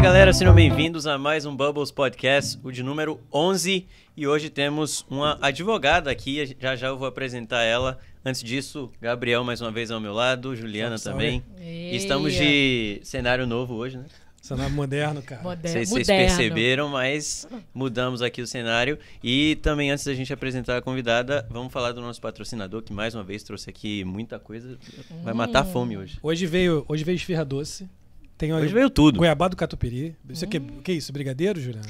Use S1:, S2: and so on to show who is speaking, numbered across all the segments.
S1: galera, sejam bem-vindos a mais um Bubbles Podcast, o de número 11. E hoje temos uma advogada aqui, já já eu vou apresentar ela. Antes disso, Gabriel mais uma vez ao meu lado, Juliana
S2: Salve,
S1: também.
S3: Ei,
S1: Estamos de cenário novo hoje, né?
S2: Cenário é moderno, cara.
S3: Moderno.
S1: Vocês, vocês
S3: Moderno.
S1: perceberam, mas mudamos aqui o cenário. E também, antes da gente apresentar a convidada, vamos falar do nosso patrocinador, que mais uma vez trouxe aqui muita coisa. Vai matar a fome hoje.
S2: Hoje veio, hoje veio esfirra doce. Tem
S1: Hoje veio tudo.
S2: goiabá do catupiry. Isso aqui,
S3: Hum.
S2: o que é isso? Brigadeiro, Juliana?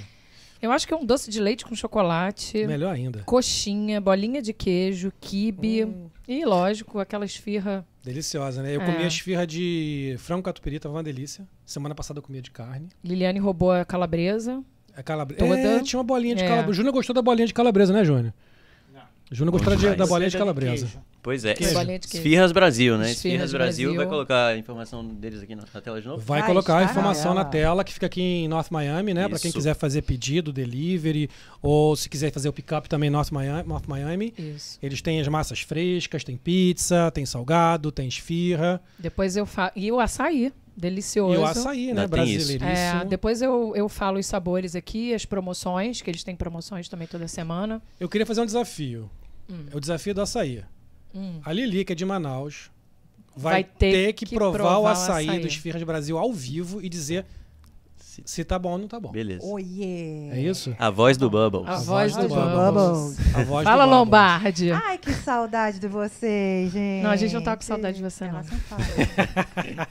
S3: Eu acho que é um doce de leite com chocolate,
S2: Melhor ainda.
S3: coxinha, bolinha de queijo, quibe
S2: Hum.
S3: e, lógico, aquela esfirra.
S2: Deliciosa, né? Eu
S3: É.
S2: comi a esfirra de frango catupiry, tava uma delícia. Semana passada eu comia de carne.
S3: Liliane roubou a calabresa.
S2: A calabresa.
S3: Toda.
S2: É, tinha uma bolinha de
S3: É.
S2: calabresa. O Júnior gostou da bolinha de calabresa, né, Júnior? Júnior gostou de-
S1: demais.
S2: da bolinha de calabresa.
S1: Pois é.
S2: Queijo.
S3: Bolinha de queijo.
S1: Esfirras Brasil, né?
S3: Esfirras
S1: Esfirras Brasil. Vai
S3: Brasil.
S1: colocar a informação deles aqui na na tela de novo?
S2: Vai
S4: Ah,
S2: colocar a
S4: está
S2: informação na
S4: ela.
S2: tela que fica aqui em North Miami, né? Pra quem
S1: Isso.
S2: quiser fazer pedido, delivery, ou se quiser fazer o pick-up também em North Miami, North Miami.
S3: Isso.
S2: Eles têm as massas frescas, tem pizza, tem salgado, tem esfirra.
S3: Depois eu falo. E o açaí. Delicioso.
S2: E o açaí, né?
S1: Ainda Ah, tem isso.
S2: Brasileiríssimo.
S3: É, depois eu, eu falo os sabores aqui, as promoções, que eles têm promoções também toda semana.
S2: Eu queria fazer um desafio.
S3: Hum.
S2: É o desafio do açaí. A Lili, que é de Manaus, vai,
S3: Vai ter
S2: que,
S3: que
S2: provar, o
S3: provar o
S2: açaí,
S3: açaí.
S2: do Esfirras Brasil ao vivo e dizer
S1: Se-
S2: se tá bom ou não tá bom.
S1: Beleza.
S4: Oiê!
S2: É isso?
S1: A voz do Bubbles.
S3: A voz do
S4: voz do
S3: Bubbles.
S4: Bubbles.
S2: A voz
S3: Fala,
S2: do Ah, Bubbles. é.
S3: Lombardi.
S4: Ai, que saudade de vocês, gente.
S3: Não, a gente não tá com saudade de você, não.
S4: Ela sempre fala.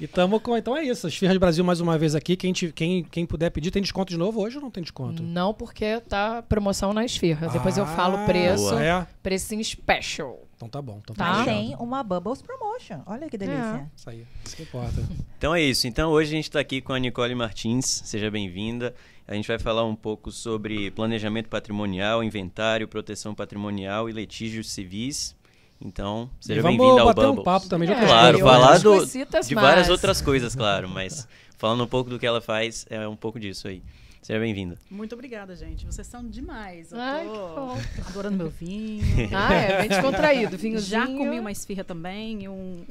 S2: E tamo com. Então é isso. Esfirras Brasil mais uma vez aqui. Quem, te- quem, quem puder pedir, tem desconto de novo hoje ou não tem desconto?
S3: Não, porque tá promoção na esfirra. Hum, Depois eu falo
S2: Ah,
S3: o preço.
S1: boa.
S2: É?
S3: Precinho special.
S2: Então tá bom. Então
S3: Tá.
S2: fechado.
S4: Tem uma Bubbles Promotion. Olha que delícia.
S2: Isso aí. Isso que importa.
S1: Então é isso. Então hoje a gente está aqui com a Nicole Martins. Seja bem-vinda. A gente vai falar um pouco sobre planejamento patrimonial, inventário, proteção patrimonial e litígios civis. Então,
S2: E
S1: seja
S2: vamos
S1: bem-vinda ao
S2: bater um
S1: Bubbles.
S2: papo também de outras
S1: Claro,
S2: coisas, né?
S1: falar
S3: outras
S1: do-
S3: É. cositas
S1: de várias
S3: mais.
S1: outras coisas, claro, mas falando um pouco do que ela faz, é um pouco disso aí. Seja bem-vinda.
S5: Muito obrigada, gente. Vocês são demais. Eu
S3: Ai,
S5: tô
S3: que bom.
S5: adorando meu vinho.
S3: Ah, é, bem descontraído. Vinho
S5: Já comi uma esfirra também e um, um-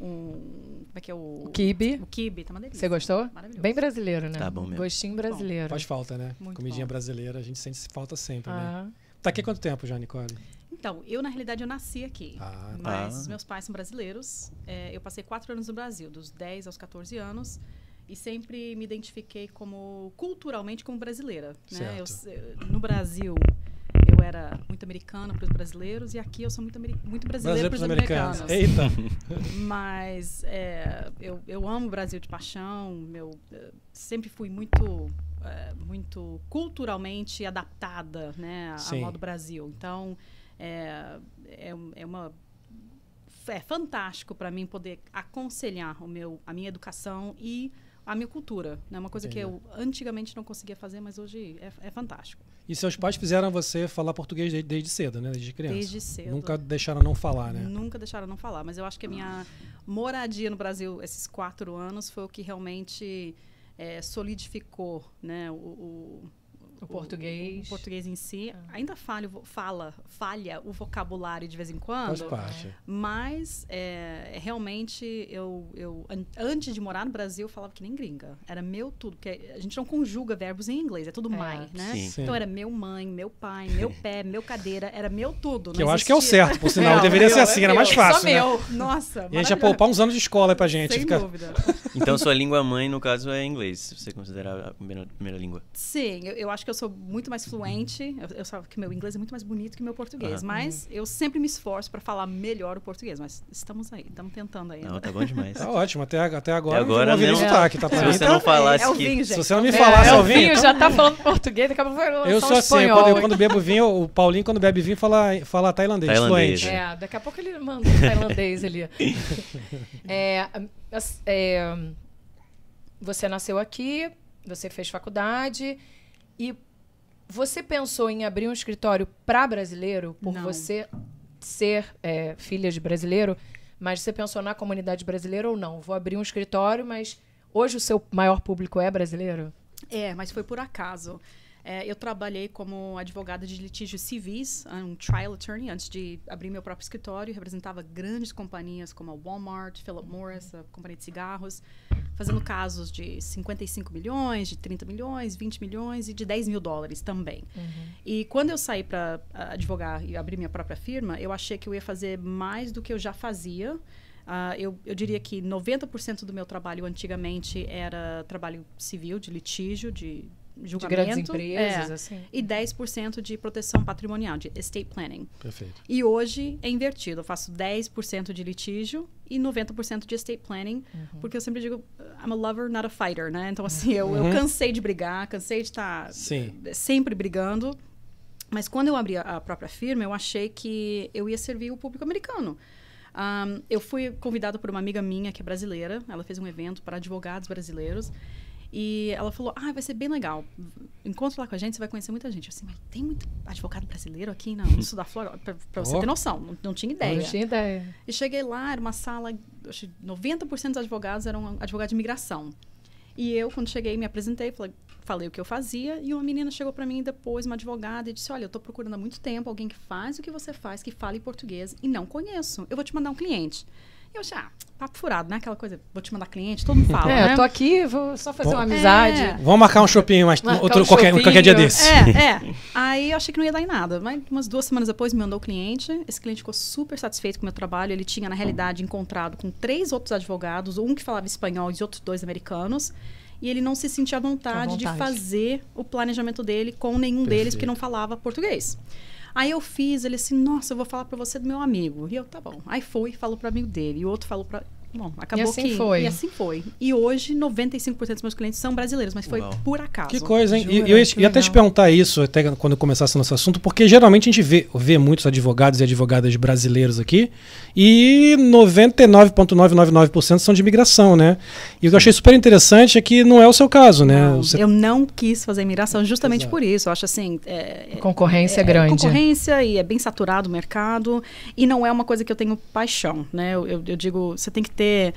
S5: Como é que é o.
S3: Kibe.
S5: O kibe, tá uma delícia.
S3: Você gostou?
S5: Maravilhoso.
S3: Bem brasileiro, né?
S1: Tá bom mesmo.
S3: Gostinho brasileiro.
S2: Faz falta, né?
S5: Muito
S2: Comidinha
S5: bom.
S2: brasileira, a gente sente falta sempre, né?
S3: Ah,
S2: Tá aqui há quanto tempo já, Nicole?
S5: Então, eu, na realidade, eu nasci aqui.
S2: Ah,
S5: Mas
S1: Ah.
S5: os meus pais são brasileiros. É, eu passei quatro anos no Brasil, dos 10 aos 14 anos. E sempre me identifiquei como culturalmente como brasileira. Né? Eu
S2: Certo.
S5: se- no Brasil, eu era muito americana para os brasileiros. E aqui eu sou muito, ameri- muito brasileira
S2: Brasileiro
S5: para
S2: pros
S5: os
S2: americanos.
S5: americanos.
S2: Eita!
S5: Mas é, eu, eu amo o Brasil de paixão. Meu, eh, sempre fui muito, eh, muito culturalmente adaptada né, a-
S2: Sim.
S5: ao modo Brasil. Então, é, é, um- é uma é fantástico para mim poder aconselhar o meu, a minha educação e a minha cultura. É né? uma coisa que
S2: Entendi.
S5: eu antigamente não conseguia fazer, mas hoje é, é fantástico.
S2: E seus pais fizeram você falar português de- desde cedo, né? Desde criança.
S5: Desde cedo.
S2: Nunca deixaram não falar, né?
S5: Nunca deixaram não falar, mas eu acho que a minha moradia no Brasil, esses quatro anos, foi o que realmente eh, solidificou né, o, o-
S3: o português. Ah.
S5: o português em si. Ainda falha, o vo- fala, falha o vocabulário de vez em
S2: Faz
S5: quando,
S2: parte.
S5: mas eh, realmente eu, eu an- antes de morar no Brasil eu falava que nem gringa. Era meu tudo, porque a gente não conjuga verbos em inglês, é tudo
S3: É.
S5: my, né?
S1: Sim.
S2: Sim.
S5: Então era meu mãe, meu pai, meu pé, meu cadeira, era meu tudo.
S2: Que eu
S5: não
S2: acho que é o
S5: existia-
S2: certo, por sinal.
S5: Não,
S2: deveria ser
S5: meu,
S2: assim,
S5: é
S2: era mais
S5: meu.
S2: fácil, né?
S5: Meu, nossa.
S2: E a gente ia
S5: maravilhoso.
S2: poupar uns anos de escola aí pra gente.
S5: Sem
S2: fica-
S5: dúvida.
S1: Então, sua língua mãe, no caso, é inglês, se você considerar a primeira, primeira língua.
S5: Sim, eu, eu acho que eu sou muito mais fluente. Eu, eu sabe que meu inglês é muito mais bonito que meu português.
S1: Aham.
S5: Mas eu sempre me esforço para falar melhor o português. Mas estamos aí, estamos tentando ainda.
S1: Não, tá bom demais.
S2: Tá ótimo, até, até agora.
S1: Até agora
S2: não ouvi nem
S1: mesmo.
S2: sotaque, tá pra
S1: Se
S2: mim.
S1: você não falasse
S5: é o
S1: que.
S5: vinho,
S2: Se
S5: gente.
S2: você não me
S3: É,
S2: falasse,
S3: o
S2: ao vivo,
S3: vinho
S2: então-
S3: já tá falando português, daqui a pouco vai lançar
S2: Eu
S3: um
S2: sou assim,
S3: espanhol.
S2: quando, eu- quando bebo vinho, o Paulinho, quando bebe vinho, fala, fala tailandês,
S1: Tailandês,
S2: fluente.
S3: É, daqui a pouco ele manda um tailandês ali. É, as- é, você nasceu aqui, você fez faculdade e você pensou em abrir um escritório para brasileiro por
S5: Não.
S3: você ser é, filha de brasileiro, mas você pensou na comunidade brasileira ou não? Vou abrir um escritório, mas hoje o seu maior público é brasileiro?
S5: É, mas foi por acaso. É, eu trabalhei como advogada de litígios civis, um trial attorney, antes de abrir meu próprio escritório. Representava grandes companhias como a Walmart, Philip Morris, a companhia de cigarros. fazendo casos de 55 milhões, de 30 milhões, 20 milhões e de 10 mil dólares também.
S6: Uhum.
S5: E quando eu saí para advogar e abrir minha própria firma, eu achei que eu ia fazer mais do que eu já fazia. Ah, eu, eu diria que 90% do meu trabalho antigamente era trabalho civil, de litígio, de
S6: De
S5: julgamento.
S6: grandes empresas,
S5: É.
S6: assim.
S5: E 10% de proteção patrimonial, de estate planning.
S2: Perfeito.
S5: E hoje é invertido. Eu faço 10% de litígio e 90% de estate planning,
S2: Uhum.
S5: porque eu sempre digo, I'm a lover, not a fighter, né? Então, assim, eu, eu
S2: Uhum.
S5: cansei de brigar, cansei de estar
S2: Sim.
S5: sempre brigando. Mas quando eu abri a, a própria firma, eu achei que eu ia servir o público americano. Ahn, eu fui convidada por uma amiga minha que é brasileira. Ela fez um evento para advogados brasileiros. E ela falou, ah, vai ser bem legal. Encontro lá com a gente, você vai conhecer muita gente. Eu assim, mas tem muito advogado brasileiro aqui? Não, isso da Flórida. Pra, pra você
S2: Ó.
S5: ter noção, não, não tinha ideia.
S6: Não tinha ideia.
S5: E cheguei lá, era uma sala, acho que 90% dos advogados eram advogados de imigração. E eu, quando cheguei, me apresentei, falei, falei o que eu fazia, e uma menina chegou para mim depois, uma advogada, e disse, olha, eu estou procurando há muito tempo alguém que faz o que você faz, que fale português, e não conheço. Eu vou te mandar um cliente. E eu achei, ah, papo furado, né? Aquela coisa, vou te mandar cliente, todo mundo fala,
S6: é,
S5: né?
S6: eu tô aqui, vou só fazer
S2: Bom.
S6: uma amizade.
S5: É.
S2: Vamos marcar um shopping mais
S6: Marcar
S2: outro,
S6: um
S2: qualquer,
S6: shopping,
S2: qualquer dia
S6: ó.
S2: desse.
S5: É, é. Aí eu achei que não ia dar em nada. Mas umas duas semanas depois me mandou o cliente. Esse cliente ficou super satisfeito com o meu trabalho. Ele tinha, na realidade, encontrado com três outros advogados, um que falava espanhol e os outros dois americanos. E ele não se sentia à vontade,
S6: vontade.
S5: de fazer o planejamento dele com nenhum deles, porque não falava português. Aí eu fiz, ele assim, nossa, eu vou falar pra você do meu amigo. E eu, tá bom. Aí foi, falou pra amigo dele. E o outro falou pra. Bom, acabou
S6: assim
S5: que.
S6: foi.
S5: E assim foi. E hoje, 95% dos meus clientes são brasileiros, mas foi
S1: Uau.
S5: por acaso.
S2: Que coisa, hein? E-
S6: Jura?
S2: e eu ia-
S6: Que
S2: ia até te
S6: legal.
S2: perguntar isso, até quando começasse o nosso assunto, porque geralmente a gente vê, vê muitos advogados e advogadas brasileiros aqui, e 99,999% são de imigração, né? E o que eu achei super interessante é que não é o seu caso, né?
S5: Não,
S2: Você-
S5: Eu não quis fazer imigração justamente
S2: Exato.
S5: por isso. Eu acho assim. É, é-
S6: Concorrência grande.
S3: né?
S5: Concorrência e é bem saturado o mercado. E não é uma coisa que eu tenho paixão, né? Eu, eu- eu digo, você tem que ter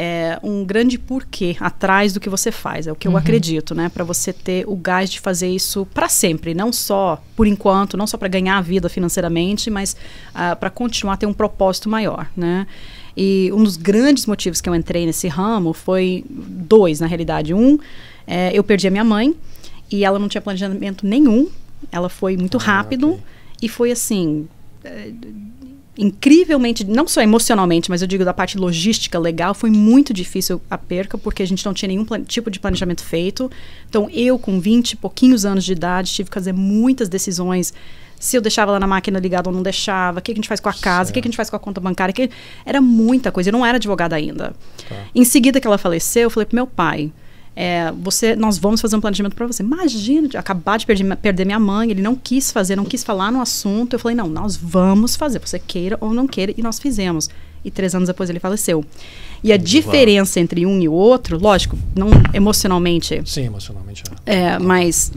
S5: é, um grande porquê atrás do que você faz. É o que eu acredito, né? Para você ter o gás de fazer isso para sempre. Não só por enquanto, não só para ganhar a vida financeiramente, mas para continuar a ter um propósito maior, né? E um dos grandes motivos que eu entrei nesse ramo foi dois, na realidade. Um, é, eu perdi a minha mãe e ela não tinha planejamento nenhum. Ela foi muito rápido e foi assim. é, incrivelmente, não só emocionalmente, mas eu digo da parte logística legal, foi muito difícil a perca, porque a gente não tinha nenhum plan- tipo de planejamento feito. Então, eu, com 20 e pouquinhos anos de idade, tive que fazer muitas decisões. Se eu deixava ela na máquina ligada ou não deixava, o que, que a gente faz com a casa, o que, que a gente faz com a conta bancária. Que... Era muita coisa, eu não era advogada ainda. Em seguida que ela faleceu, eu falei pro meu pai, é, você, nós vamos fazer um planejamento para você. Imagina, de- acabar de perder, perder minha mãe, ele não quis fazer, não quis falar no assunto. Eu falei, não, nós vamos fazer, você queira ou não queira, e nós fizemos. E três anos depois ele faleceu. E a diferença entre um e o outro, lógico, não emocionalmente,
S2: Sim, emocionalmente. é.
S5: é, mas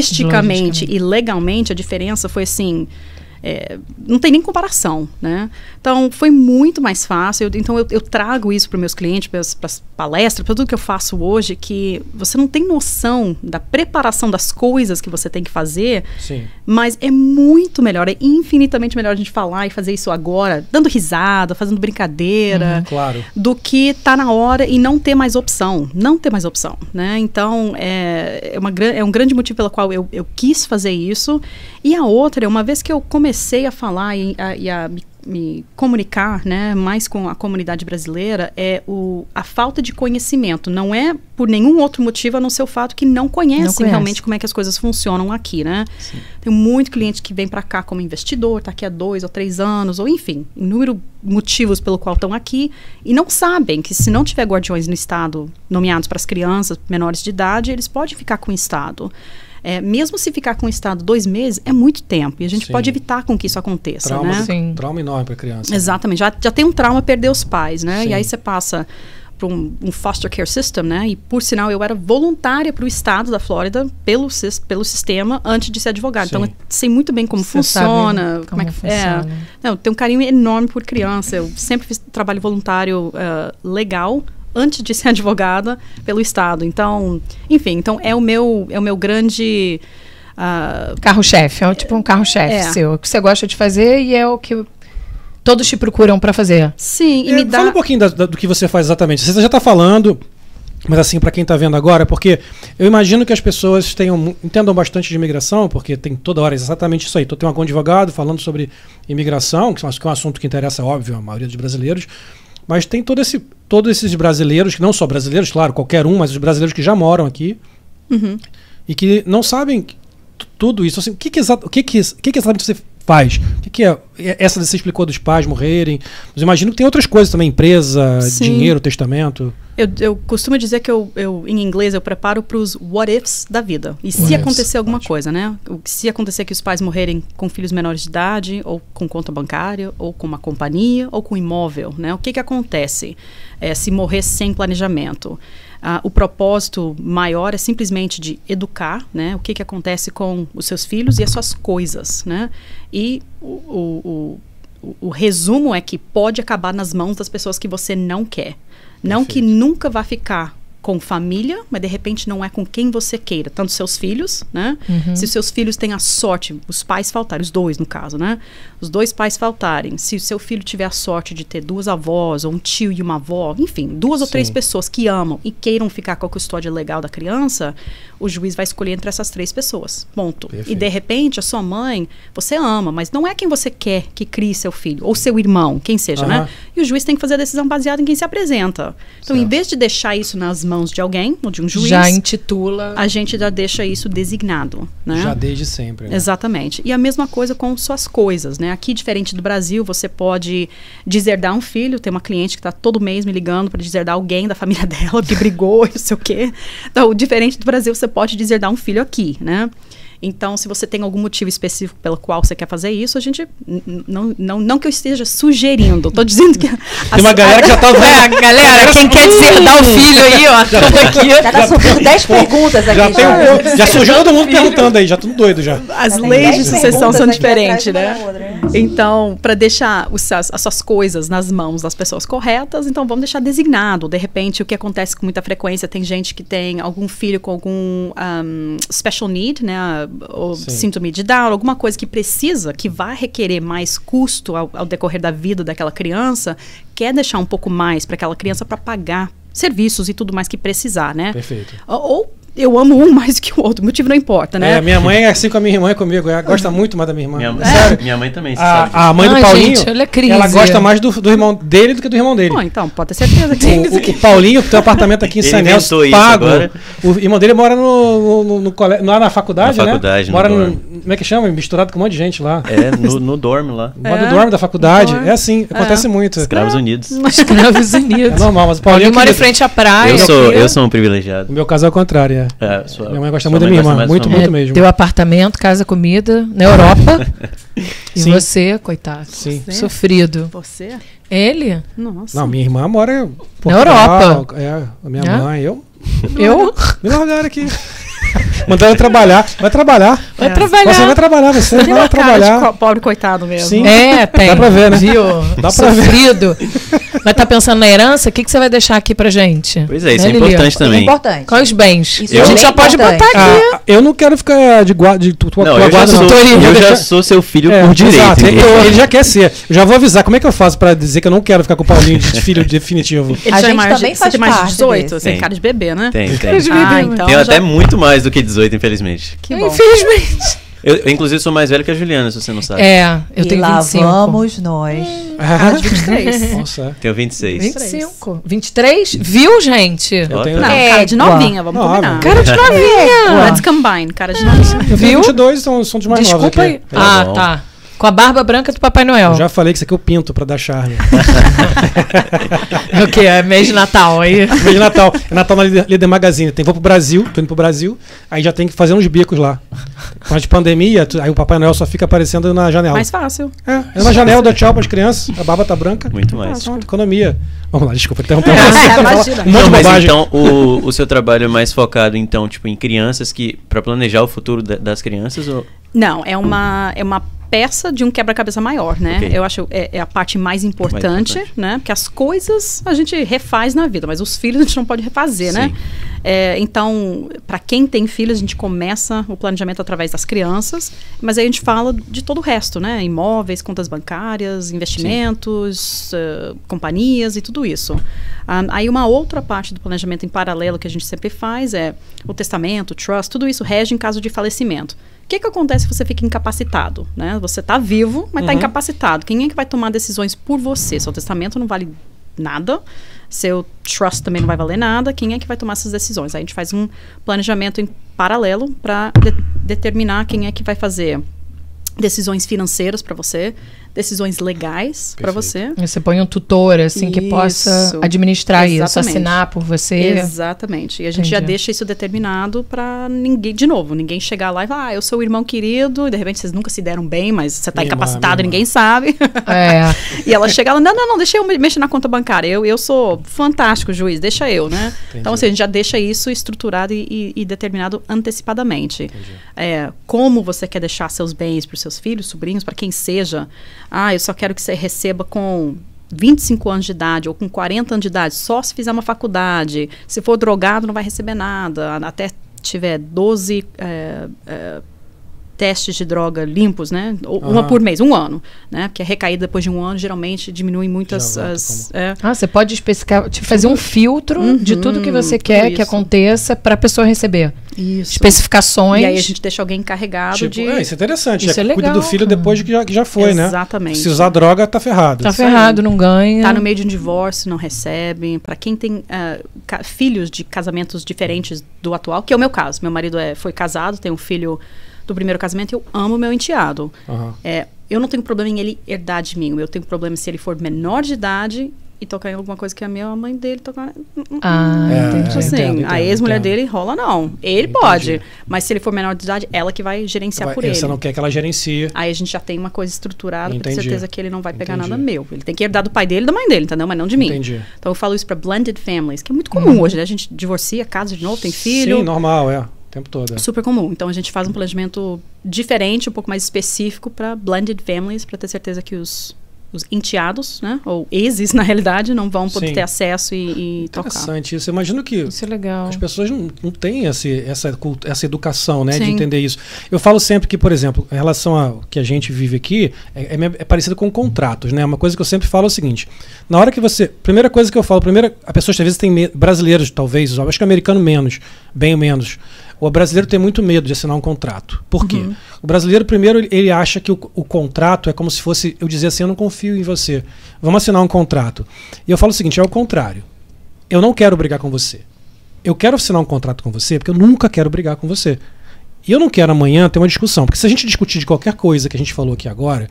S5: logisticamente,
S6: Logisticamente.
S5: e legalmente a diferença foi assim. é, não tem nem comparação, né? Então foi muito mais fácil. Eu- então eu, eu trago isso para meus clientes, para as palestras, para tudo que eu faço hoje, que você não tem noção da preparação das coisas que você tem que fazer
S2: Sim.
S5: mas é muito melhor, é infinitamente melhor a gente falar e fazer isso agora, dando risada, fazendo brincadeira.
S2: Claro.
S5: Do que tá na hora e não ter mais opção. Não ter mais opção, né? Então, é, é, uma, gran- é um grande motivo pelo qual eu, eu quis fazer isso. E a outra, é uma vez que eu comecei a falar e a, e a me, me comunicar, né? Mais com a comunidade brasileira, é o, a falta de conhecimento. Não é por nenhum outro motivo, a não ser o fato que não conhecem
S6: conhece.
S5: realmente como é que as coisas funcionam aqui, né? Tem muito cliente que vem para cá como investidor, está aqui há dois ou três anos, ou enfim, inúmeros motivos pelo qual estão aqui e não sabem que se não tiver guardiões no estado nomeados para as crianças menores de idade, eles podem ficar com o estado. É, mesmo se ficar com o estado dois meses, é muito tempo e a gente
S2: Sim.
S5: pode evitar com que isso aconteça,
S2: Trauma,
S5: né?
S6: Sim.
S2: trauma enorme pra criança. né?
S5: Exatamente. Já, já tem um trauma perder os pais, né?
S2: Sim.
S5: E aí você passa para um, um foster care system, né? E por sinal eu era voluntária para o estado da Flórida pelo, sis- pelo sistema antes de ser advogada. Então
S2: Sim.
S5: eu sei muito bem como
S6: Você sabe
S5: funciona,
S6: como
S5: como é que
S6: funciona.
S5: É. Não, eu tenho um carinho enorme por criança. Eu sempre fiz trabalho voluntário eh, legal antes de ser advogada pelo estado. Então, enfim, então é o meu é o meu grande ah,
S6: Carro-chefe, é tipo um carro-chefe
S5: É.
S6: seu. O que você gosta de fazer e é o que todos te procuram pra fazer.
S5: sim, assim, e
S2: É,
S5: me dá
S2: Fala um pouquinho da- da- do que você faz exatamente. Você já está tá falando Mas assim, para quem está vendo agora, porque eu imagino que as pessoas tenham, mu- entendam bastante de imigração, porque tem toda hora exatamente isso aí. Então tem algum advogado falando sobre imigração, que é um ass- que é um assunto que interessa, óbvio, a maioria dos brasileiros. Mas tem todo esse, todos esses brasileiros, que não só brasileiros, claro, qualquer um, mas os brasileiros que já moram aqui
S5: Uhum.
S2: e que não sabem t- tudo isso. Assim, o que, que, exa- o que, que, o que, que exatamente você faz? O que, que é? é- Essa você explicou dos pais morrerem. Mas eu imagino que tem outras coisas também, empresa,
S5: Sim.
S2: dinheiro, testamento.
S5: Eu, eu costumo dizer que eu, eu, em inglês, eu preparo para os what ifs da vida. E se
S2: What ifs,
S5: acontecer alguma
S2: ótimo.
S5: coisa, né? O- Se acontecer que os pais morrerem com filhos menores de idade, ou com conta bancária, ou com uma companhia, ou com imóvel, né? O que, que acontece é, se morrer sem planejamento? Ah, o propósito maior é simplesmente de educar, né? O que, que acontece com os seus filhos e as suas coisas, né? E o- o- o o- o resumo é que pode acabar nas mãos das pessoas que você não quer. Não que nunca vá ficar com família, mas de repente não é com quem você queira, tanto seus filhos, né?
S2: Uhum.
S5: Se os seus filhos têm a sorte, os pais faltarem, os dois no caso, né? Os dois pais faltarem, se o seu filho tiver a sorte de ter duas avós, ou um tio e uma avó, enfim, duas ou três
S2: Sim.
S5: pessoas que amam e queiram ficar com a custódia legal da criança, o juiz vai escolher entre essas três pessoas. Ponto. E
S2: Perfeito.
S5: de repente a sua mãe, você ama, mas não é quem você quer que crie seu filho, ou seu irmão, quem seja,
S2: Aham.
S5: né? E o juiz tem que fazer a decisão baseada em quem se apresenta. Então, em
S2: Certo.
S5: vez de deixar isso nas mãos de alguém, ou de um juiz,
S6: Já intitula.
S5: a gente já deixa isso designado, né?
S2: Já desde sempre. né?
S5: Exatamente. E a mesma coisa com suas coisas, né? Aqui, diferente do Brasil, você pode deserdar um filho. Tem uma cliente que está todo mês me ligando para deserdar alguém da família dela que brigou e não sei o quê. Então, diferente do Brasil, você pode deserdar um filho aqui, né? Então, se você tem algum motivo específico pelo qual você quer fazer isso, a gente. n- n- Não, não, não que eu esteja sugerindo, tô dizendo que.
S2: Tem uma galera que já tá vendo.
S3: É, galera, quem quer deserdar o filho aí, ó, tudo aqui.
S4: Já tá subindo 10 perguntas aqui.
S2: Já, tem,
S4: já.
S2: um- já surgiu todo mundo perguntando aí, já tudo doido já.
S5: As
S4: Já tem
S5: leis de
S4: 10
S5: sucessão
S4: perguntas
S5: são
S4: aqui atrás
S5: diferentes,
S4: uma
S5: né?
S4: da outra, né?
S5: Então, para deixar os seus- as suas coisas nas mãos das pessoas corretas, então vamos deixar designado. De repente, o que acontece com muita frequência, tem gente que tem algum filho com algum ahm, special need, né? Ou
S2: Sim.
S5: síndrome de Down, alguma coisa que precisa, que vai requerer mais custo ao, ao decorrer da vida daquela criança, quer deixar um pouco mais para aquela criança para pagar serviços e tudo mais que precisar, né?
S2: Perfeito.
S5: Ou- Ou eu amo um mais que o outro, o motivo não importa, né?
S2: É, minha mãe é assim com a minha irmã e comigo. Ela gosta muito mais da minha irmã.
S1: Minha,
S2: Sério.
S1: minha mãe
S2: Ah,
S1: também, você sabe. disso.
S2: A, a mãe do
S6: Ai,
S2: Paulinho,
S6: gente, olha a crise.
S2: ela gosta mais do, do irmão dele do que do irmão dele.
S5: Bom, então, pode ter certeza que
S2: O, o- o Paulinho, que tem um apartamento aqui em
S1: Ele
S2: São
S1: inventou
S2: Nelson,
S1: isso
S2: pago.
S1: agora.
S2: O irmão dele mora no, no, no cole- lá na faculdade,
S1: Na
S2: né?
S1: faculdade, no
S2: mora
S1: dorme.
S2: Como é que chama? Misturado com um monte de gente lá.
S1: É, no, no dorme lá.
S2: Mora
S5: É.
S2: no dorme da faculdade.
S5: Dorme.
S2: É assim, acontece muito.
S1: Escravos
S5: Ah.
S1: Unidos.
S6: Escravos
S2: É
S6: Unidos.
S2: normal, mas o
S6: Alguém
S2: Paulinho.
S6: mora em
S2: que-
S6: frente à praia.
S1: Eu sou,
S6: aqui.
S1: eu sou um
S2: O
S1: privilegiado.
S2: meu caso é o contrário. É.
S1: É, sua-
S2: Minha mãe gosta
S1: sua
S2: muito da minha
S1: gosta
S2: irmã,
S1: mais da
S2: muito,
S1: sua
S2: muito
S1: mãe.
S6: É,
S2: mesmo.
S6: Deu apartamento, casa, comida na Europa. e
S2: Sim.
S6: você, coitado.
S2: Sim.
S6: Sofrido.
S5: Você?
S6: Ele?
S5: Nossa.
S2: Não, minha irmã mora em
S6: Europa.
S2: É, a minha
S6: Hã?
S2: mãe, eu.
S6: Eu?
S2: Me largaram aqui. Mandaram eu trabalhar. Vai trabalhar.
S6: Vai
S5: É.
S2: Você vai
S6: trabalhar.
S2: trabalhar, você
S5: Tem uma
S2: vai
S5: cara de
S2: trabalhar.
S5: co- pobre coitado mesmo.
S2: Sim.
S6: É, tem.
S2: pra ver, né?
S6: Viu?
S2: Dá pra ver.
S6: Sofrido. Mas tá pensando na herança? O que, que você vai deixar aqui pra gente?
S1: Pois é, isso
S6: Né,
S1: é
S6: Lili?
S1: importante
S4: É
S1: também.
S4: importante.
S6: Quais bens?
S4: Isso
S1: Eu-
S6: a gente
S4: é
S6: já
S4: bem
S6: pode
S4: importante.
S6: botar aqui.
S2: Ah, eu não quero ficar de guarda de tu, tua
S1: Não,
S2: tua
S1: eu já,
S2: guarda,
S1: sou,
S2: não.
S1: eu já sou seu filho
S2: É,
S1: por direito.
S2: exato, ele,
S1: entendeu?
S2: ele já quer ser. Eu já vou avisar. Como é que eu faço pra dizer que eu não quero ficar com o Paulinho de filho definitivo?
S5: Ele
S4: A
S5: já é
S4: gente
S5: mais
S4: também
S5: de,
S4: faz
S5: você tem mais de
S4: parte
S5: 18,
S4: desse.
S5: você tem
S1: Tem.
S5: cara de bebê, né?
S1: Tem, tem.
S5: Ah, então
S1: Tem
S5: já-
S1: até muito mais do que 18, infelizmente.
S5: que bom.
S1: Eu, eu, inclusive, sou mais velho que a Juliana, se você não sabe.
S6: É, eu
S4: e
S6: tenho
S4: lá
S6: 25.
S4: vamos nós.
S6: Ah,
S5: Às 23.
S2: Nossa. é.
S1: Tenho 26.
S6: 25. 23? Viu, gente?
S2: Eu
S1: Ó,
S2: tenho-
S1: tá.
S5: Não, cara de
S4: Égua.
S5: novinha, vamos
S2: Não,
S5: combinar.
S2: óbvio.
S6: Cara de novinha.
S5: Let's combine, cara de novinha.
S2: Eu tenho
S6: Viu?
S2: 22, são, são dos mais novos
S6: Desculpa aí.
S2: aqui. É,
S1: Tá
S6: ah,
S1: bom.
S6: tá. Com a barba branca do Papai Noel.
S2: Eu já falei que isso aqui eu pinto pra dar charme.
S6: É o quê? É mês de Natal aí.
S2: Mês de Natal. É Natal na Líder Líder Magazine. Tem, vou pro Brasil, tô indo pro Brasil, aí já tem que fazer uns bicos lá. Com a de pandemia, tu- aí o Papai Noel só fica aparecendo na janela.
S5: Mais fácil.
S2: É, é uma janela, dá tchau pras crianças, a barba tá branca.
S1: Muito mais.
S5: Então,
S2: Pronto, economia. Vamos lá, desculpa, interromper.
S5: É,
S2: você.
S5: imagina.
S2: um monte de
S1: Não, mas
S2: bobagem.
S1: então o, o seu trabalho é mais focado então tipo em crianças que para planejar o futuro da- das crianças ou
S5: Não, é uma, é uma peça de um quebra-cabeça maior, né?
S1: Ok.
S5: Eu acho é, é a parte mais importante,
S1: importante.
S5: né? Porque as coisas a gente refaz na vida, mas os filhos a gente não pode refazer, né?
S1: Sim.
S5: É, então, para quem tem filhos, a gente começa o planejamento através das crianças, mas aí a gente fala de todo o resto, né? Imóveis, contas bancárias, investimentos, eh, companhias e tudo isso. Ah, aí uma outra parte do planejamento em paralelo que a gente sempre faz é o testamento, o trust, tudo isso rege em caso de falecimento. O que, que acontece se você fica incapacitado? Né? Você está vivo, mas está
S2: Uhum.
S5: incapacitado. Quem é que vai tomar decisões por você? Seu testamento não vale nada, seu trust também não vai valer nada. Quem é que vai tomar essas decisões? Aí a gente faz um planejamento em paralelo para determinar quem é que vai fazer decisões financeiras para você, decisões legais para você.
S3: Você põe um tutor, assim, que possa
S5: Isso.
S3: administrar isso,
S5: Exatamente.
S3: assinar por você.
S5: Exatamente. E a gente já
S3: Entendi.
S5: deixa isso determinado para ninguém, de novo, ninguém chegar lá e falar, ah, eu sou o irmão querido, e de repente vocês nunca se deram bem, mas você tá
S2: Minha irmã,
S5: incapacitado,
S2: minha irmã.
S5: ninguém sabe.
S3: É.
S5: e ela chega lá, não, não, não, deixa eu me- mexer na conta bancária. Eu, eu sou fantástico, juiz, deixa eu, né? Então, assim, a gente já deixa isso estruturado e, e- e determinado antecipadamente. É, como você quer deixar seus bens para os seus filhos, sobrinhos, para quem seja. Ah, eu só quero que você receba com 25 anos de idade ou com 40 anos de idade, só se fizer uma faculdade. Se for drogado, não vai receber nada. Até tiver 12 é, é, testes de droga limpos, né? Ou Uma
S2: Aham.
S5: por mês, um ano. Né? Porque a recaída depois de um ano geralmente diminui muitas.
S2: Já volta
S5: as, é,
S3: Ah, você pode especificar, tipo, fazer um filtro de tudo que você
S5: tudo
S3: quer que
S5: isso.
S3: aconteça para a pessoa receber.
S5: isso.
S3: Especificações.
S5: E aí a gente deixa alguém encarregado
S2: Tipo,
S5: de.
S2: é, isso é interessante.
S3: Isso
S2: é,
S3: é
S2: cuida do
S3: legal,
S2: filho
S3: cara.
S2: depois de que já, que já foi, né?
S5: Exatamente.
S2: Se usar droga, tá ferrado.
S3: tá ferrado, não ganha.
S5: Tá no meio de um divórcio, não recebe. Pra quem tem ah, ca- filhos de casamentos diferentes do atual, que é o meu caso. Meu marido é, foi casado, tem um filho do primeiro casamento. Eu amo meu enteado.
S2: Aham.
S5: É, eu não tenho problema em ele herdar de mim. Eu tenho problema se ele for menor de idade e tocar em alguma coisa que a minha mãe dele tocar. Tipo
S3: Ah,
S2: É,
S3: entendi.
S5: assim,
S2: entendo, entendo,
S5: a ex-mulher
S2: entendo.
S5: dele rola não. Ele pode. Mas se ele for menor de idade, ela que vai gerenciar
S2: Vai-
S5: por
S2: e
S5: ele.
S2: Você não quer que ela gerencie.
S5: Aí a gente já tem uma coisa estruturada pra ter
S2: Entendi.
S5: certeza que ele não vai pegar
S2: Entendi.
S5: nada meu. Ele tem que herdar do pai dele e da mãe dele, entendeu? Mas não de mim.
S2: Entendi.
S5: Então eu falo isso pra blended families, que é muito comum hoje, né? A gente divorcia, casa de novo, tem filho.
S2: Uhum. Sim, normal, é. O tempo todo. é.
S5: Super comum. Então a gente faz um planejamento diferente, um pouco mais específico pra blended families, pra ter certeza que os, os enteados, né? Ou exes, na realidade, não vão poder
S2: Sim.
S5: ter acesso e, e tocar.
S2: Interessante isso. Eu imagino que
S3: Isso é legal.
S2: As pessoas não, não têm esse, essa, cultu- essa educação, né? De
S5: Sim.
S2: entender isso. Eu falo sempre que, por exemplo, em relação ao que a gente vive aqui, é, é me- é parecido com contratos, né? Uma coisa que eu sempre falo é o seguinte: na hora que você. Primeira coisa que eu falo, primeira, a pessoa às vezes tem me- brasileiros, talvez, eu acho que americano menos, bem menos. O brasileiro tem muito medo de assinar um contrato. Por quê? O brasileiro, primeiro, ele- ele acha que o, o contrato é como se fosse eu dizer assim: eu não confio em você. Vamos assinar um contrato. E eu falo o seguinte: é o contrário. Eu não quero brigar com você eu quero assinar um contrato com você porque eu nunca quero brigar com você. E eu não quero amanhã ter uma discussão, porque se a gente discutir de qualquer coisa que a gente falou aqui agora,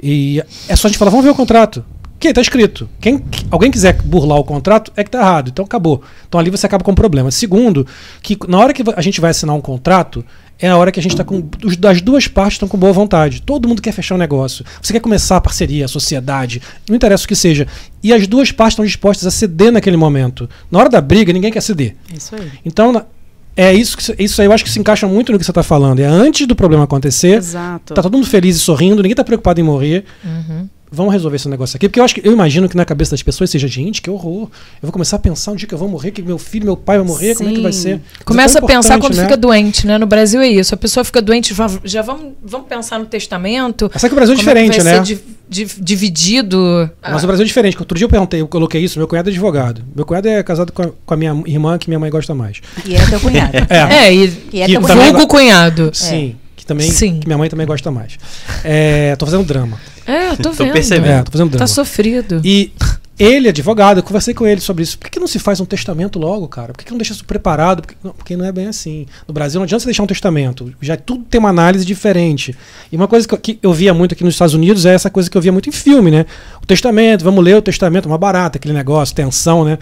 S2: e é só a gente falar, vamos ver o contrato. Que tá escrito. Quem que- alguém quiser burlar o contrato é que tá errado. Então acabou. Então ali você acaba com o problema. Segundo, que na hora que a gente vai assinar um contrato, é a hora que a gente tá com os- das duas partes estão com boa vontade. Todo mundo quer fechar um negócio. Você quer começar a parceria, a sociedade, não interessa o que seja. E as duas partes estão dispostas a ceder naquele momento. Na hora da briga, ninguém quer ceder.
S5: Isso aí.
S2: Então, na- é isso que se- isso aí eu acho que se encaixa muito no que você está falando. É antes do problema acontecer,
S5: Exato.
S2: tá todo mundo feliz e sorrindo, ninguém tá preocupado em morrer.
S3: Uhum.
S2: Vamos resolver esse negócio aqui, porque eu acho que eu imagino que na cabeça das pessoas seja gente, que horror. Eu vou começar a pensar onde que eu vou morrer, que meu filho, meu pai vai morrer, como é que vai
S5: Sim.
S2: ser? Isso é tão
S3: Começa a pensar
S2: importante,
S3: quando
S2: né?
S3: fica doente, né? No Brasil é isso. A pessoa fica doente, já, já vamos, vamos pensar no testamento.
S2: Mas sabe que o Brasil é
S3: Como que
S2: diferente,
S3: vai
S2: né?
S3: ser di- di- dividido.
S2: Mas o Brasil é diferente. que Outro dia eu perguntei, eu coloquei isso, meu cunhado é advogado. Meu cunhado é casado com a, com a minha irmã, que minha mãe gosta mais.
S4: E era teu cunhado.
S3: É, e
S4: E é
S2: Que
S4: teu
S2: também
S4: cunhado.
S3: vulgo cunhado.
S2: Sim. Que também.
S3: É. Sim.
S2: Que minha mãe também gosta mais. É, tô fazendo drama.
S3: É, eu tô vendo.
S1: percebendo.
S2: É, tô fazendo drama.
S3: Tá sofrido.
S2: E ele, advogado, eu conversei com ele sobre isso. Por que, que não se faz um testamento logo, cara? Por que, que não deixa isso preparado? Por que- não, porque não é bem assim. No Brasil não adianta você deixar um testamento. Já tudo tem uma análise diferente. E uma coisa que eu, que eu via muito aqui nos Estados Unidos é essa coisa que eu via muito em filme, né? O testamento, vamos ler o testamento, uma barata, aquele negócio, tensão, né?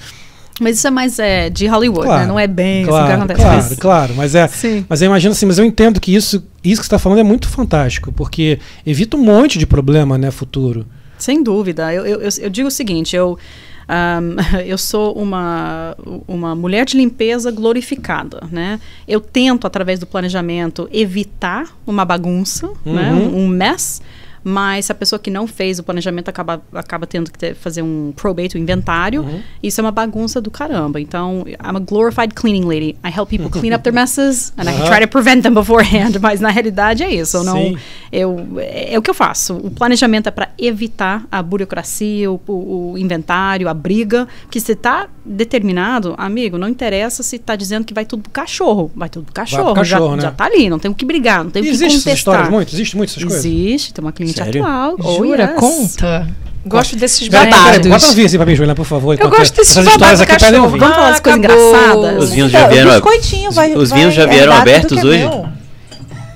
S5: Mas isso é mais é, de Hollywood,
S2: Claro,
S5: né? Não é bem assim que
S2: claro,
S5: acontece.
S2: claro,
S5: mas-
S2: claro. Mas é.
S5: Sim.
S2: Mas eu imagino assim, mas eu entendo que isso, isso que você está falando é muito fantástico, porque evita um monte de problema, né, futuro.
S5: Sem dúvida. Eu, eu, eu, eu digo o seguinte, eu, ahm, eu sou uma, uma mulher de limpeza glorificada, né? Eu tento, através do planejamento, evitar uma bagunça, né?
S2: Uhum.
S5: um, um mess, Mas se a pessoa que não fez o planejamento acaba, acaba tendo que ter- fazer um probate, um inventário, isso é uma bagunça do caramba. Então, I'm a glorified cleaning lady. I help people clean up their messes and I try to prevent them beforehand. Mas na realidade é isso. Eu não,
S2: Sim.
S5: eu, é, é o que eu faço. O planejamento é para evitar a burocracia, o, o- o inventário, a briga. Porque se está determinado, amigo, não interessa se está dizendo que vai tudo pro cachorro. Vai tudo pro cachorro.
S2: cachorro,
S5: já,
S2: né?
S5: já tá ali, não tem o que brigar, não tem o que
S2: Existe essas histórias
S5: contestar.
S2: muito? Existe muito essas coisas?
S5: Existe, tem uma cliente
S1: Sério?
S5: atual. Oh,
S3: Jura?
S5: yes.
S3: Conta. Gosto desses
S2: Peraí, peraí,
S3: babados.
S2: Bota um vinho assim pra mim, Juliana, por favor.
S3: Eu
S2: enquanto
S3: gosto desses
S2: essas histórias
S3: babados
S2: aqui
S3: do
S2: pra ela
S3: cachorro.
S2: ouvir.
S5: Vamos falar das coisas
S3: acabou.
S5: engraçadas?
S1: Os vinhos já vieram.
S4: Então, Biscoitinho, vai,
S1: os
S4: vai
S1: vinhos já vieram
S4: herdar tudo
S1: abertos
S4: que é
S1: hoje?
S4: meu.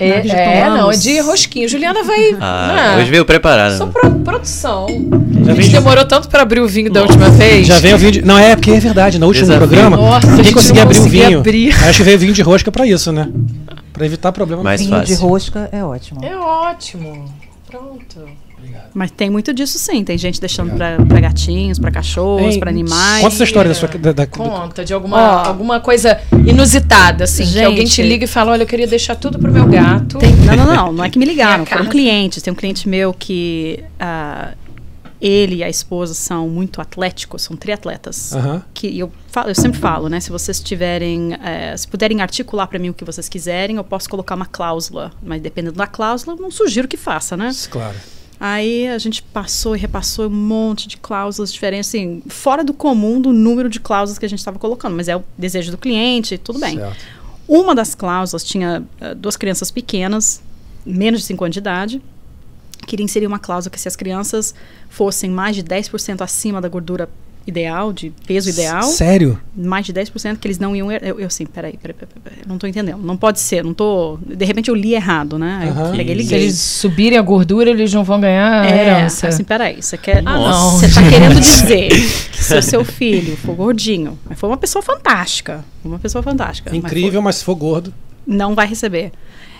S6: É,
S5: Nós já
S6: é,
S5: tomamos.
S6: não, é de rosquinho. Juliana vai.
S1: Ah,
S6: Ah,
S1: hoje veio preparado.
S6: Só
S1: né?
S6: pro- produção.
S2: Já
S3: A gente
S2: vem,
S3: demorou tanto pra abrir o vinho da última vez.
S2: já vem o vinho de... Não, é porque é verdade. No último
S1: Desafio.
S2: programa,
S3: Nossa, a
S2: ninguém
S3: gente
S2: conseguia
S3: não
S2: abrir o
S3: conseguia
S2: vinho.
S3: abrir.
S2: Acho que veio vinho de rosca pra isso, né? Pra evitar
S3: um
S2: problema.
S1: Mais
S4: Vinho de
S1: fácil.
S4: rosca é ótimo.
S6: É ótimo. Pronto.
S5: Mas tem muito disso sim. Tem gente deixando pra, pra gatinhos, pra cachorros,
S2: Hein,
S5: pra animais.
S2: Conta essa história da sua... Da, da-
S6: Conta de alguma,
S5: Ó.
S6: alguma coisa inusitada, assim. que
S5: Gente.
S6: alguém te liga e fala: olha, eu queria deixar tudo pro meu gato.
S5: Tem- não, não, não. Não é que me ligaram.
S6: Minha casa.
S5: Foram clientes. Tem um cliente meu que ah, ele e a esposa são muito atléticos, são triatletas.
S2: Aham.
S5: Que eu, falo- eu sempre falo, né? Se vocês tiverem, eh, se puderem articular pra mim o que vocês quiserem, eu posso colocar uma cláusula. Mas dependendo da cláusula, eu não sugiro que faça, né?
S2: Claro.
S5: Aí a gente passou e repassou um monte de cláusulas diferentes, assim, fora do comum do número de cláusulas que a gente estava colocando, mas é o desejo do cliente, tudo bem.
S2: Certo.
S5: Uma das cláusulas tinha ah, duas crianças pequenas, menos de 5 anos de idade. Queria inserir uma cláusula que se as crianças fossem mais de 10% acima da gordura ideal, de peso ideal,
S2: Sério?
S5: mais de 10% que eles não iam... her- Eu, eu assim, peraí, peraí, peraí, peraí, eu não tô entendendo. Não pode ser, não tô... De repente eu li errado, né? Aí
S2: Aham.
S5: eu peguei e
S1: Que
S5: liguei.
S3: Se eles subirem a gordura, eles não vão ganhar a herança.
S5: Assim, peraí, você quer. Ah, não.
S1: Nossa.
S5: Você tá querendo dizer que se o seu filho for gordinho, mas foi uma pessoa fantástica. Uma pessoa fantástica. mas
S2: Incrível, mas se for gordo.
S5: foi- não vai receber.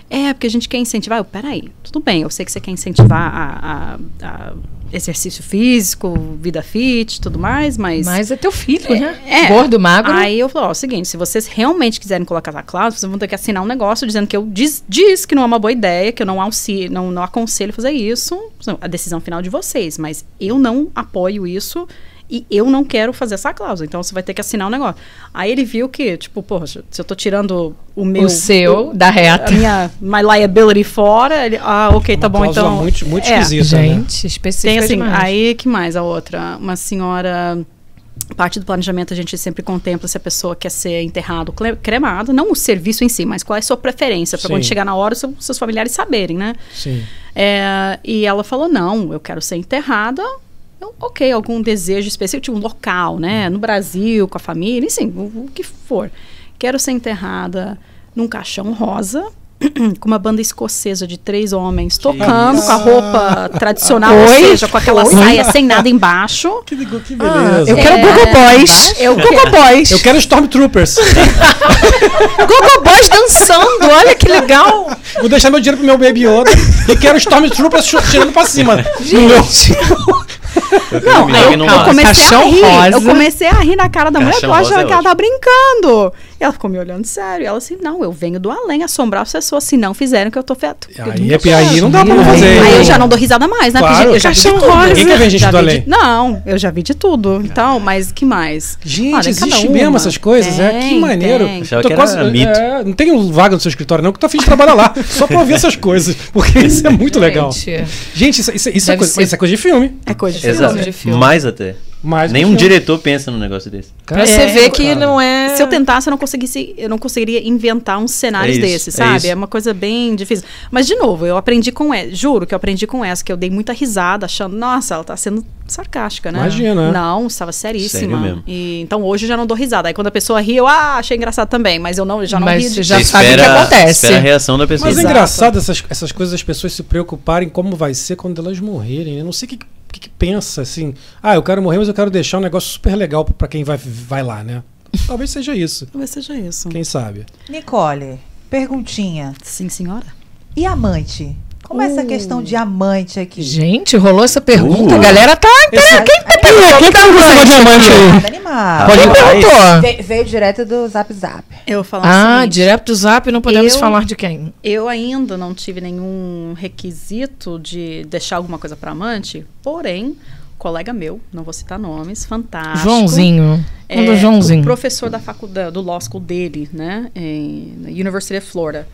S5: É, porque a gente quer incentivar. Eu, peraí, tudo bem, eu sei que você quer incentivar a, a- a exercício físico, vida fit tudo mais, mas.
S3: Mas é teu filho, né?
S5: é.
S3: Gordo, magro.
S5: Aí eu falo, ó, o seguinte, se vocês realmente quiserem colocar essa cláusula, vocês vão ter que assinar um negócio dizendo que eu diz, diz que não é uma boa ideia, que eu não, auxilio, não, não aconselho fazer isso, a decisão final de vocês, mas eu não apoio isso e eu não quero fazer essa cláusula, então você vai ter que assinar um negócio. Aí ele viu que, tipo, poxa, se eu tô tirando o meu...
S3: o seu, da
S5: A
S3: reta.
S5: minha my liability fora, ele, ah, ok, tá bom,
S2: cláusula
S5: então...
S2: muito, muito
S5: é,
S2: esquisita, né?
S3: Gente, específica
S5: tem assim,
S3: demais.
S5: aí que mais a outra? Uma senhora. Parte do planejamento a gente sempre contempla se a pessoa quer ser enterrado ou cle- cremado, não o serviço em si, mas qual é a sua preferência, para
S2: Sim.
S5: quando chegar na hora seu- seus familiares saberem, né?
S2: Sim.
S5: É, e ela falou: não, eu quero ser enterrada. Eu, ok, algum desejo específico, tipo um local, né? No Brasil, com a família, enfim, o, o que for. Quero ser enterrada num caixão rosa, com uma banda escocesa de três homens tocando, com a roupa tradicional, ou
S3: Oi?
S5: seja, com aquela saia sem nada embaixo.
S2: Que, ligo- que beleza.
S3: Eu quero Google Boys.
S5: Eu
S3: Google Boys.
S2: eu quero Stormtroopers.
S3: Google Boys dançando. Olha que legal.
S2: Vou deixar meu dinheiro pro meu Baby Yoda e quero Stormtroopers chu- tirando pra cima. Gente.
S5: Não,
S1: Menino
S5: aí
S1: que
S5: eu,
S1: não
S5: eu
S1: nasce.
S5: comecei a
S3: Caixão
S5: rir. Eu
S3: rosa.
S5: comecei a rir na cara da mulher, porque
S1: Caixão
S5: eu achava
S1: rosa é
S5: que ela tava brincando. E ela ficou me olhando sério. E ela assim, não, eu venho do além assombrar as pessoas se não fizerem o que eu tô feito.
S2: Aí, é- aí não dá pra não
S5: Aí,
S2: fazer.
S5: eu já não dou risada mais, né?
S2: Claro.
S5: Porque eu já vi de
S2: Caixão
S5: tudo.
S2: rosa. Ninguém quer ver gente
S5: Já
S2: do
S5: vi de-
S2: além.
S5: Não, eu já vi de tudo. Então, mas que mais?
S2: Gente,
S5: Olha, cada
S2: existe
S5: uma.
S2: mesmo essas coisas? é, que
S5: Tem,
S2: maneiro.
S5: tem.
S1: Achava que era mito.
S2: é, não tem um vaga no seu escritório, não, que eu tô afim de trabalhar lá. só pra ouvir essas coisas. Porque isso é muito legal.
S3: Gente,
S2: Gente, isso, isso- isso é
S3: Deve
S2: coisa,
S3: ser-
S2: isso é coisa de filme.
S5: É coisa de
S1: Exato.
S5: filme.
S3: de filme.
S1: Mais até.
S2: Mas
S1: Nenhum diretor pensa num negócio desse.
S3: pra você ver que não é...
S5: Se eu tentasse, eu não conseguisse, eu não conseguiria inventar uns cenários
S1: É isso,
S5: desses,
S1: é
S5: sabe?
S1: isso.
S5: É, uma coisa bem difícil. Mas, de novo, eu aprendi com essa. Juro que eu aprendi com essa, que eu dei muita risada, achando, nossa, ela tá sendo sarcástica, né?
S2: Imagina, né?
S5: Não, estava seríssima.
S1: Sério mesmo.
S5: E, então hoje eu já não dou risada. Aí quando a pessoa ri, eu ah, achei engraçado também, mas eu não, já não
S3: Mas
S5: ri. de-
S3: já
S1: Você
S3: sabe o que acontece.
S1: Espera a reação da pessoa.
S2: Mas é
S5: Exato.
S2: engraçado essas, essas coisas as pessoas se preocuparem como vai ser quando elas morrerem. né? Eu não sei o que, que, que pensa assim. Ah, eu quero morrer, mas eu quero deixar um negócio super legal pra quem vai, vai lá, né? Talvez seja isso.
S5: Talvez seja isso.
S2: Quem sabe?
S5: Hum.
S4: Nicole, perguntinha.
S5: Sim, senhora.
S4: E amante? Como é essa questão de amante aqui?
S3: Gente, rolou essa pergunta.
S1: Uh.
S3: A galera tá...
S2: Esse-
S4: Animada,
S2: Quem tá gostando de amante aí?
S4: animada, Ah,
S2: Pode
S1: Rapaz.
S3: perguntou.
S4: ve- veio direto do Zap Zap.
S5: Eu vou falar o
S3: Ah,
S5: seguinte,
S3: direto do zap, não podemos
S5: Eu-
S3: falar de quem.
S5: Eu ainda não tive nenhum requisito de deixar alguma coisa para amante, porém, colega meu, não vou citar nomes, fantástico.
S3: Joãozinho.
S5: é,
S3: um do
S5: o
S3: Joãozinho.
S5: professor da faculdade, do law school dele, né, em, na University of Florida.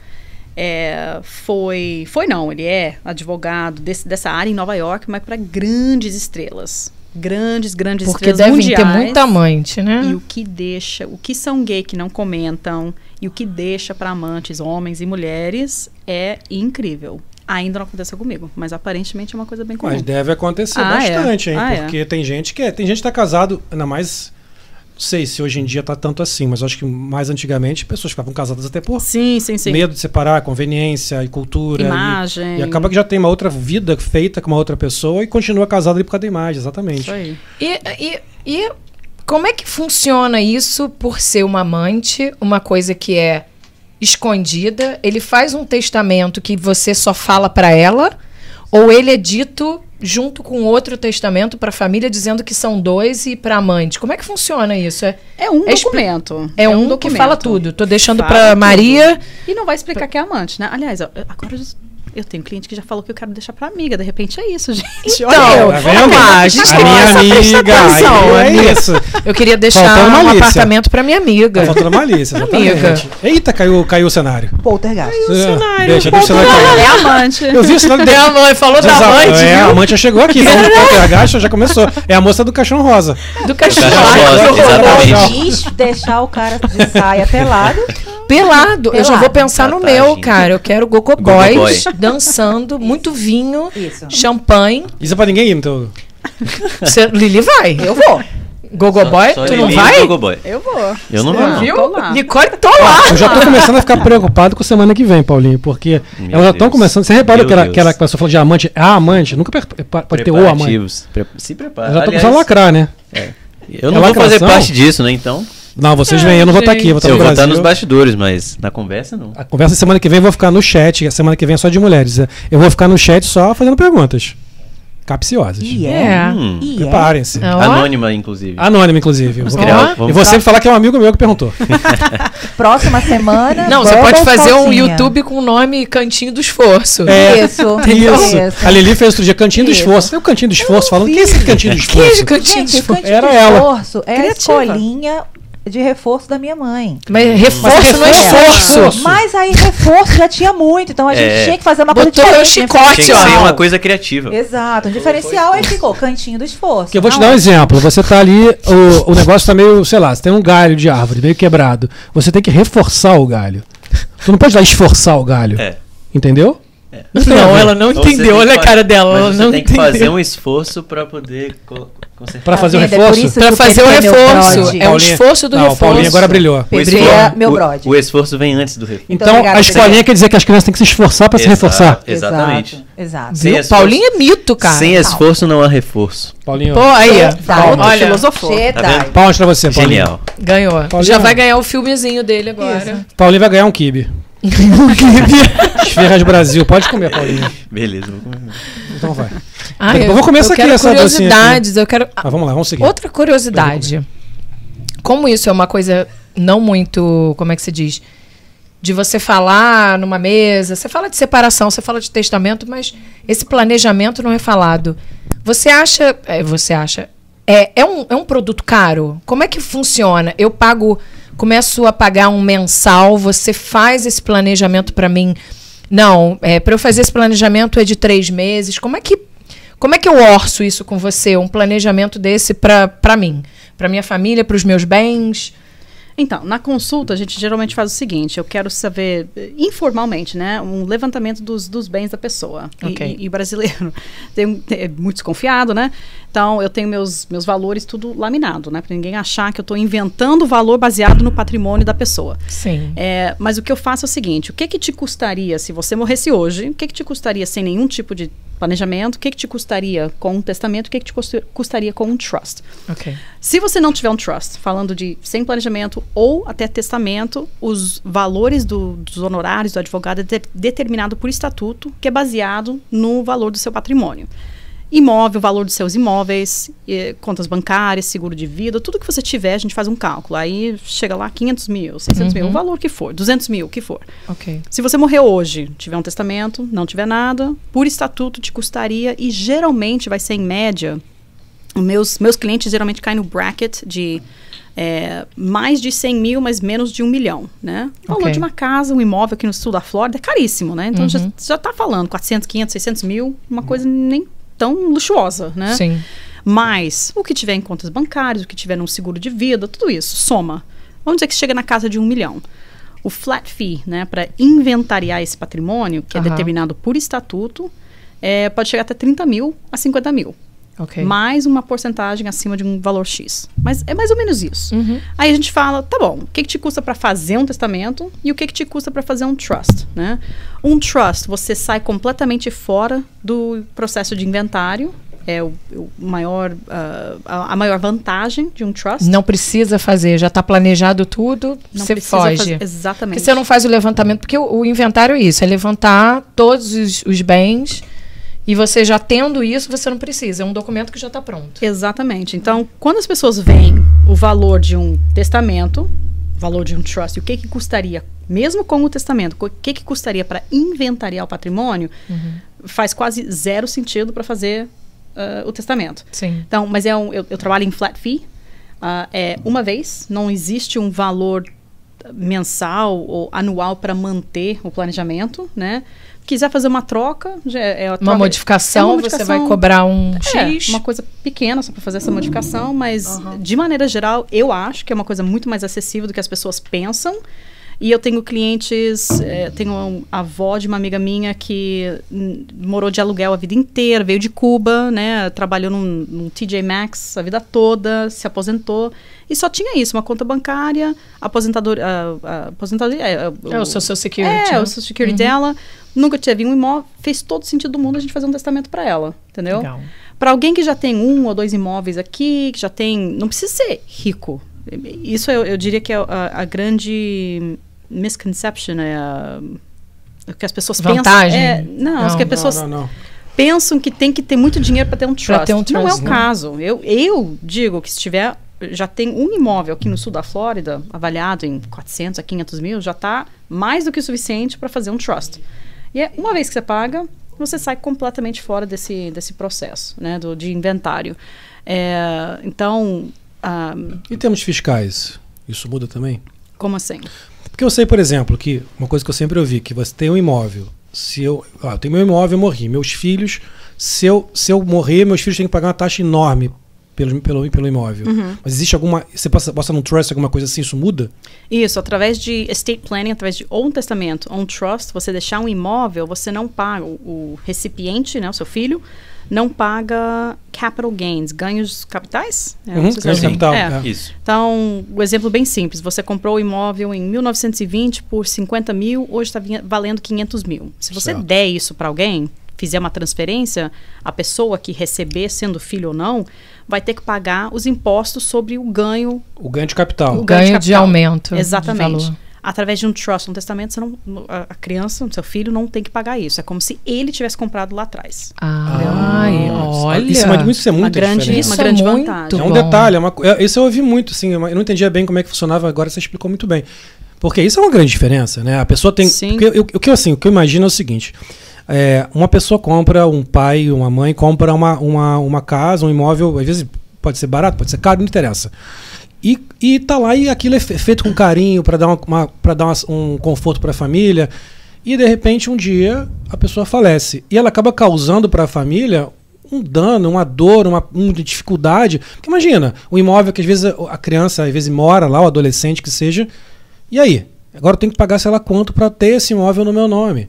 S5: É, foi, foi não, ele é advogado desse- dessa área em Nova York, mas para grandes estrelas, grandes, grandes
S3: Porque
S5: estrelas
S3: devem
S5: mundiais.
S3: ter muita amante, né?
S5: E o que deixa, o que são gay que não comentam, e o que deixa para amantes, homens e mulheres, é incrível. Ainda não aconteceu comigo, mas aparentemente é uma coisa bem comum.
S2: Mas deve acontecer
S5: Ah, é.
S2: bastante, hein?
S5: Ah, é.
S2: porque tem gente que é, tem gente que tá casado, ainda mais não sei se hoje em dia tá tanto assim, mas eu acho que mais antigamente pessoas ficavam casadas até por
S5: Sim, sim, sim.
S2: medo de separar, conveniência e cultura e-
S5: Imagem.
S2: E acaba que já tem uma outra vida feita com uma outra pessoa e continua casado ali por causa da imagem, exatamente.
S5: Isso aí.
S3: E, e, e como é que funciona isso por ser uma amante, uma coisa que é escondida? Ele faz um testamento que você só fala pra ela? Ou ele é dito junto com outro testamento pra família dizendo que são dois e pra amante? Como é que funciona isso? É,
S5: É um
S3: É expli-
S5: documento.
S3: é um, que
S5: documento.
S3: fala tudo. Tô deixando
S5: Fala
S3: pra
S5: tudo.
S3: Maria.
S5: E não vai explicar que é amante, né? Aliás, ó, agora eu- eu tenho cliente que já falou que eu quero deixar pra amiga. De repente é isso, gente. Olha,
S3: Então,
S2: Tá vendo?
S3: vamos lá, a gente
S2: A
S3: começa a prestar
S2: minha amiga,
S3: atenção.
S2: aí é isso.
S3: Eu queria deixar
S2: Faltando
S3: um
S2: malícia.
S3: apartamento pra minha amiga.
S2: Tá faltando malícia, exatamente.
S3: Amiga.
S2: Eita, caiu, caiu o cenário.
S4: Poltergeist.
S2: É, Deixa, deixa o cenário cair.
S5: é amante.
S2: Eu vi o cenário
S3: É a
S2: dela.
S3: mãe, falou da amante,
S2: É, a
S3: viu?
S2: amante já chegou aqui, falou do poltergeist, já começou. É a moça do caixão rosa.
S3: Do cachorro.
S1: cachorro
S3: Ai,
S1: rosa,
S3: que horror.
S1: exatamente.
S4: Eu quis deixar o cara de saia pelado.
S3: Pelado. Eu já
S4: Pelado.
S3: vou pensar no
S1: Vantagem.
S3: meu, cara. Eu quero Gogo
S1: Gogo
S3: Boys dançando, muito vinho,
S4: Isso.
S3: champanhe.
S2: Isso é pra ninguém ir no teu.
S3: Cê, Lili vai. Eu vou. Gogo Boy,
S1: Só
S3: tu
S1: ele
S3: não
S1: e o
S3: vai?
S1: Gogoboy.
S5: Eu vou.
S1: Eu não
S5: Não.
S1: vou.
S5: Viu? Tô lá.
S3: Nicole, tô lá.
S2: Eu já tô começando a ficar preocupado com semana que vem, Paulinho, porque
S1: Meu
S2: elas já estão
S1: Deus.
S2: começando. Você reparou
S1: Meu
S2: que ela,
S1: Deus.
S2: que ela começou a falar de amante? É A amante? Nunca per- pode ter o amante.
S1: Preparativos. Pre- Se prepara.
S2: Ela já tô
S1: Aliás,
S2: começando a lacrar, né?
S1: Eu não
S2: É
S1: vou fazer
S2: lacração?
S1: parte disso, né? Então,
S2: Não, vocês vêm, eu não vou estar aqui, eu vou estar
S1: eu
S2: no
S1: vou
S2: Brasil.
S1: estar nos bastidores, mas na conversa não.
S2: A conversa de semana que vem eu vou ficar no chat, e a semana que vem é só de mulheres. né? Eu vou ficar no chat só fazendo perguntas. Capciosas.
S4: E é.
S3: É. Tá
S1: Hum,
S4: E é.
S2: Preparem-se.
S3: Não, ó.
S1: anônima, inclusive.
S2: Anônimo, inclusive. Eu vou-
S1: criar-
S3: Ó.
S2: Ah, E
S1: vamos-
S2: você falar que é um amigo meu que perguntou.
S4: Próxima semana.
S3: Não, você
S4: bubble
S3: pode fazer um
S4: calcinha.
S3: YouTube com o nome Cantinho do Esforço.
S2: É,
S4: Isso.
S2: Isso.
S4: Isso.
S2: A Lili fez outro dia Cantinho do
S4: Isso.
S2: Esforço. Tem o Cantinho do Esforço falando. Que é esse Cantinho do
S3: Que
S2: Esforço?
S3: Cantinho do
S4: Gente,
S3: Esforço?
S4: Cândido
S2: Era
S4: Era
S2: ela.
S4: Esforço é a
S5: Criativa.
S4: escolinha de reforço da minha mãe.
S3: Mas reforço
S2: Mas
S3: não é
S2: reforço.
S3: esforço.
S2: Reforço.
S4: Mas aí reforço já tinha muito, então a gente
S1: É.
S4: tinha que fazer uma coisa
S3: Botou o
S4: diferente. né?
S1: Tinha
S3: chicote,
S1: que ser uma
S3: ó.
S1: coisa criativa.
S4: Exato, um diferencial aí ficou, cantinho do esforço.
S2: Porque eu vou te
S4: Não, é.
S2: dar um exemplo. Você tá ali, o, o negócio tá meio, sei lá, você tem um galho de árvore meio quebrado. Você tem que reforçar o galho. Tu não pode lá esforçar o galho.
S1: É.
S2: Entendeu?
S3: É. Não, ela não
S1: Então você tem
S3: entendeu.
S1: que
S3: Olha a
S1: fa-
S3: cara dela.
S1: mas
S3: Ela
S1: você
S3: não
S1: tem que fazer
S3: entendeu.
S1: um esforço pra poder co- consertar.
S2: Pra fazer o
S4: Tá vendo? É por
S2: reforço.
S4: isso
S3: Pra
S4: que o
S3: fazer o
S4: Pedro é meu
S3: reforço.
S4: brode.
S3: É o
S2: Paulinha-
S3: esforço do
S2: Não, o Paulinho agora
S3: reforço.
S2: brilhou.
S1: O
S4: Pedrinho
S1: esforço-
S4: é meu
S1: o-
S4: brode.
S1: O esforço vem antes do reforço.
S2: Então
S4: obrigada,
S2: a escolinha
S4: Pedrinho.
S2: quer dizer que as crianças têm que se esforçar pra se
S1: Exato,
S2: reforçar.
S1: Exatamente.
S4: Exato.
S1: Sem
S3: Viu?
S1: esforço-
S3: Paulinho é mito, cara.
S1: Sem esforço não há reforço.
S2: Paulinho,
S3: Pô, aí, ó.
S4: Verdade.
S3: Olha,
S5: Filosofou.
S1: Tá
S4: Jedi.
S1: vendo?
S2: palmas pra você, Paulinho.
S1: Genial.
S3: ganhou.
S2: Paulinho.
S3: Já vai ganhar o filmezinho dele agora.
S2: Paulinho vai ganhar um kibe.
S4: Um
S2: Esferras Brasil. Pode comer, Paulinho.
S1: Beleza, vou comer.
S2: Então vai.
S3: Ah,
S2: Daqui a pouco eu vou começar aqui
S3: quero
S2: essa docinha aqui.
S3: curiosidades, eu quero... Ah,
S2: Mas vamos lá, vamos seguir.
S3: Outra curiosidade. Como isso é uma coisa não muito, como é que se diz? De você falar numa mesa, você fala de separação, você fala de testamento, mas esse planejamento não é falado. Você acha, é, você acha, é, é, um, é um produto caro? Como é que funciona? Eu pago, começo a pagar um mensal, você faz esse planejamento para mim? Não, é, para eu fazer esse planejamento é de três meses. Como é que como é que eu orço isso com você, um planejamento desse pra pra mim, Pra minha família, pros meus bens?
S5: Então, na consulta, a gente geralmente faz o seguinte: eu quero saber, eh, informalmente, né? Um levantamento dos, dos bens da pessoa. E-
S3: Ok.
S5: E, e o brasileiro tem, um- é muito desconfiado, né? Então, eu tenho meus, meus valores tudo laminado, né? Pra ninguém achar que eu estou inventando valor baseado no patrimônio da pessoa.
S3: Sim.
S5: É, mas o que eu faço é o seguinte: o que que te custaria se você morresse hoje? O que que te custaria sem nenhum tipo de planejamento? O que que te custaria com um testamento? O que que te custu- custaria com um trust?
S3: Ok.
S5: Se você não tiver um trust, falando de sem planejamento ou até testamento, os valores do- dos honorários do advogado é de- determinado por estatuto, que é baseado no valor do seu patrimônio. imóvel, valor dos seus imóveis, eh, contas bancárias, seguro de vida, tudo que você tiver, a gente faz um cálculo. Aí chega lá 500 mil, 600 mil, o valor que for, 200 mil, o que for.
S3: Ok.
S5: Se você morrer hoje, tiver um testamento, não tiver nada, por estatuto te custaria e geralmente vai ser em média. os Meus, meus clientes geralmente caem no bracket de é, mais de 100 mil, mas menos de um milhão, né? O valor
S3: Ok.
S5: de uma casa, um imóvel aqui no sul da Flórida é caríssimo, né? Então já, já tá falando 400, 500, 600 mil, uma coisa nem tão luxuosa, né?
S3: Sim.
S5: Mas o que tiver em contas bancárias, o que tiver num seguro de vida, tudo isso, soma. Vamos dizer que chega na casa de um milhão. O flat fee, né, para inventariar esse patrimônio, que é
S3: Aham.
S5: determinado por estatuto, é, pode chegar até 30 mil a 50 mil.
S3: Ok.
S5: Mais uma porcentagem acima de um valor X. Mas é mais ou menos isso. Aí a gente fala, tá bom, o que, que te custa para fazer um testamento e o que, que te custa para fazer um trust, né? Um trust, você sai completamente fora do processo de inventário. É o, o maior, ah, a, a maior vantagem de um trust.
S3: Não precisa fazer, já está planejado tudo,
S5: Não
S3: você
S5: precisa
S3: foge.
S5: fazer- Exatamente.
S3: Porque você não faz o levantamento, porque o, o inventário é isso, é levantar todos os, os bens e você já tendo isso, você não precisa, é um documento que já está pronto.
S5: Exatamente. Então, quando as pessoas veem o valor de um testamento, o valor de um trust, e o que que custaria, mesmo com o testamento, o que que custaria para inventariar o patrimônio, faz quase zero sentido para fazer ah, o testamento.
S3: Sim.
S5: Então, mas é um, eu, eu trabalho em flat fee, ah, é uma vez, não existe um valor mensal ou anual para manter o planejamento, né? Quiser fazer uma troca, já é, é a
S3: Uma
S5: troca-
S3: modificação,
S5: é uma
S3: você vai
S5: modificação-
S3: cobrar um
S5: é,
S3: X.
S5: uma coisa pequena só para fazer essa modificação, mas de maneira geral, eu acho que é uma coisa muito mais acessível do que as pessoas pensam. E eu tenho clientes, eh, tenho um- a avó de uma amiga minha que hum, morou de aluguel a vida inteira, veio de Cuba, né? Trabalhou num, num TJ Maxx a vida toda, se aposentou. E só tinha isso, uma conta bancária, aposentador, ah, ah, aposentadoria... é,
S3: É o seu social security.
S5: é,
S3: né?
S5: o Social Security dela. Nunca teve um imóvel. Fez todo sentido do mundo a gente fazer um testamento para ela, entendeu?
S3: Legal.
S5: Para alguém que já tem um ou dois imóveis aqui, que já tem. Não precisa ser rico. Isso eu, eu diria que é a, a grande misconception, é a, o que as pessoas
S3: Vantagem?
S5: pensam. É, não,
S3: Não,
S5: o que as pessoas
S2: Não, não, não.
S5: pensam que tem que ter muito dinheiro para ter um
S3: Pra
S5: trust.
S3: ter um
S5: não é
S3: trust,
S5: o
S3: né?
S5: caso. Eu, eu digo que se tiver, já tem um imóvel aqui no sul da Flórida, avaliado em 400 a 500 mil, já está mais do que o suficiente para fazer um trust. E é, uma vez que você paga, você sai completamente fora desse, desse processo né, do, de inventário. É, então, ah,
S2: Em termos fiscais, isso muda também?
S5: como assim?
S2: Porque eu sei, por exemplo, que uma coisa que eu sempre ouvi, que você tem um imóvel. Se eu, ah, eu tenho meu imóvel, eu morri. Meus filhos, se eu, se eu morrer, meus filhos têm que pagar uma taxa enorme pelo, pelo, pelo imóvel.
S5: Uhum.
S2: Mas existe alguma. Você passa, passa num trust, alguma coisa assim, isso muda?
S5: Isso, através de estate planning, através de ou um testamento ou um trust, você deixar um imóvel, você não paga, o, o recipiente, né, o seu filho, não paga capital gains, ganhos capitais? É, não
S2: Uhum,
S5: sei se
S2: ganhos
S5: é assim.
S2: capital,
S5: É.
S2: é.
S1: Isso.
S5: Então, o exemplo bem simples. Você comprou o imóvel em 1920 por 50 mil, hoje está valendo 500 mil. Se você
S2: Certo.
S5: der isso para alguém, fizer uma transferência, a pessoa que receber, sendo filho ou não, vai ter que pagar os impostos sobre o ganho
S2: O ganho de capital.
S3: O
S5: ganho de
S3: ganho de
S5: capital.
S3: aumento. de
S5: Exatamente.
S3: valor.
S5: Através de um trust, um testamento, você não, a a criança, o seu filho, não tem que pagar isso. É como se ele tivesse comprado lá atrás.
S3: Ah, Ai, olha.
S2: Ah, Isso, é muito- isso é muito
S5: grande-
S2: diferente.
S5: uma
S3: Isso é
S5: grande
S3: muito
S5: vantagem.
S2: É um
S3: bom.
S2: detalhe, é uma, co- é- isso eu ouvi muito, sim. Eu não entendia bem como é que funcionava, agora você explicou muito bem. Porque isso é uma grande diferença, né? A pessoa tem.
S5: Sim.
S2: porque eu- o, que eu, assim, o que eu imagino é o seguinte: é, uma pessoa compra, um pai, uma mãe, compra uma, uma, uma casa, um imóvel, às vezes pode ser barato, pode ser caro, não interessa. E, e tá lá e aquilo é fe- feito com carinho para dar, uma, uma, pra dar uma- um conforto para a família. E de repente um dia a pessoa falece. E ela acaba causando para a família um dano, uma dor, uma, uma dificuldade. Porque imagina, o imóvel que às vezes a- a criança às vezes mora lá, o adolescente que seja. E aí? Agora eu tenho que pagar sei lá quanto para ter esse imóvel no meu nome.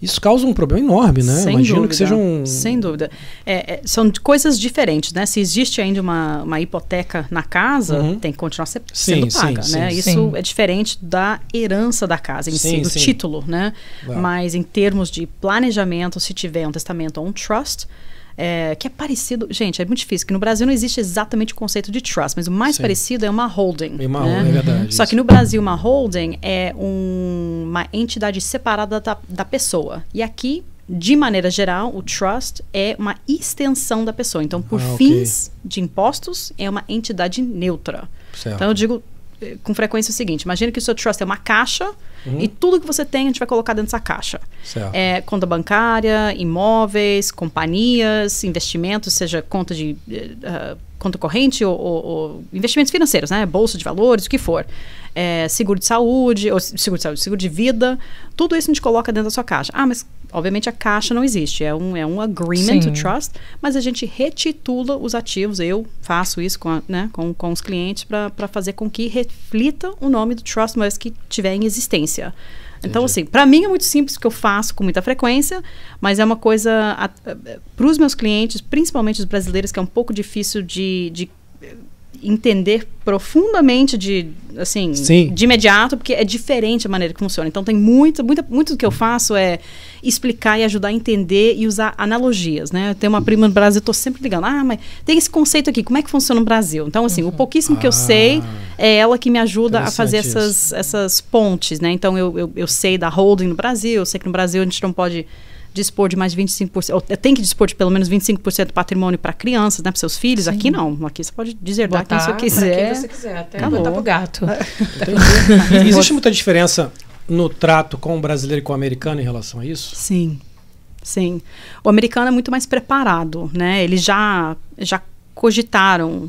S2: Isso causa um problema enorme, né?
S5: Sem
S2: Imagino
S5: dúvida.
S2: que seja um.
S5: Sem dúvida. É, é, são de coisas diferentes, né? Se existe ainda uma, uma hipoteca na casa,
S2: Uhum.
S5: tem que continuar se-
S2: Sim,
S5: sendo
S2: sim,
S5: paga,
S2: sim,
S5: né?
S3: sim.
S5: Isso
S3: Sim.
S5: é diferente da herança da casa em
S2: Sim,
S5: si, do
S2: sim.
S5: título, né?
S2: Claro.
S5: Mas em termos de planejamento, se tiver um testamento ou um trust... é, que é parecido, gente, é muito difícil, que no Brasil não existe exatamente o conceito de trust, mas o mais
S2: Sim.
S5: parecido é uma holding.
S2: É uma
S5: né?
S2: holding, é verdade,
S5: Só
S2: isso.
S5: que no Brasil, uma holding é um- uma entidade separada da, da pessoa. E aqui de maneira geral, o trust é uma extensão da pessoa. Então, por
S2: Ah, ok.
S5: fins de impostos, é uma entidade neutra.
S2: Certo.
S5: Então, eu digo eh, com frequência o seguinte: imagina que o seu trust é uma caixa
S2: Uhum.
S5: e tudo que você tem a gente vai colocar dentro dessa caixa.
S2: Certo.
S5: É, conta bancária, imóveis, companhias, investimentos, seja conta de eh, ah, conta corrente ou, ou- ou investimentos financeiros, né? Bolsa de valores, o que for. É, seguro de saúde, ou se- seguro de saúde, seguro de vida. Tudo isso a gente coloca dentro da sua caixa. Ah, mas obviamente a caixa não existe. É um, é um agreement to
S3: Sim.
S5: trust, mas a gente retitula os ativos. Eu faço isso com, a- né, com, com os clientes para fazer com que reflita o nome do trust, mas que tiver em existência. Então, assim, para mim é muito simples, porque eu faço com muita frequência, mas é uma coisa, para os meus clientes, principalmente os brasileiros, que é um pouco difícil de, de, eh, entender profundamente de, assim,
S2: Sim.
S5: de imediato, porque é diferente a maneira que funciona. Então, tem muito, muita, muito do que eu faço é explicar e ajudar a entender e usar analogias, né? Eu tenho uma prima no Brasil, eu tô sempre ligando, ah, mas tem esse conceito aqui, como é que funciona no Brasil? Então, assim, o pouquíssimo que
S2: Ah.
S5: eu sei é ela que me ajuda a fazer
S2: Interessante
S5: essas, essas pontes, né? Então, eu, eu, eu sei da holding no Brasil, eu sei que no Brasil a gente não pode dispor de mais 25%, ou tem que dispor de pelo menos 25% do patrimônio para crianças, né? Para seus filhos. Aqui não. Aqui você pode deserdar quem você
S3: pra
S5: quiser.
S3: quem você quiser, até
S5: Acabou.
S3: botar pro gato.
S2: E Existe muita diferença no trato com o brasileiro e com o americano em relação a isso?
S5: Sim, sim. O americano é muito mais preparado, né? Eles já, já cogitaram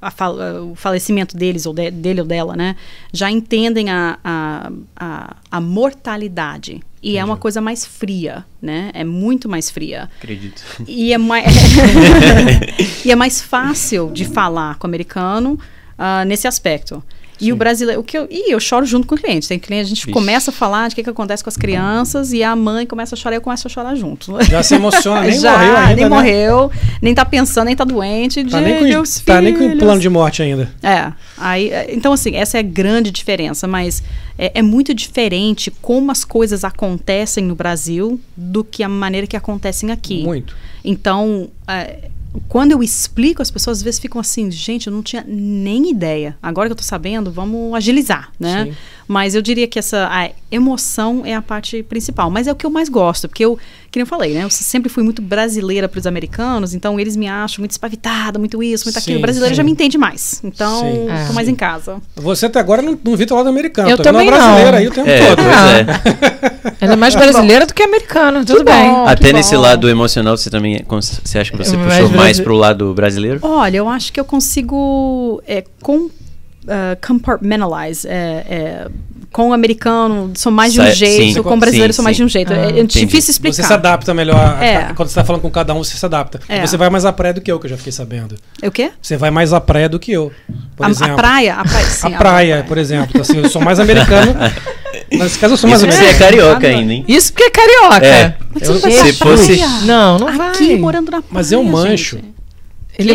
S5: a fal- o falecimento deles, ou de- dele ou dela, né? Já entendem a, a, a, a mortalidade. E é uma coisa mais fria, né? É muito mais fria.
S1: Acredito.
S5: E é mais, e é mais fácil de falar com o americano ah, nesse aspecto. E o brasileiro, o que eu, e eu choro junto com o cliente. Tem cliente, a gente
S1: Vixe.
S5: começa a falar de o que, que acontece com as crianças e a mãe começa a chorar e eu começo a chorar junto.
S2: Já se emociona, Ah, nem
S5: Já,
S2: morreu ainda,
S5: nem
S2: né?
S5: morreu, nem tá pensando, nem tá doente.
S2: Tá
S5: de
S2: nem, com,
S5: meus
S2: tá nem com
S5: filhos.
S2: plano de morte ainda.
S5: É, aí, é, então assim, essa é a grande diferença, mas é, é muito diferente como as coisas acontecem no Brasil do que a maneira que acontecem aqui.
S2: Muito.
S5: Então, é, quando eu explico, as pessoas às vezes ficam assim, gente, eu não tinha nem ideia. Agora que eu tô sabendo, vamos agilizar, né?
S2: Sim.
S5: Mas eu diria que essa a emoção é a parte principal. Mas é o que eu mais gosto, porque eu, que nem eu falei, né? Eu sempre fui muito brasileira para os americanos, então eles me acham muito espavitada, muito isso, muito aquilo.
S2: Sim,
S5: O brasileiro
S2: sim.
S5: já me entende mais. Então,
S2: Sim,
S5: tô mais em casa.
S2: Você até agora não, não vi teu lado americano.
S3: Eu
S2: tô vendo uma
S3: também não.
S2: brasileira aí o tempo
S1: É,
S2: todo. né?
S1: pois é.
S3: Ela é mais brasileira do que americana, tudo bem.
S5: bom.
S1: Até
S5: que
S1: nesse
S5: bom.
S1: lado emocional, você também. é cons- Você acha que você
S3: Mais
S1: puxou mais
S3: brasile-
S1: pro lado brasileiro?
S5: Olha, eu acho que eu consigo é, com, ah, compartmentalize. é, é, com o americano sou mais de um
S1: Sa-
S5: jeito,
S1: sim.
S5: com o brasileiro
S1: Sim,
S5: sou mais
S1: sim.
S5: de um jeito. é, é
S1: entendi.
S5: difícil explicar.
S2: Ah, Você se adapta melhor. a-
S5: É.
S2: a- quando você tá falando com cada um, você se adapta.
S5: É.
S2: Você vai mais à praia do que eu, que eu já fiquei sabendo.
S5: É o quê?
S2: Você vai mais à praia do que eu. Por
S5: A, a
S2: exemplo.
S5: praia? A praia, sim,
S2: a praia, por exemplo. Então, assim, eu sou mais americano. Nesse caso, eu sou mais
S1: Isso que você é
S2: americano.
S1: carioca
S5: Adoro.
S1: ainda, hein?
S3: Isso porque é carioca.
S1: É.
S2: Eu-
S5: vai
S1: se
S5: pra
S1: fosse-
S5: praia?
S3: Não, não vai.
S5: Aqui morando na praia.
S2: Mas eu mancho.
S5: gente.
S3: Ele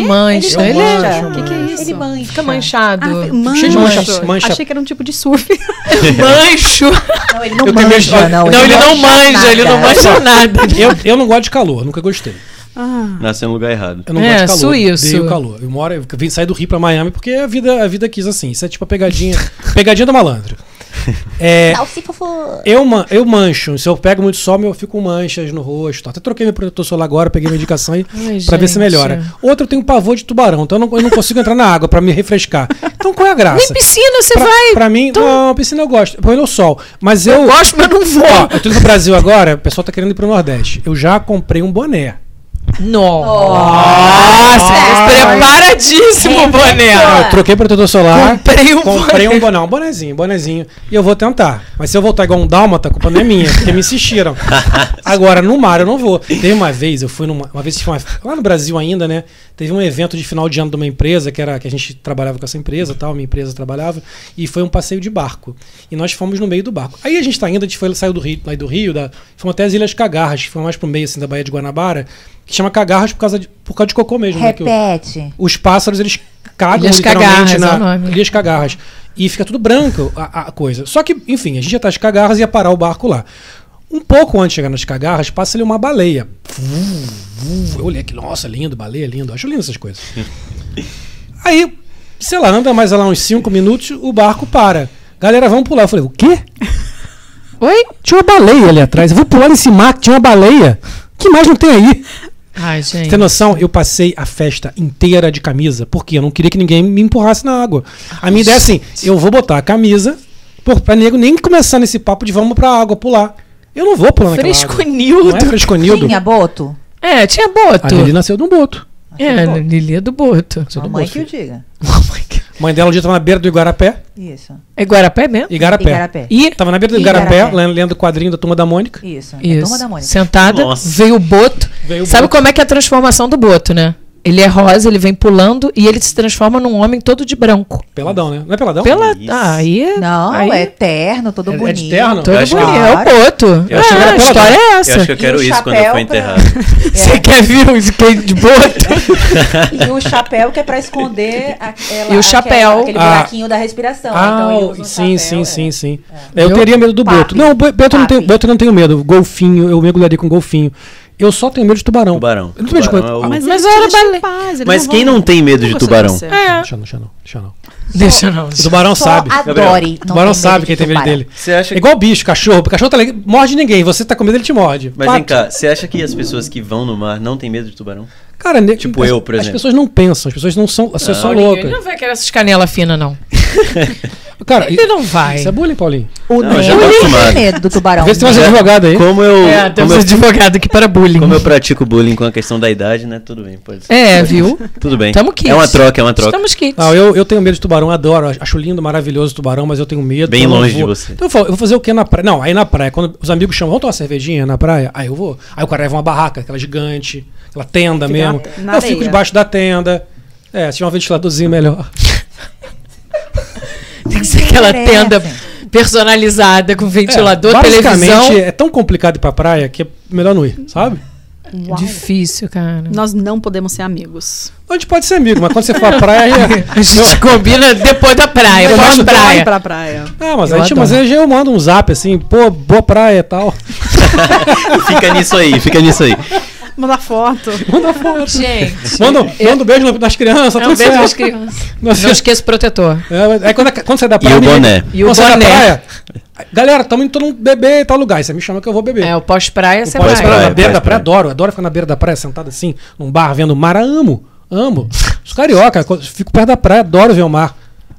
S2: Eu
S3: mancha. Ele,
S2: mancho,
S3: é-
S2: eu
S3: que, que é
S2: mancho.
S3: isso?
S4: Ele mancha.
S3: Fica manchado.
S5: Ah, mancho.
S2: Cheio de mancha-
S5: mancho.
S2: mancha.
S5: Achei que era um tipo de surf.
S3: Mancho.
S4: Não, ele não
S2: Eu tenho
S4: manja,
S2: medo de-
S4: não.
S3: Não, ele não manja, ele não
S4: nada.
S3: manja nada.
S2: Eu, eu não gosto de calor, nunca gostei.
S1: Nasceu no lugar errado.
S2: Eu não
S3: É,
S2: gosto de calor.
S3: suíço.
S2: Odeio calor. Eu moro, eu vim sair do Rio pra Miami porque a vida, a vida quis assim. Isso é tipo a pegadinha, pegadinha do malandro. É,
S4: Salsifa fofo.
S2: eu, man- eu mancho. Se eu pego muito sol, eu fico com manchas no rosto. Até troquei meu protetor solar agora, peguei uma indicação aí
S3: Ai,
S2: pra ver se
S3: gente.
S2: melhora. Outro, eu tenho pavor de tubarão, então eu não, eu não consigo entrar na água pra me refrescar. Então qual é a graça?
S3: Piscina, você
S2: pra,
S3: vai. Então-
S2: pra mim, não, piscina eu gosto. Põe no sol. Mas eu.
S3: Eu gosto, mas não
S2: Ó,
S3: vou.
S2: eu tô indo pro Brasil agora, o pessoal tá querendo ir pro Nordeste. Eu já comprei um boné.
S3: Nossa, preparadíssimo,
S2: Ah,
S3: boné.
S2: eu troquei protetor solar.
S3: Comprei um
S2: Comprei
S3: boné.
S2: um boné, um bonezinho, um bonezinho. E eu vou tentar. Mas se eu voltar igual um dálmata, a culpa não é minha, porque me insistiram. Agora, no mar eu não vou. Teve uma vez, eu fui numa. Uma vez que foi uma- lá no Brasil ainda, né? Teve um evento de final de ano de uma empresa, que era que a gente trabalhava com essa empresa tal, minha empresa trabalhava, e foi um passeio de barco. E nós fomos no meio do barco. Aí a gente tá indo, a gente foi, saiu do Rio, lá do Rio, da, fomos até as Ilhas Cagarras, que foi mais pro meio assim, da Baía de Guanabara, que chama Cagarras por causa de, por causa de cocô mesmo, né? que o-
S4: Repete.
S2: os pássaros eles cagam
S3: Ilhas
S2: literalmente
S3: Cagarras, é o
S2: na
S3: nome.
S2: Ilhas Cagarras. E fica tudo branco a, a coisa. Só que, enfim, a gente já tá às Cagarras e ia parar o barco lá. Um pouco antes de chegar nas Cagarras, passa ali uma baleia. Vum, vum. Eu olhei aqui, nossa, lindo, baleia, lindo. Acho lindo essas coisas. Aí, sei lá, anda mais lá uns 5 minutos, o barco para. Galera, vamos pular. Eu falei, o quê?
S3: Oi?
S2: Tinha uma baleia ali atrás. Eu vou pular nesse mar que tinha uma baleia. Que mais não tem aí?
S3: Ai,
S2: Você
S3: gente.
S2: tem noção? Eu passei a festa inteira de camisa, porque eu não queria que ninguém me empurrasse na água. A minha ideia é assim: eu vou botar a camisa, pô, pra nego nem começar nesse papo de vamos pra água pular. Eu não vou pular naquela água. Não é
S3: Fresconildo.
S2: fresconildo.
S4: Tinha boto?
S3: É, tinha
S2: A
S3: Boto.
S2: Lili nasceu de um boto.
S3: É, Lilia do Boto.
S2: Nasceu de um
S4: Mamãe
S2: boto.
S4: que eu diga.
S2: Mãe dela um dia tava na beira do Igarapé.
S4: Isso.
S3: É Guarapé mesmo?
S2: Igarapé.
S4: Igarapé.
S3: E
S2: Tava na beira do Igarapé,
S4: Igarapé.
S2: lendo- lendo o quadrinho da Turma da Mônica.
S4: Isso. É
S3: Isso.
S4: turma da Mônica.
S3: Sentada,
S1: Nossa.
S3: veio o boto.
S2: Veio o
S3: Sabe
S2: boto.
S3: como é que é a transformação do boto, né? Ele é rosa, ele vem pulando e ele se transforma num homem todo de branco.
S2: Peladão, né? Não é peladão?
S3: Pela
S1: Isso.
S3: ah, aí,
S4: Não,
S3: aí
S4: é terno, todo
S2: É- é de
S4: bonito.
S2: terno?
S3: todo
S1: Eu acho
S3: bonito.
S1: que-
S3: É o boto.
S1: Eu acho que
S3: Ah,
S1: era
S3: a
S1: peladão.
S3: história é
S1: Eu acho que é.
S3: essa.
S1: eu quero
S4: E o
S1: isso quando eu for
S4: chapéu pra-
S1: enterrado.
S3: Você quer vir um skate de boto?
S4: E o chapéu que é pra esconder aquela,
S3: E o chapéu.
S4: aquela- aquele
S2: Ah.
S4: buraquinho da respiração.
S2: Ah,
S4: então ele usa um
S2: sim,
S4: chapéu,
S2: sim,
S4: é.
S2: sim, sim.
S3: É.
S2: Eu
S3: Viu?
S2: teria medo do
S4: Papi.
S2: Boto. Não, o Bo- Boto não,
S4: Papi.
S2: tem, Boto não tenho medo. Golfinho, eu mergulharia com golfinho. Eu só tenho medo de tubarão.
S1: Tubarão.
S2: Eu não tenho medo de
S1: Tubarão
S2: coisa-
S1: é o-
S5: Mas,
S3: Mas
S5: eles
S3: eu
S5: te
S3: era
S5: deixam em
S3: bale-
S5: paz, eles
S1: Mas quem
S5: vão-
S1: não tem medo de
S5: gostam de
S1: tubarão?
S5: você.
S3: É.
S2: Deixa não, deixa não, deixa não.
S3: Deixa não.
S2: O tubarão
S4: Só
S2: sabe.
S4: adore.
S2: O tubarão sabe quem tem medo dele.
S1: Você acha
S2: É
S1: que...
S2: igual bicho, cachorro. O cachorro tá legal, morde ninguém. Você tá com medo, ele te morde.
S1: Mas vem
S2: Pato.
S1: cá, você acha que as pessoas que vão no mar não têm medo de tubarão?
S2: Cara, ne-
S1: Tipo
S2: as-
S1: eu, por
S2: As
S1: exemplo.
S2: pessoas não pensam, as pessoas não são. As pessoas são
S3: Ele não
S2: loucas.
S3: vai querer essas canelas finas, não.
S2: Cara,
S3: Ele não vai.
S2: Isso é bullying, Paulinho.
S4: O
S1: Não, eu já
S4: Nemo
S1: tô acostumado.
S4: tem medo do tubarão.
S2: Vê se tem mais
S1: Já-
S2: advogado aí.
S1: Como eu,
S3: É,
S1: como,
S3: temos
S1: eu,
S3: advogado aqui para bullying.
S1: como eu pratico bullying com a questão da idade, né? Tudo bem, pode ser.
S3: É, viu?
S1: Tudo bem.
S3: Tamo kits.
S1: É uma troca, é uma troca.
S3: Estamos kits.
S2: Não, eu, eu tenho medo de tubarão, adoro, acho lindo, maravilhoso o tubarão, mas eu tenho medo.
S1: Bem
S2: eu não
S1: longe
S2: vou.
S1: de você.
S2: Então eu falo, eu vou fazer o que na praia? Não, aí na praia, quando os amigos chamam, vamos tomar uma cervejinha na praia? Aí eu vou. Aí o cara leva uma barraca, aquela gigante, aquela tenda
S5: Fica
S2: mesmo.
S5: na- na
S2: eu fico
S5: areia.
S2: debaixo da tenda. É, se tiver um ventiladorzinho melhor.
S3: Tem que ser aquela
S4: Parece.
S3: tenda personalizada com ventilador,
S2: é, basicamente,
S3: televisão.
S2: é tão complicado ir pra praia que é melhor não ir, sabe?
S3: Difícil, cara.
S5: Nós não podemos ser amigos.
S2: A gente pode ser amigo, mas quando você for à praia. é-
S3: A gente combina depois da praia,
S2: Eu
S5: Nós
S2: mando
S5: não
S3: pós-praia.
S5: vamos pra praia.
S2: Ah, mas,
S3: Eu
S2: a gente,
S3: adoro.
S2: mas aí eu mando um zap assim, pô, boa praia e tal.
S1: Fica nisso aí, fica nisso aí.
S5: Mandar foto.
S2: Manda foto.
S3: Gente,
S2: Manda, manda um beijo nas crianças,
S3: é um
S2: tudo
S3: beijo
S2: certo.
S3: nas crianças.
S2: Nossa,
S3: Não esqueça o protetor.
S2: É, mas aí quando, quando você dá praia. né?
S1: E o
S2: ninguém-
S1: boné.
S3: E o
S2: quando você dá
S3: boné.
S2: é praia, Galera, tamo indo todo mundo beber e tal lugar. Aí você me chama que eu vou beber.
S3: É, o pós-praia você
S2: Eu posso
S3: vai.
S2: ficar na
S1: Praia,
S2: beira da praia,
S1: praia.
S2: adoro. Adoro ficar na beira da praia, sentado assim, num bar, vendo o mar. Ah, Amo, amo. Os carioca, quando- fico perto da praia, adoro ver o mar.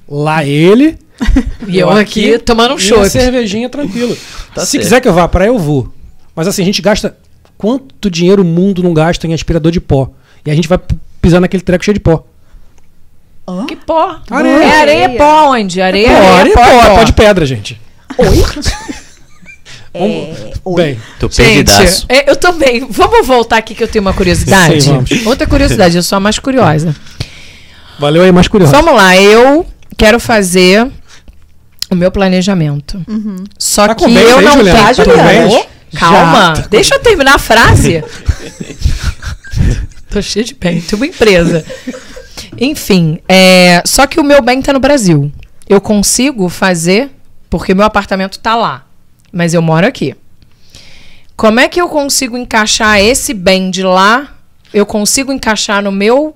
S2: Lá ele.
S3: E eu aqui tomando um
S2: e uma
S3: chopp.
S2: cervejinha tranquilo.
S1: Tá
S2: Se
S1: certo.
S2: quiser que eu vá à praia, eu vou. Mas assim, a gente gasta. Quanto dinheiro o mundo não gasta em aspirador de pó? E a gente vai p- pisar naquele treco cheio de pó.
S3: Que pó.
S2: Areia.
S3: É areia pó onde? Areia,
S2: Pó, areia,
S3: areia,
S2: pó,
S3: pó.
S2: é pó de pedra, gente.
S4: É, oi.
S2: Bem,
S1: Tô
S3: Gente,
S1: perdidaço.
S3: é, eu também. Vamos voltar aqui que eu tenho uma curiosidade.
S2: Sim, vamos.
S3: Outra curiosidade, eu sou a mais curiosa.
S2: valeu aí, mais curioso.
S3: Vamos lá, eu quero fazer o meu planejamento. Só
S2: Tá com
S3: que
S2: beijo
S3: eu
S2: aí,
S3: não
S2: Juliana?
S3: tá,
S2: Tá com
S3: Juliana.
S2: beijo?
S3: Calma,
S2: Já. Tá
S3: deixa eu terminar a frase. Tô cheio de bem, tenho uma empresa. Enfim, é, só que o meu bem tá no Brasil. Eu consigo fazer porque meu apartamento tá lá, mas eu moro aqui. Como é que eu consigo encaixar esse bem de lá? Eu consigo encaixar no meu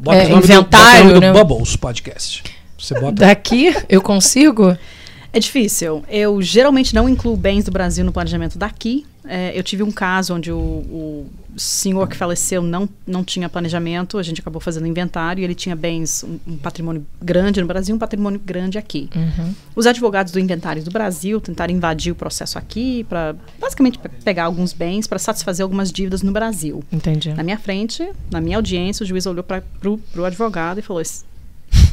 S2: Bota
S3: É,
S2: o nome
S3: inventário,
S2: do, bota o nome
S3: né?
S2: do Bubbles Podcast. Você bota.
S3: daqui? Eu consigo?
S5: É difícil. Eu geralmente não incluo bens do Brasil no planejamento daqui. É, eu tive um caso onde o, o senhor que faleceu não, não tinha planejamento, a gente acabou fazendo inventário e ele tinha bens, um, um patrimônio grande no Brasil, um patrimônio grande aqui. Os advogados do inventário do Brasil tentaram invadir o processo aqui para basicamente pe- pegar alguns bens para satisfazer algumas dívidas no Brasil.
S3: Entendi.
S5: Na minha frente, na minha audiência, o juiz olhou para o advogado e falou: "Esse-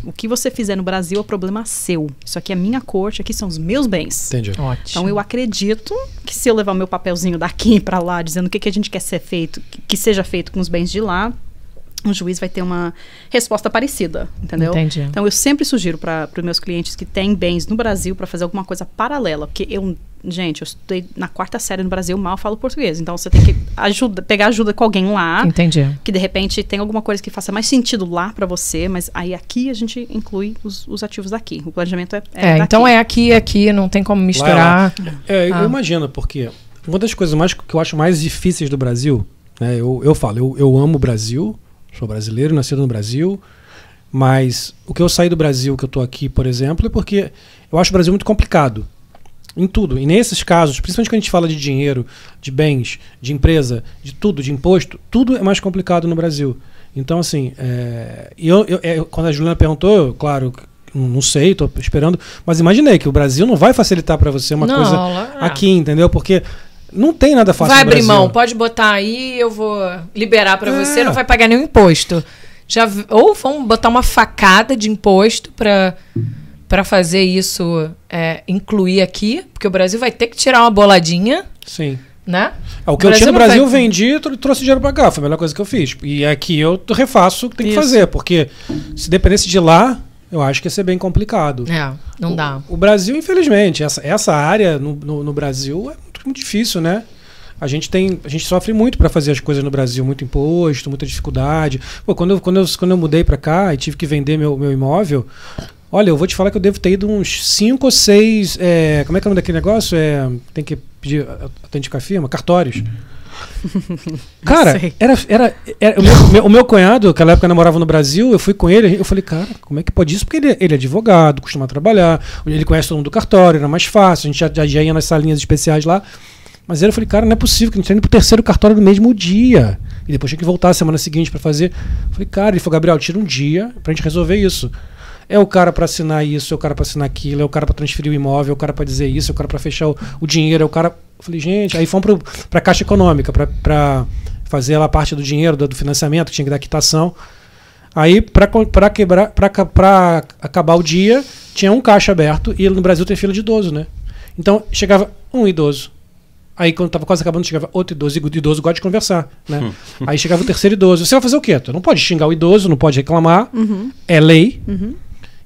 S5: O que você fizer no Brasil é problema seu. Isso aqui é minha corte, aqui são os meus bens.
S2: Entendi.
S3: Ótimo.
S5: Então eu acredito que se eu levar meu papelzinho daqui para lá, dizendo o que, que a gente quer ser feito, que- que seja feito com os bens de lá, o juiz vai ter uma resposta parecida, entendeu?
S3: Entendi.
S5: Então eu sempre sugiro para os meus clientes que têm bens no Brasil para fazer alguma coisa paralela, porque eu, gente, eu estudei na quarta série no Brasil, mal falo português, então você tem que ajuda, pegar ajuda com alguém lá
S3: Ah. Entendi.
S5: que de repente tem alguma coisa que faça mais sentido lá para você, mas aí aqui a gente inclui os, os ativos daqui. O planejamento é,
S3: É,
S5: daqui.
S3: então é aqui e aqui, não tem como misturar.
S2: É, eu
S3: Ah.
S2: imagino, porque uma das coisas mais que eu acho mais difíceis do Brasil, né? Eu, eu falo, eu, eu amo o Brasil, sou brasileiro, nascido no Brasil, mas o que eu saí do Brasil, que eu tô aqui, por exemplo, é porque eu acho o Brasil muito complicado. Em tudo. E nesses casos, principalmente quando a gente fala de dinheiro, de bens, de empresa, de tudo, de imposto, tudo é mais complicado no Brasil. Então, assim, é, e eu, eu- é, quando a Juliana perguntou, eu, claro, não não sei, estou esperando, mas imaginei que o Brasil não vai facilitar para você uma
S3: Não,
S2: coisa
S3: lá- é.
S2: aqui, entendeu? Porque não tem nada fácil
S3: vai
S2: no
S3: abrir
S2: Brasil.
S3: mão, pode botar aí, eu vou liberar pra
S2: É.
S3: você, não vai pagar nenhum imposto. Já, v- ou vão botar uma facada de imposto pra para fazer isso é, incluir aqui, porque o Brasil vai ter que tirar uma boladinha,
S2: Sim.
S3: né?
S2: Ah, o que eu tinha no
S3: não vai-
S2: Brasil, eu vendi e tro- trouxe dinheiro pra cá. Foi a melhor coisa que eu fiz. E aqui eu t- refaço o que tem que
S5: Isso.
S2: fazer, porque se dependesse de lá, eu acho que ia ser bem complicado.
S3: É, não dá.
S2: O Brasil, infelizmente, essa, essa área no, no, no Brasil é muito, muito difícil, né? A gente, tem, a gente sofre muito para fazer as coisas no Brasil, muito imposto, muita dificuldade. Pô, quando eu, quando eu, quando eu mudei para cá e tive que vender meu, meu imóvel, olha, eu vou te falar que eu devo ter ido uns cinco ou seis. é, como é que é o nome daquele negócio? É, tem que pedir autenticar a firma? Cartórios. Cara,
S5: sei.
S2: era, era, era- o, meu, meu- o meu cunhado, que na época namorava no Brasil, eu fui com ele, eu falei, cara, como é que pode isso? Porque ele, ele é advogado, costuma trabalhar, ele conhece todo mundo do cartório, era mais fácil, a gente já, já- já ia nas salinhas especiais lá. Mas ele eu falei, cara, não é possível que a gente tá indo pro terceiro cartório no mesmo dia. E depois tinha que voltar a semana seguinte para fazer. Eu falei, cara, ele falou, Gabriel, tira um dia pra gente resolver isso. É o cara pra assinar isso, é o cara pra assinar aquilo, é o cara pra transferir o imóvel, é o cara pra dizer isso, é o cara pra fechar o, o dinheiro, é o cara. Eu falei, gente, aí fomos pro, pra Caixa Econômica, pra, pra fazer lá parte do dinheiro, do, do financiamento, que tinha que dar quitação. Aí, pra, co- pra quebrar, pra, ca- pra acabar o dia, tinha um caixa aberto e no Brasil tem fila de idoso, né? Então, chegava um idoso. Aí, quando tava quase acabando, chegava outro idoso. E o idoso gosta de conversar, né? Aí chegava o terceiro idoso. Você vai fazer o quê? Tu não pode xingar o idoso, não pode reclamar.
S3: Uhum.
S2: É lei.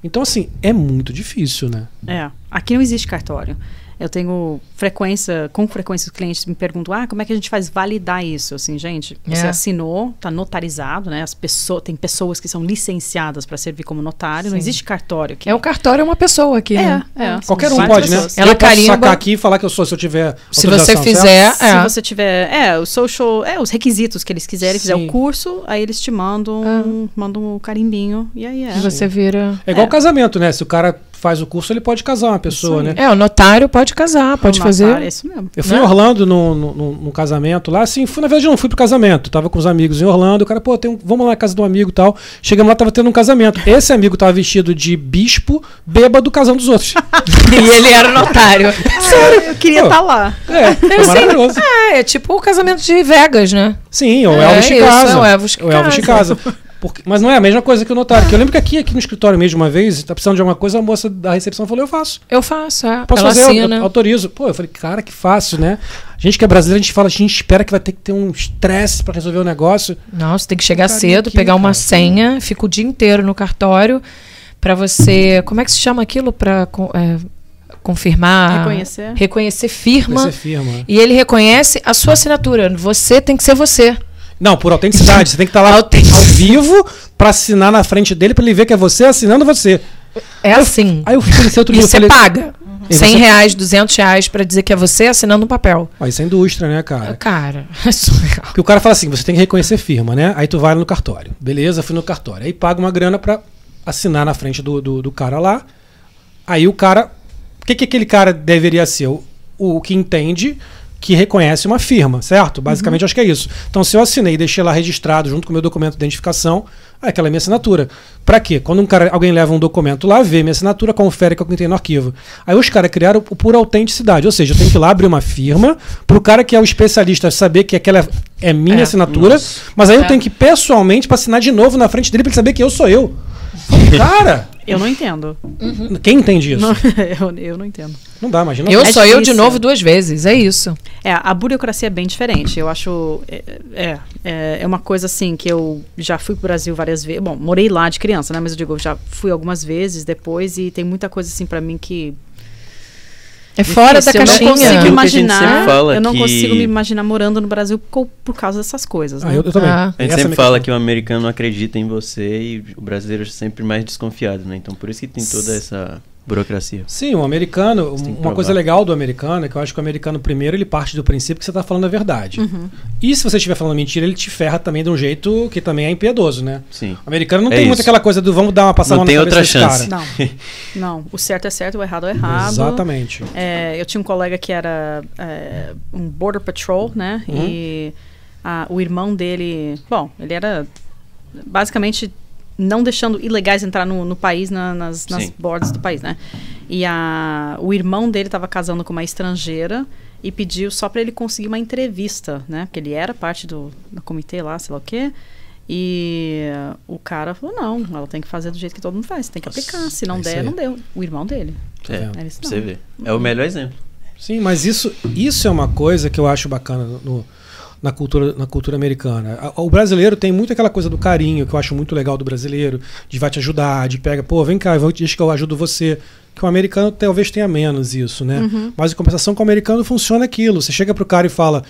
S2: Então, assim, é muito difícil, né?
S5: É, aqui não existe cartório. Eu tenho frequência, com frequência os clientes me perguntam, ah, como é que a gente faz validar isso? Assim, gente, você
S3: É.
S5: assinou, está notarizado, né? As pessoas, tem pessoas que são licenciadas para servir como notário, não
S3: Sim.
S5: existe cartório aqui.
S3: É o cartório é uma pessoa aqui, né?
S5: é,
S2: Qualquer
S5: são
S2: um
S5: várias
S2: pode, né?
S5: pessoas.
S3: Ela
S2: eu posso
S3: carimba.
S2: sacar aqui e falar que eu sou se eu tiver
S3: Se você
S2: autorização, certo?
S3: fizer,
S5: Se
S3: é.
S5: você tiver, é, o social, é, os requisitos que eles quiserem, fizer
S2: Sim.
S5: o curso, aí eles te mandam, um, mandam o carimbinho, e aí é.
S3: É. E você vira.
S2: É igual casamento, né? Se o cara faz o curso, ele pode casar uma pessoa, né?
S3: É, o notário pode casar, pode
S5: O
S3: fazer.
S5: notário, É isso mesmo.
S2: Eu fui
S3: Né?
S2: em Orlando num, num, num casamento lá, assim, fui, na verdade eu não fui pro casamento, tava com os amigos em Orlando, o cara, pô, tem um- vamos lá na casa de um amigo e tal. Chegamos lá, tava tendo um casamento. Esse amigo tava vestido de bispo, bêbado, casando dos outros.
S3: e ele era o notário.
S5: Sério, eu queria
S2: Pô.
S5: estar lá.
S2: É, foi maravilhoso.
S3: é, é tipo o casamento de Vegas, né?
S2: Sim, ou
S3: É,
S2: Elvis de
S3: isso,
S2: casa.
S3: é o Elvis de
S2: O Elvis de casa. Porque- mas não é a mesma coisa que o notário. Que eu lembro que aqui, aqui no escritório mesmo, uma vez, tá precisando de alguma coisa, a moça da recepção falou, eu faço.
S3: Eu faço, é.
S2: Posso
S3: Ela
S2: fazer, eu-
S3: assina.
S2: eu autorizo. Pô, eu falei, cara, que fácil, né? A gente que é brasileiro, a gente fala, a gente espera que vai ter que ter um estresse pra resolver o negócio.
S3: Nossa, tem que chegar
S2: Ficaria
S3: cedo,
S2: aqui,
S3: pegar uma
S2: cara.
S3: senha, fica o dia inteiro no cartório pra você. Como é que se chama aquilo para confirmar?
S5: Reconhecer.
S3: Reconhecer firma.
S2: Você firma.
S3: E ele reconhece a sua assinatura. Você tem que ser você.
S2: Não, por autenticidade. Você tem que estar lá ao vivo pra assinar na frente dele pra ele ver que é você assinando você.
S3: É assim.
S2: Aí eu fui nesse outro
S3: E
S2: dia
S3: você
S2: eu falei,
S3: paga.
S2: E
S3: 100
S2: você-
S3: reais, 200 reais pra dizer que é você assinando um papel.
S2: Ah, isso é indústria, né, cara?
S3: Cara, é surreal.
S2: Porque o cara fala assim, você tem que reconhecer firma, né? Aí tu vai no cartório. Beleza, fui no cartório. Aí paga uma grana pra assinar na frente do, do, do cara lá. Aí o cara... O que, que aquele cara deveria ser? O, o que entende que reconhece uma firma, certo? Basicamente, acho que é isso. Então, se eu assinei e deixei lá registrado junto com o meu documento de identificação, ah, aquela é minha assinatura. Pra quê? Quando um cara, alguém leva um documento lá, vê minha assinatura, confere que eu tenho no arquivo. Aí os caras criaram o por autenticidade, ou seja, eu tenho que ir lá abrir uma firma pro cara que é o especialista saber que aquela é minha
S3: É,
S2: assinatura, mas aí eu tenho que ir pessoalmente pra assinar de novo na frente dele pra ele saber que eu sou eu. Cara,
S5: Eu não entendo.
S2: quem entende isso?
S5: Não,
S2: Não,
S5: eu, eu não entendo.
S2: dá, imagina.
S3: Eu
S5: É
S3: sou eu de
S5: difícil.
S3: novo duas vezes. É isso.
S5: É, a burocracia é bem diferente. Eu acho. É, é, é uma coisa assim que eu já fui pro Brasil várias vezes. Bom, morei lá de criança, né? Mas eu digo, eu já fui algumas vezes depois e tem muita coisa assim pra mim que.
S3: É fora da
S5: Difícil, eu não
S3: caixinha.
S5: consigo
S1: É o que a gente
S5: imaginar.
S1: sempre fala
S5: eu não
S1: que-
S5: consigo me imaginar morando no Brasil co- por causa dessas coisas.
S2: Ah,
S5: né?
S2: eu, eu também.
S3: Ah.
S1: A gente
S2: Essa é
S1: sempre
S2: minha
S1: fala
S2: questão.
S1: que o americano acredita em você e o brasileiro é sempre mais desconfiado, né? Então por isso que tem toda essa Burocracia.
S2: Sim, o americano,
S1: Você tem que
S2: uma coisa
S1: provar.
S2: legal do americano é que eu acho que o americano primeiro ele parte do princípio que você está falando a verdade.
S3: Uhum.
S2: E se você estiver falando mentira, ele te ferra também de um jeito que também é impiedoso, né?
S1: Sim.
S2: O americano não
S1: É
S2: tem muito
S1: isso.
S2: aquela coisa do vamos dar uma passada
S1: Não
S2: na
S1: tem
S2: cabeça
S1: outra
S2: desse
S1: chance.
S2: cara.
S5: Não, não. O certo é certo, o errado é errado.
S2: Exatamente.
S5: É, eu tinha um colega que era é, um border patrol, né? E a- o irmão dele, bom, ele era basicamente não deixando ilegais entrar no, no país, na- nas, nas
S1: Sim.
S5: bordas do país, né? E a, o irmão dele estava casando com uma estrangeira e pediu só para ele conseguir uma entrevista, né? Porque ele era parte do, do comitê lá, sei lá o quê. E o cara falou, não, ela tem que fazer do jeito que todo mundo faz, tem que aplicar, se não
S2: é isso
S5: der,
S2: aí.
S5: não deu. O irmão dele.
S2: Tá
S1: É,
S2: vendo?
S5: Era isso
S1: pra
S5: não.
S1: você vê. É o melhor exemplo.
S2: Sim, mas isso, isso é uma coisa que eu acho bacana no- na, cultura, na cultura americana. A- O brasileiro tem muito aquela coisa do carinho, que eu acho muito legal do brasileiro, de vai te ajudar, de pega, pô, vem cá, eu vou- deixa que eu ajudo você. Que o americano talvez tenha menos isso, né? Mas em compensação com o americano funciona aquilo. Você chega pro cara e fala,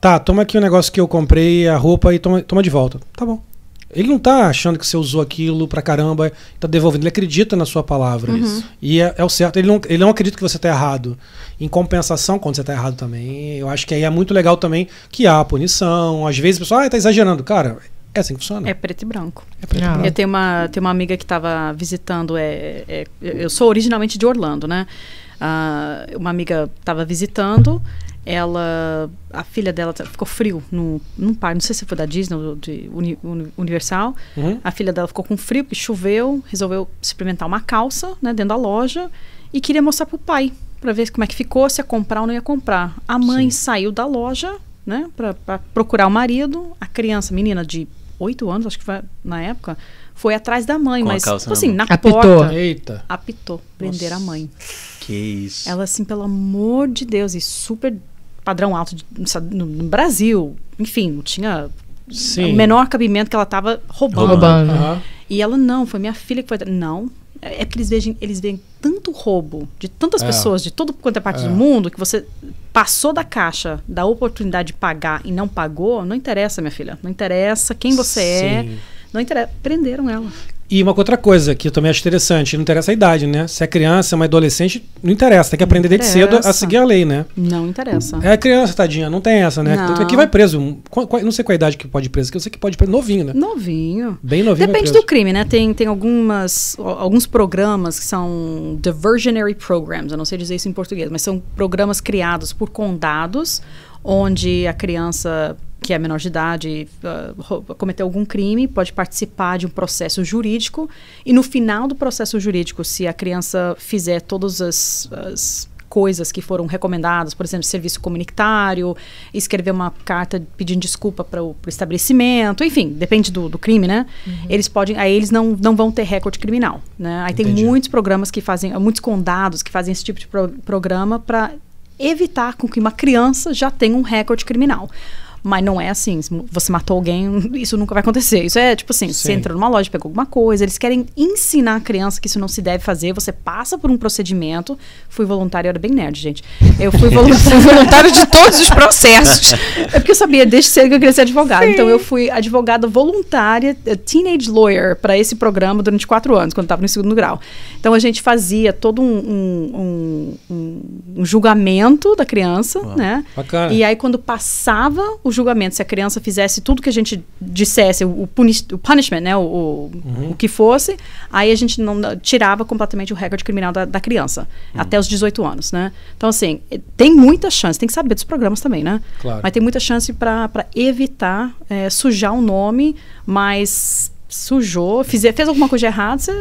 S2: tá, toma aqui o negócio que eu comprei, a roupa, e toma, toma de volta. Tá bom. Ele não tá achando que você usou aquilo pra caramba, tá devolvendo. Ele acredita na sua palavra.
S5: Uhum.
S2: E é, é o certo. Ele não, ele não acredita que você tá errado. Em compensação, quando você tá errado também, eu acho que aí é muito legal também que há a punição. Às vezes o pessoal, ah, tá exagerando. Cara, é assim que funciona.
S5: É preto e branco.
S3: preto e branco.
S5: Eu tenho uma, tenho uma amiga que estava visitando. É, é- eu sou originalmente de Orlando, né? Ah, uma amiga estava visitando. Ela, a filha dela tá- ficou frio no, num parque. Não sei se foi da Disney ou de Uni- Uni- Universal.
S2: Uhum.
S5: A filha dela ficou com frio porque choveu. Resolveu experimentar uma calça, né, dentro da loja e queria mostrar pro pai para ver como é que ficou, se ia comprar ou não ia comprar. A mãe saiu da loja, né, para procurar o marido. A criança, menina de 8 anos, acho que foi na época, foi atrás da mãe,
S1: Com a
S5: mas
S1: calça na
S5: assim,
S1: mão.
S5: na
S3: Apitou.
S5: porta.
S2: Eita.
S5: Apitou, prender a mãe.
S1: Que
S3: É
S1: isso.
S5: Ela assim, pelo amor de Deus, e super padrão alto de- no, no- no Brasil, enfim, não tinha
S2: Sim.
S5: o menor cabimento que ela tava roubando.
S3: Roubando.
S2: Aham.
S5: E ela, não, foi minha filha que foi. atrás." Não. É é porque eles veem, eles veem tanto roubo de tantas
S2: É.
S5: pessoas, de todo quanto é parte
S2: É.
S5: do mundo, que você passou da caixa da oportunidade de pagar e não pagou, não interessa, minha filha. Não interessa quem você é.
S2: Sim.
S5: Não interessa. Prenderam ela.
S2: E uma outra coisa que eu também acho interessante, não interessa a idade, né? Se é criança, é uma adolescente, não interessa. Tem que aprender desde cedo a
S5: interessa.
S2: seguir a lei, né?
S5: Não interessa.
S2: É criança, tadinha, não tem essa, né?
S5: Não.
S2: Tanto é que vai preso. Qual- qual- não sei qual é a idade que pode ir preso, que eu sei que pode ir preso novinho, né?
S5: Novinho.
S2: Bem novinho. vai
S5: Depende
S2: preso.
S5: do crime, né? Tem, tem algumas, al- alguns programas que são diversionary programs, eu não sei dizer isso em português, mas são programas criados por condados onde a criança que é menor de idade ah, rou- cometeu algum crime pode participar de um processo jurídico e no final do processo jurídico, se a criança fizer todas as- as coisas que foram recomendadas, por exemplo, serviço comunitário, escrever uma carta pedindo desculpa para o pro estabelecimento, enfim, depende do, do crime, né? Eles podem, aí eles não, não vão ter recorde criminal, né? Aí
S2: Entendi.
S5: tem muitos programas que fazem, muitos condados que fazem esse tipo de pro- programa para evitar com que uma criança já tenha um recorde criminal. Mas não é assim, se você matou alguém, isso nunca vai acontecer. Isso é tipo assim, você
S2: Sim.
S5: entra numa loja, pegou alguma coisa, eles querem ensinar a criança que isso não se deve fazer, você passa por um procedimento. Fui voluntária, eu era bem nerd, gente. Eu
S3: Fui
S5: fui voluntária.
S3: voluntário de todos os processos.
S5: É porque eu sabia desde cedo que eu queria ser advogada. Então eu fui advogada voluntária, eh, teenage lawyer, para esse programa durante quatro anos, quando estava no segundo grau. Então a gente fazia todo um, um- um- um- um julgamento da criança, né?
S2: Bacana.
S5: E aí, quando passava o julgamento, se a criança fizesse tudo que a gente dissesse, o, o punish- o punishment, né? O, o- o que fosse, aí a gente não tirava completamente o recorde criminal da, da criança, até os 18 anos, né? Então, assim, eh, tem muita chance, tem que saber dos programas também, né?
S2: Claro.
S5: Mas tem muita chance para evitar eh, sujar o nome, mas sujou, fizer, fez alguma coisa errada, você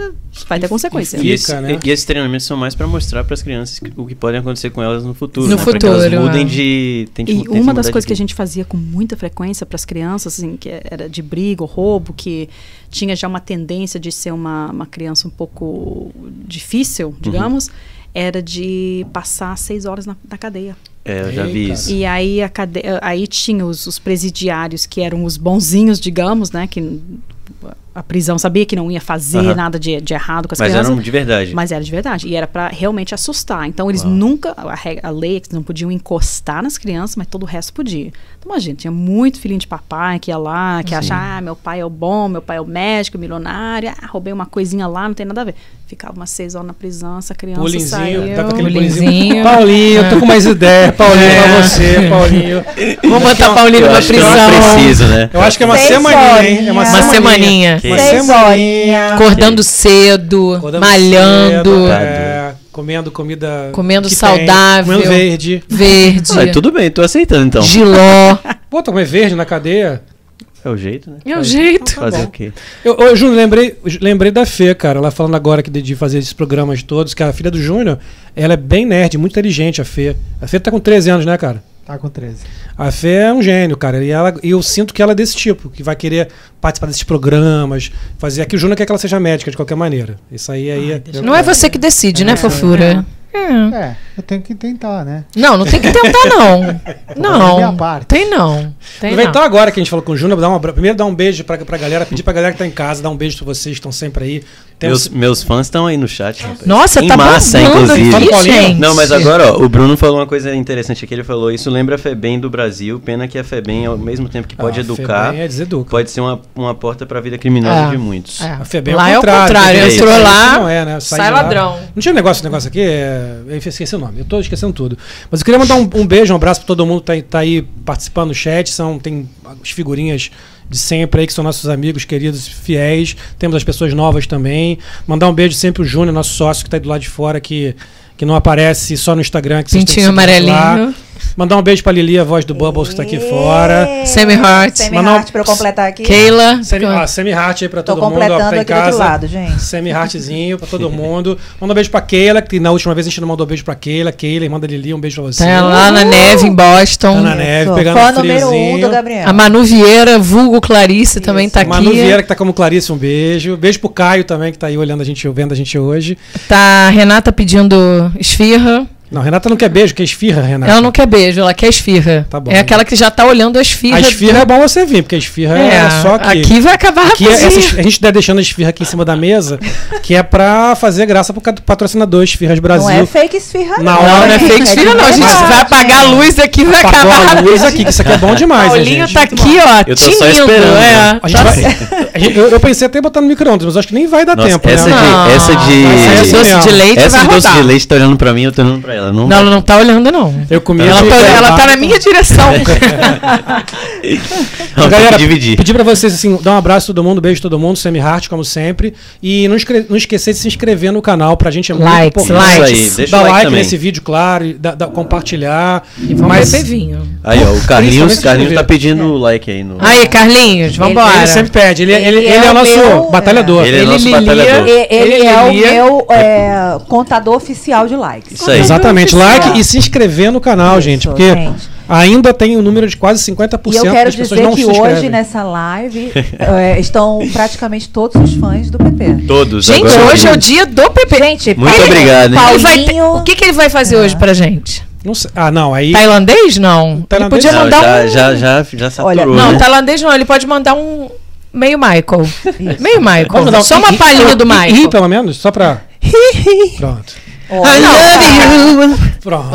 S5: vai ter consequência.
S1: E, esse-
S2: né?
S1: e esses treinamentos são mais pra mostrar pras crianças que- o que pode acontecer com elas no futuro.
S3: No
S1: né? Pra que elas
S3: futuro,
S1: mudem
S3: é.
S1: de. Tem que
S5: E
S1: mu- tem
S5: uma
S1: mudar
S5: das
S1: de
S5: coisas que a
S1: vida.
S5: gente fazia com muita frequência para as crianças, assim, que era de briga ou roubo, que tinha já uma tendência de ser uma, uma criança um pouco
S1: Uhum.
S5: difícil, digamos, era de passar seis horas na, na cadeia.
S1: É, eu já vi
S2: Eita.
S1: isso.
S5: E aí, a cade... aí tinha os, os presidiários que eram os bonzinhos, digamos, né? Que a prisão, sabia que não ia fazer
S1: Aham.
S5: nada de, de errado com as
S1: Mas um
S5: crianças.
S1: eram de verdade.
S5: Mas era de verdade. E era pra realmente assustar. Então eles nunca. A, reg- a lei é que eles não podiam encostar nas crianças, mas todo o resto podia. Então, imagina, tinha muito filhinho de papai que ia lá, que acha, ah, meu pai é o bom, meu pai é o médico, milionário, ah, roubei uma coisinha lá, não tem nada a ver. Ficava umas seis horas na prisão, essa criança
S2: Pulinzinho,
S5: saiu.
S2: dava aquele pulinzinho.
S3: pulinzinho.
S2: Paulinho, eu tô com mais ideia, Paulinho,
S3: É.
S2: pra você, Paulinho.
S3: Vou botar Paulinho
S1: Eu
S3: numa
S1: acho que não é
S3: prisão.
S1: preciso, né?
S2: Eu acho que é uma
S4: Seis
S2: semaninha, hein? É uma,
S4: horinhas.
S3: Uma semaninha.
S1: Que
S2: Uma
S1: isso.
S4: Seis
S2: semaninha.
S3: Acordando cedo,
S2: Acordando
S3: malhando,
S2: cedo, é, comendo comida.
S3: Comendo
S2: que tem,
S3: saudável.
S2: comendo verde.
S3: verde,
S1: Ah, tudo bem, tô aceitando então.
S3: giló.
S2: Pô, tô comendo verde na cadeia.
S1: É o jeito, né?
S3: É o jeito.
S1: Fazer
S2: bom.
S1: o quê?
S2: Eu, eu Júnior, lembrei, lembrei da Fê, cara. Ela falando agora que de, de fazer esses programas todos, que a filha do Júnior, ela é bem nerd, muito inteligente, a Fê. A Fê tá com 13 anos, né, cara?
S7: Tá com 13.
S2: A Fê é um gênio, cara. E, ela, e eu sinto que ela é desse tipo, que vai querer participar desses programas, fazer. Aqui o Júnior quer que ela seja médica, de qualquer maneira. Isso aí, aí é.
S3: Não é você que decide, né, fofura? É.
S7: É, eu tenho que tentar, né?
S3: Não, não tem que tentar, não.
S7: Minha
S3: Não.
S7: parte.
S3: Tem não. Tem não.
S2: Aproveitar agora que a gente falou com o Júnior, dar um abra- primeiro dar um beijo pra, pra galera, pedir pra galera que tá em casa, dar um beijo pra vocês que estão sempre aí. um
S1: Meus,
S2: Temos,
S1: meus fãs estão aí no chat, rapaz.
S3: Nossa,
S1: em
S3: tá
S1: massa,
S3: bombando
S1: inclusive.
S2: Fala,
S3: aqui,
S2: Paulinho.
S3: gente.
S1: Não, mas agora, ó, o Bruno falou uma coisa interessante aqui. Ele falou: Isso lembra a Febem do Brasil. Pena que a Febem, ao mesmo tempo que pode
S2: Ah, a
S1: educar,
S2: Febem é deseduca.
S1: pode ser uma, uma porta pra vida criminosa
S3: É.
S1: de muitos.
S3: É.
S2: A Febem
S3: lá
S2: é o contrário.
S1: é isso.
S3: entrou
S2: Isso
S3: lá,
S2: não é, né?
S3: sai,
S2: de lá.
S3: ladrão.
S2: Não tinha um negócio, esse negócio aqui, é... eu esqueci o nome, eu tô esquecendo tudo. Mas eu queria mandar um, um beijo, um abraço pra todo mundo que tá, aí- tá aí participando do chat, são, tem as figurinhas de sempre aí, que são nossos amigos queridos, fiéis, temos as pessoas novas também. Mandar um beijo sempre o Júnior, nosso sócio que tá aí do lado de fora, que, que não aparece só no Instagram. Que vocês têm que
S3: Pintinho
S2: seguir lá.
S3: amarelinho.
S2: Mandar um beijo pra Lili, a voz do Bubbles, que tá aqui fora.
S4: É.
S3: Sammy Hart.
S4: Semi
S2: Mas não-
S4: Hart pra eu completar aqui.
S3: Keila.
S2: Semi, ó, Semi Hart aí pra
S4: Tô
S2: todo mundo, ó, que
S4: completando
S2: tá em
S4: aqui do outro
S2: casa.
S4: lado, gente.
S2: Semi Hartzinho pra todo mundo. Manda um beijo pra Keila, que na última vez a gente não mandou beijo pra Keila. Keila, irmã da Lili, um beijo pra você.
S3: Tá lá na neve, em Boston.
S2: Tá na neve,
S4: Sou
S2: pegando
S4: Fã
S2: Fã
S4: número um do
S2: friozinho.
S4: Gabriel.
S3: A Manu Vieira, vulgo Clarice, também tá aqui.
S2: Manu Vieira, que tá como Clarice, um beijo. Beijo pro Caio também, que tá aí olhando a gente, vendo a gente hoje.
S3: Tá a Renata pedindo esfirra.
S2: Não, Renata não quer beijo, quer esfirra, Renata.
S3: Ela não quer beijo, ela quer esfirra.
S2: Tá bom.
S3: É aquela que já tá olhando a esfirra.
S2: A esfirra é
S3: do-
S2: bom você vir, porque a esfirra é, só que...
S3: Aqui vai acabar
S2: Que é- essa
S3: rapidinho.
S2: esfirra- a gente tá deixando a esfirra aqui em cima da mesa, que é pra fazer graça pro ca- patrocinador Esfirras Brasil.
S4: Não é fake
S2: Na
S4: esfirra, não.
S2: hora-
S3: Não, não é
S4: gente,
S3: fake
S4: de
S3: esfirra, não. A gente
S4: verdade.
S3: vai apagar a luz aqui e vai
S2: Apagou
S3: acabar.
S2: a luz aqui, que isso aqui é bom demais, né,
S3: Paulinho
S2: gente?
S3: tá aqui, ó,
S1: Eu tô só
S3: tinindo,
S1: esperando,
S3: é.
S1: né?
S2: A gente vai- a gente- eu, eu pensei até em botar no micro-ondas, mas acho que nem vai dar
S1: Nossa,
S2: tempo,
S1: essa, é
S2: né?
S3: Não,
S1: de, essa
S2: vai
S3: Essa
S2: ser
S1: de.
S2: assim,
S3: doce de
S2: mesmo.
S3: leite
S1: essa de
S3: vai
S1: doce
S3: rodar.
S1: de leite tá olhando pra mim, eu tô olhando pra ela. Não,
S3: Não,
S1: vai.
S3: ela não tá olhando, não.
S2: Eu comi
S3: Ela
S2: esse-
S3: tá, ela tá na minha direção.
S1: Não, tem
S2: Galera,
S1: que dividir.
S2: pedir pra vocês assim, dar um abraço a todo mundo, beijo a todo mundo, Semi Hart, como sempre. E não, escre- não esquecer de se inscrever no canal, pra gente é muito
S3: Likes,
S2: importante.
S3: likes.
S1: Isso aí, deixa
S2: Dá
S1: o like,
S2: like,
S1: também.
S2: nesse vídeo, claro, e dá- dá- compartilhar.
S3: Mas...
S2: Mas
S3: vinho.
S1: Aí, ó, o Carlinhos,
S2: Principalmente
S1: Carlinhos tá
S2: escrever.
S1: pedindo o like aí no.
S3: Aí, Carlinhos, vambora.
S2: ele sempre pede, ele, ele,
S4: Ele
S2: ele é,
S4: é
S2: o
S4: o
S2: nosso
S4: meu-
S2: batalhador.
S1: Ele é nosso
S3: Ele lia-
S1: batalhador.
S4: E- Ele,
S3: Ele
S4: é o
S3: lia-
S4: meu é, contador oficial de likes.
S1: Isso aí.
S2: Exatamente, like e se inscrever no canal, gente, porque
S4: gente.
S2: ainda tem um número de quase 50%
S4: E eu quero
S2: das pessoas
S4: dizer
S2: não
S4: que
S2: se inscrevem.
S4: hoje, nessa live, é, estão praticamente todos os fãs do PP.
S1: Todos.
S3: Gente,
S1: agora
S3: hoje é o
S1: mesmo.
S3: dia do PP. Gente,
S1: Muito obrigado, hein? É.
S3: Ele vai ter-
S4: Paulinho.
S3: O que, que ele vai fazer hoje pra gente?
S2: Não sei- ah, não, aí
S3: Tailandês? Não. Ele
S2: Tailandês
S3: podia
S1: Não,
S3: mandar
S1: já,
S3: um.
S1: já, já, já saturou.
S4: Olha,
S3: Não, tá-
S1: né?
S3: tailandês não. Ele pode mandar um. Meio Michael. Meio Michael.
S2: Vamos dar um
S3: Só uma
S2: i- i-
S3: palhinha do
S2: i- i-
S3: Michael.
S2: pelo menos, só pra... Pronto.
S3: I love you.
S2: Pronto.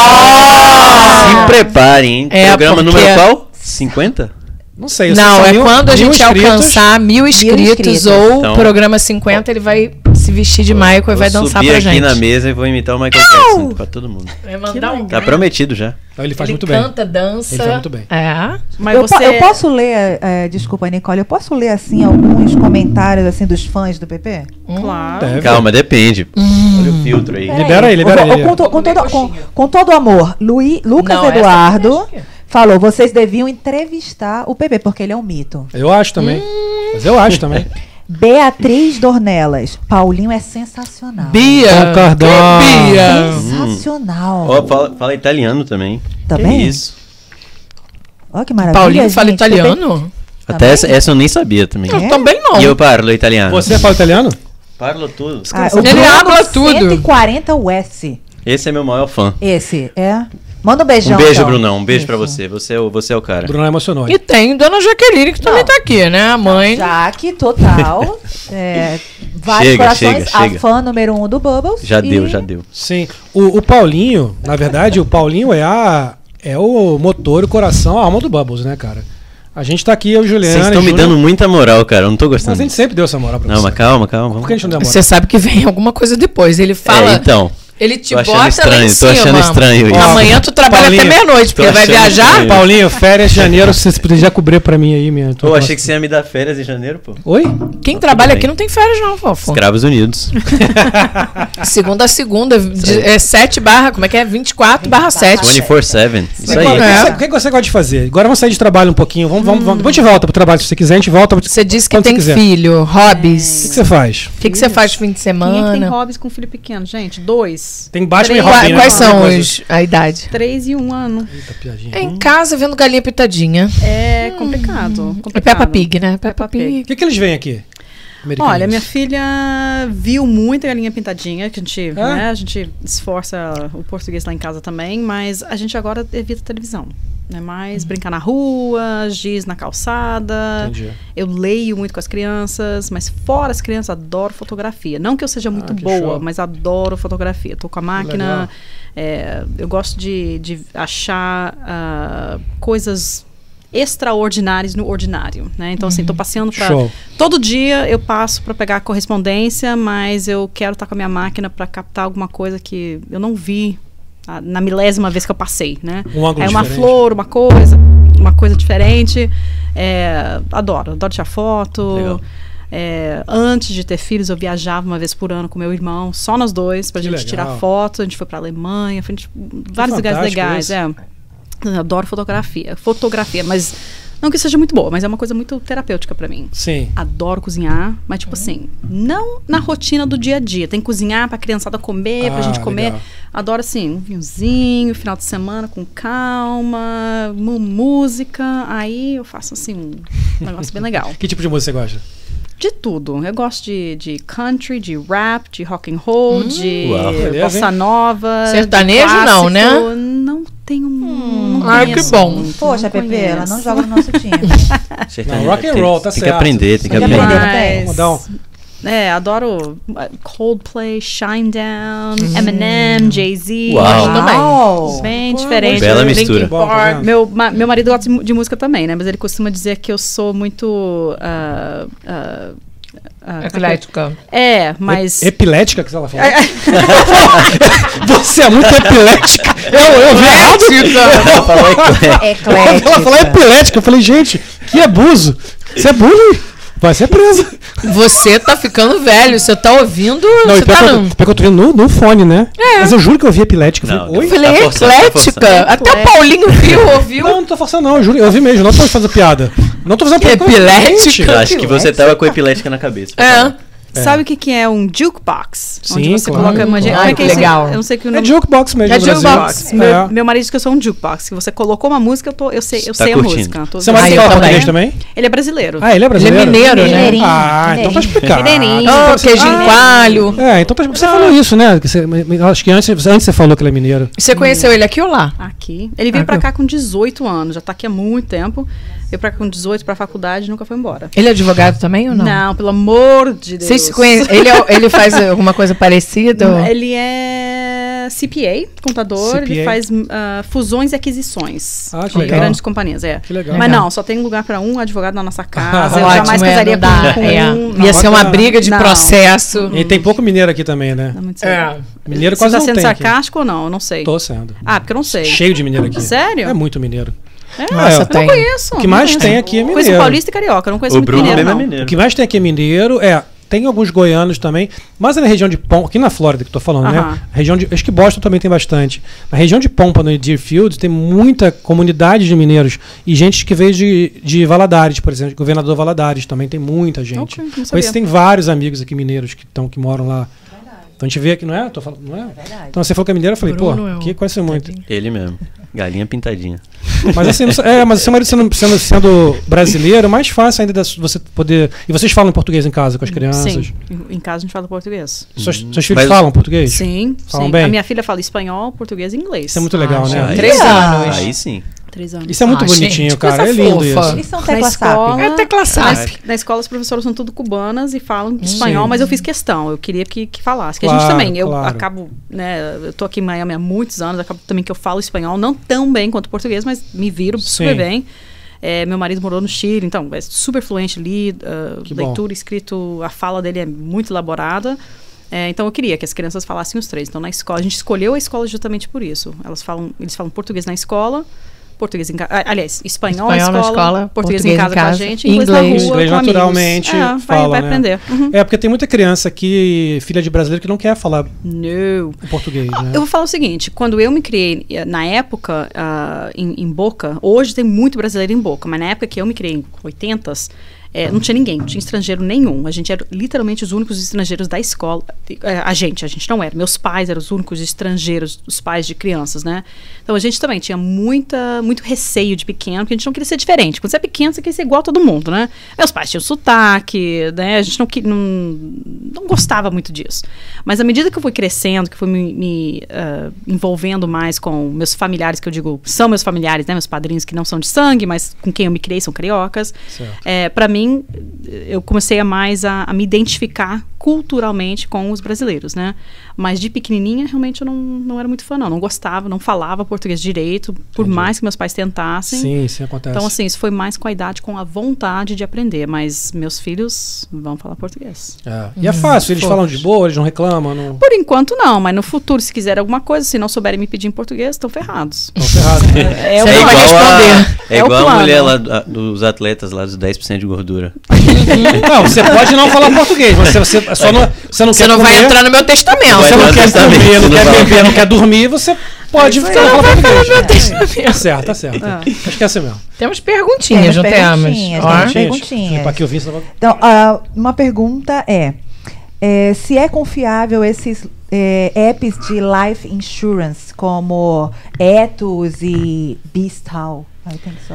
S3: Oh!
S1: Se preparem, hein?
S3: Ah. É,
S1: Programa
S3: porque-
S1: número qual? 50?
S2: Não sei. eu sei
S3: Não,
S2: só
S3: é
S2: mil-
S3: quando a
S2: mil
S3: gente
S2: inscritos.
S3: alcançar mil inscritos,
S4: inscritos.
S3: ou
S1: Então-
S3: programa 50, ele vai se vestir de Michael e
S1: Vou
S3: vai dançar
S1: subir
S3: pra
S1: aqui
S3: gente.
S1: na mesa e vou imitar o Michael Jackson pra todo mundo.
S3: Vai mandar um.
S1: Tá prometido já.
S2: Não, Ele faz
S3: Ele
S2: muito bem.
S3: canta, dança.
S2: Ele faz muito bem.
S3: É.
S5: Mas
S4: Eu, po-
S5: você.
S4: eu posso ler, é, desculpa, Nicole, eu posso ler assim alguns comentários assim dos fãs do PP?
S5: Claro.
S2: Deve.
S1: Calma, depende. Olha
S3: Hum.
S1: o filtro aí.
S3: É.
S4: Peraí.
S2: Libera aí, libera
S4: Eu vou-
S2: aí.
S4: eu- Com, to- com todo, com, com todo amor, Luí, Lucas
S3: Não, essa
S4: Eduardo falou: vocês deviam entrevistar o PP, porque ele é um mito.
S2: Eu acho também. Mas eu acho também.
S4: Beatriz Dornelas, Paulinho é sensacional.
S2: Bia.
S4: sensacional.
S1: Hum. Ó, fala, fala italiano também.
S4: Tá
S1: Que
S4: bem?
S1: Isso.
S4: Olha que maravilha.
S3: Paulinho fala
S4: gente, PP.
S3: italiano?
S1: Até essa, essa eu nem sabia também.
S4: É?
S3: Também não.
S1: E eu parlo italiano.
S2: Você é fala italiano?
S1: Parlo tudo.
S4: Ah, o
S3: Ele
S4: Bruno
S3: habla tudo.
S4: 140 US.
S1: Esse é meu maior fã.
S4: Esse é. Manda um beijão.
S1: Um beijo,
S4: então.
S1: Brunão. Um beijo pra
S4: Isso.
S1: você. Você é o, você é o cara.
S2: Bruno emocionou.
S3: E tem Dona Jaqueline, que também
S4: Não.
S3: tá aqui, né? A mãe.
S4: Jaque, total. é, vários
S1: Chega,
S4: corações.
S1: chega, chega.
S4: A fã número um do Bubbles.
S1: Já deu,
S4: e
S1: já deu.
S2: Sim. O, o Paulinho, na verdade, o Paulinho é a é o motor, o coração, a alma do Bubbles, né, cara? A gente tá aqui, eu e o Juliano.
S1: Vocês estão me
S2: Júnior.
S1: dando muita moral, cara. Eu não tô
S2: Mas
S1: gostando.
S2: a gente sempre deu essa moral pra
S1: Não,
S2: você.
S1: mas calma, calma.
S2: Por que a gente não deu moral?
S3: Você sabe que vem alguma coisa depois. Ele fala.
S1: É, então.
S3: Ele te
S1: Tô achando
S3: bota lá em
S1: estranho, tô
S3: cima.
S1: achando estranho isso.
S3: Amanhã tu trabalha
S2: Paulinho,
S3: até meia-noite, porque
S1: tô
S3: vai
S1: achando
S3: viajar.
S1: estranho.
S2: Paulinho, férias de janeiro, se você já cobrir pra mim aí, minha.
S1: Eu achei que você ia me dar férias em janeiro, pô.
S2: Oi?
S3: Quem trabalha
S1: bem.
S3: aqui não tem férias, não, fofo.
S1: Escravos Unidos.
S3: Segunda a segunda, de- é 7 barra, como é que é? 24 barra 7.
S1: 24-7. Isso
S2: Agora,
S1: aí.
S2: o que você- O que você gosta de fazer? Agora vamos sair de trabalho um pouquinho. Vamos, vamos, vamos. Depois a gente volta pro trabalho se você quiser. A gente volta. O que
S3: Você disse que
S2: Quando você
S3: tem
S2: quiser. É.
S3: filho, hobbies.
S2: você faz?
S3: O que, que você faz no fim de
S5: Quem é que tem
S3: semana?
S5: hobbies com filho pequeno, gente? Dois.
S2: Tem Batman e
S5: Três-
S2: Robin,
S3: Qua-
S2: né?
S3: Quais
S5: Alguma
S3: são
S2: Coisa-
S3: os, a idade?
S5: Três e um ano.
S2: Eita, piadinha.
S3: É em
S1: Uhum.
S3: casa vendo galinha pitadinha.
S5: É
S2: Hum.
S5: complicado. complicado.
S3: É Peppa Pig, né? Peppa
S5: Peppa Pig.
S3: Pig.
S2: O que, que eles vêm aqui? Americanos.
S5: Olha, minha filha viu muita galinha pintadinha, que a gente,
S2: Ah.
S5: né, a gente esforça o português lá em casa também, mas a gente agora evita televisão. Não é mais brincar na rua, giz na calçada.
S2: Uhum. Entendi.
S5: Eu leio muito com as crianças, mas fora as crianças, adoro fotografia. Não que eu seja muito
S2: Ah, que
S5: boa,
S2: show.
S5: mas adoro fotografia. Tô com a
S2: legal.
S5: máquina, é, eu gosto de, de achar ah, coisas extraordinárias no ordinário, né? Então, assim, tô passeando pra...
S2: Uhum. Show.
S5: Todo dia eu passo para pegar a correspondência, mas eu quero estar com a minha máquina para captar alguma coisa que eu não vi ah, na milésima vez que eu passei, né?
S2: Um ângulo
S5: é uma
S2: diferente.
S5: flor, uma coisa, uma coisa diferente. É, adoro, adoro tirar
S1: Legal.
S5: foto. É, antes de ter filhos, eu viajava uma vez por ano com meu irmão, só nós dois, pra
S2: Que
S5: gente
S2: legal.
S5: tirar foto. A gente foi pra Alemanha, foi, tipo, vários lugares
S2: fantástico
S5: legais.
S2: isso.
S5: É. Eu adoro fotografia. Fotografia, mas não que seja muito boa, mas é uma coisa muito terapêutica pra mim
S2: Sim.
S5: adoro cozinhar, mas tipo assim, não na rotina do dia a dia. Tem que cozinhar pra criançada comer,
S2: Ah,
S5: pra gente comer.
S2: legal.
S5: Adoro assim, um vinhozinho, final de semana com calma, mu- música. Aí eu faço assim um negócio bem legal.
S2: Que tipo de música você gosta?
S5: De tudo. Eu gosto de, de country, de rap, de rock and roll, de
S1: Uau.
S2: Hum, Beleza,
S5: bossa nova. de
S3: Sertanejo não, né?
S5: clássico. Não tenho. não
S3: ai, que
S5: conheço
S3: bom.
S5: muito,
S4: Poxa,
S5: não
S4: Pepe, ela não
S5: conheço.
S4: joga no nosso time.
S1: Sertanejo.
S2: Não, rock and
S1: Tem-
S2: roll, tá
S1: Tem que
S2: certo.
S1: aprender, tem que
S4: Tem que
S1: aprender.
S4: aprender.
S2: Vamos
S5: Mas-
S2: dar um-
S5: É, adoro uh, Coldplay, Shinedown, Eminem, Jay-Z.
S1: Uau.
S3: Tudo bem.
S4: Uau.
S5: Bem
S2: Pô,
S5: diferente.
S1: Bela
S5: Linkin
S1: mistura.
S2: Bom, tá
S5: Park.
S2: vendo?
S5: meu, ma- meu marido gosta de mu- de música também, né? Mas ele costuma dizer que eu sou muito. ah, ah, ah,
S3: Atlética.
S5: É, mas.
S2: Epilética que ela falou. Você é muito epilética. Eu, eu vi errado.
S1: Ela né? falou eclético.
S4: É
S2: Ela falou
S4: Eclética.
S2: epilética. Eu falei, gente, que abuso. Você é bullying. Vai ser presa.
S3: Você tá ficando velho, você tá ouvindo.
S2: Não, e
S3: você
S2: pior,
S3: tá
S2: que
S3: não.
S2: eu, pior que eu tô vendo no, no fone, né? Mas eu juro que eu vi epilética. Eu
S1: Não,
S2: falei,
S1: não.
S2: oi?
S3: Eu falei
S1: Tá forçando, tá
S3: eclética.
S1: forçando.
S3: Até o Paulinho viu, ouviu.
S2: Não, não tô forçando, não. Eu juro, eu vi mesmo. Não tô fazendo piada. Não tô fazendo piada.
S3: Epilética?
S2: Gente,
S1: Eu acho que você tava com epilética na cabeça.
S3: É.
S5: Sabe o que, que é um jukebox?
S2: Sim,
S5: onde você
S2: claro,
S5: coloca. Imagina,
S3: claro.
S5: como é que é isso?
S3: Legal.
S5: Eu não sei que o
S2: É
S5: nome.
S2: jukebox mesmo.
S3: É
S2: no Brasil.
S3: jukebox.
S2: É.
S5: Meu, meu marido diz que eu sou um jukebox. Que você colocou uma música, eu, tô, eu sei, eu
S1: Tá
S5: sei
S1: curtindo.
S5: a música. Tô-
S2: Você mais
S3: Ah, eu
S2: fala
S3: também.
S2: português também?
S5: Ele é brasileiro.
S2: Ah, ele é brasileiro?
S3: mineiro, né?
S4: Mineirinho.
S2: Ah, então tá
S4: Mineirinho.
S2: explicado.
S5: Mineirinho.
S3: Ah,
S2: Então
S3: o
S2: você-
S3: queijinho coalho.
S2: É, então tá- você falou isso, né? Que você- mas- mas acho que antes, antes você falou que ele é mineiro.
S3: Você conheceu ele aqui ou lá?
S5: Aqui. Ele veio
S2: Ah,
S5: pra
S2: que-
S5: cá com 18 anos, já tá aqui há muito tempo. Veio pra cá com 18 pra faculdade e nunca foi embora.
S3: Ele é advogado também ou não?
S5: pelo amor de Deus.
S3: Vocês se conhecem? Ele, é- ele faz alguma coisa parecida? ou-
S5: Ele é CPA, contador,
S2: CPA.
S5: ele faz ah, fusões e aquisições.
S2: Ah, que
S5: com
S2: legal.
S5: grandes companhias, é.
S2: Que legal.
S5: Mas
S3: Legal.
S5: não, só tem lugar pra um advogado na nossa casa. Eu
S2: Ótimo,
S5: jamais
S3: é, não
S5: casaria
S3: dá,
S5: com, com
S3: é.
S5: um.
S2: Não,
S3: Ia ser uma
S2: bota-
S3: briga de
S5: não.
S3: processo.
S2: E tem pouco mineiro aqui também, né?
S5: Não, muito sério.
S3: É.
S2: Mineiro
S5: Você
S2: quase
S5: tá
S2: não
S5: sendo
S2: tem aqui.
S5: sarcástico ou não? Eu não sei.
S2: Tô sendo.
S5: Ah, porque eu não sei.
S2: Cheio de mineiro aqui.
S5: Sério?
S2: É muito mineiro.
S5: É,
S2: Nossa,
S5: eu
S3: tem.
S5: não conheço.
S2: O que
S5: não
S2: mais
S5: conheço.
S2: tem aqui é
S5: Conheço
S2: mineiro.
S5: paulista e carioca, eu não conheço
S1: O
S5: muito
S1: Bruno
S5: mineiro,
S1: mesmo é
S5: não.
S1: mineiro.
S2: O que mais tem aqui é mineiro, é. Tem alguns goianos também, mas é na região de Pompa, aqui na Flórida que eu tô falando,
S5: Aham.
S2: né? Região de, acho que Boston também tem bastante. Na região de Pompa, no Deerfield, tem muita comunidade de mineiros e gente que veio de, de Valadares, por exemplo, governador Valadares também tem muita gente.
S5: Ok, não
S2: Conheci,
S5: sabia.
S2: tem vários amigos aqui mineiros que estão que moram lá. Então a gente vê aqui, não é? Tô falando, não é?
S4: Verdade.
S2: Então você falou que é mineiro, eu falei,
S3: Bruno é
S2: pô,
S3: o
S2: que conhece muito.
S1: Ele mesmo. Galinha pintadinha.
S2: Mas assim, não sei- é, mas seu marido sendo, sendo, sendo brasileiro, é mais fácil ainda da su- você poder. E vocês falam português em casa com as crianças?
S5: Sim, em- em casa a gente fala português.
S2: Seus, seus filhos
S1: Mas-
S2: falam português?
S5: Sim,
S2: Falam
S5: sim.
S2: bem?
S5: A minha filha fala espanhol, português e inglês.
S2: Isso é muito
S5: Ah,
S2: legal, né?
S1: Aí-
S3: Três anos.
S1: Aí sim.
S5: Três anos.
S2: Isso é muito
S3: Ah,
S2: bonitinho,
S3: gente,
S2: cara. É
S3: coisa
S2: lindo
S3: fofa.
S2: isso.
S4: Eles são
S5: Na
S4: um tecla
S5: escola,
S4: SAP.
S3: É tecla
S5: na,
S3: SAP.
S5: es- na escola, as professoras são tudo cubanas e falam espanhol, mas eu fiz questão. Eu queria que, que falasse. Que a gente
S2: Claro,
S5: também. Eu
S2: claro.
S5: acabo, né? Eu tô aqui em Miami há muitos anos, acabo também que eu falo espanhol, não tão bem quanto português, mas me viro super
S2: Sim.
S5: bem. É, meu marido morou no Chile, então é super fluente ali, ah,
S2: Que bom.
S5: leitura, escrito, a fala dele é muito elaborada. É, então eu queria que as crianças falassem os três. Então na escola, a gente escolheu a escola justamente por isso. Elas falam, eles falam português na escola, português em casa. Aliás, espanhol, na
S3: Espanhol
S5: escola,
S3: na escola,
S5: português,
S3: português
S5: em casa, com a gente,
S3: inglês.
S5: inglês, na rua,
S2: Inglês
S5: com amigos.
S2: naturalmente
S5: É, vai,
S2: fala,
S5: vai
S2: né?
S5: aprender. Uhum.
S2: É, porque tem muita criança aqui, filha de brasileiro, que não quer falar
S5: No.
S2: o português, né?
S5: Eu vou falar o seguinte, quando eu me criei, eh, na época, ah, em, em Boca, hoje tem muito brasileiro em Boca, mas na época que eu me criei, em 80s, eh, não tinha ninguém, não tinha estrangeiro nenhum. A gente era literalmente os únicos estrangeiros da escola. Eh, A gente, a gente não era. Meus pais eram os únicos estrangeiros, os pais de crianças, né? Então a gente também tinha muita, muito receio de pequeno, porque a gente não queria ser diferente. Quando você é pequeno, você quer ser igual a todo mundo, né? Meus pais tinham sotaque, né? A gente não, que- não, não gostava muito disso. Mas à medida que eu fui crescendo, que eu fui me, me, ah, envolvendo mais com meus familiares, que eu digo são meus familiares, né? Meus padrinhos que não são de sangue, mas com quem eu me criei são cariocas.
S2: Certo.
S5: É, para mim, eu comecei a mais a, a me identificar culturalmente com os brasileiros, né? Mas de pequenininha, realmente, eu não, não era muito fã, não. Não gostava, não falava português direito, por
S2: Entendi.
S5: mais que meus pais tentassem.
S2: Sim, isso acontece.
S5: Então, assim, isso foi mais com a idade, com a vontade de aprender. Mas meus filhos vão falar português.
S2: É. E é fácil, eles falam de boa, eles não reclamam, não
S5: Por enquanto, não. Mas no futuro, se quiser alguma coisa, se não souberem me pedir em português, estão ferrados.
S2: estão ferrados.
S5: É, o
S3: Você vai
S5: plano.
S3: responder.
S1: A, é
S5: É o
S1: igual a
S5: plano.
S1: mulher lá do- a- dos atletas lá dos 10% de gordura.
S2: Não, você pode não falar português, mas você, você só não, você não
S3: Você
S2: quer
S3: não vai
S2: comer,
S3: entrar no meu testamento.
S2: você
S1: é? Vai
S2: não
S1: entrar
S2: quer
S1: no
S2: comer,
S1: testamento,
S2: não
S1: não
S2: quer
S1: vai.
S2: beber, não quer dormir, você pode ficar É não falar português. Tá certo, tá certo. Acho que é assim mesmo.
S3: Temos perguntinhas, não temos?
S4: perguntinhas,
S3: Ó.
S4: temos. Perguntinhas.
S2: Pra que eu vim, senão-
S4: Então, ah, uma pergunta é, é, se é confiável esses é, apps de life insurance como Ethos e Beastal? I think so.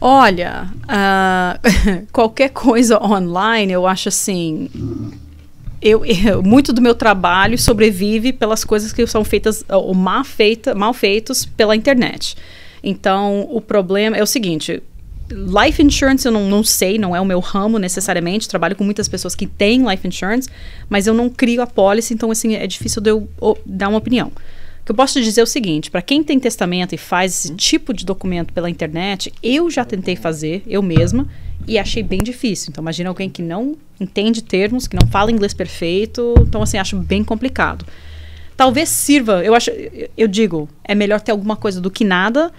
S5: Olha, ah, qualquer coisa online, eu acho assim. Eu, eu- muito do meu trabalho sobrevive pelas coisas que são feitas ou mal, feita, mal feitos pela internet. Então, o problema é o seguinte: life insurance eu não, não sei, não é o meu ramo necessariamente. Trabalho com muitas pessoas que têm life insurance, mas eu não crio a policy, então, assim, é difícil de eu o- dar uma opinião. O que eu posso te dizer é o seguinte: para quem tem testamento e faz esse tipo de documento pela internet, eu já tentei fazer, eu mesma, e achei bem difícil. Então, imagina alguém que não entende termos, que não fala inglês perfeito. Então, assim, acho bem complicado. Talvez sirva, eu acho, eu digo, é melhor ter alguma coisa do que nada.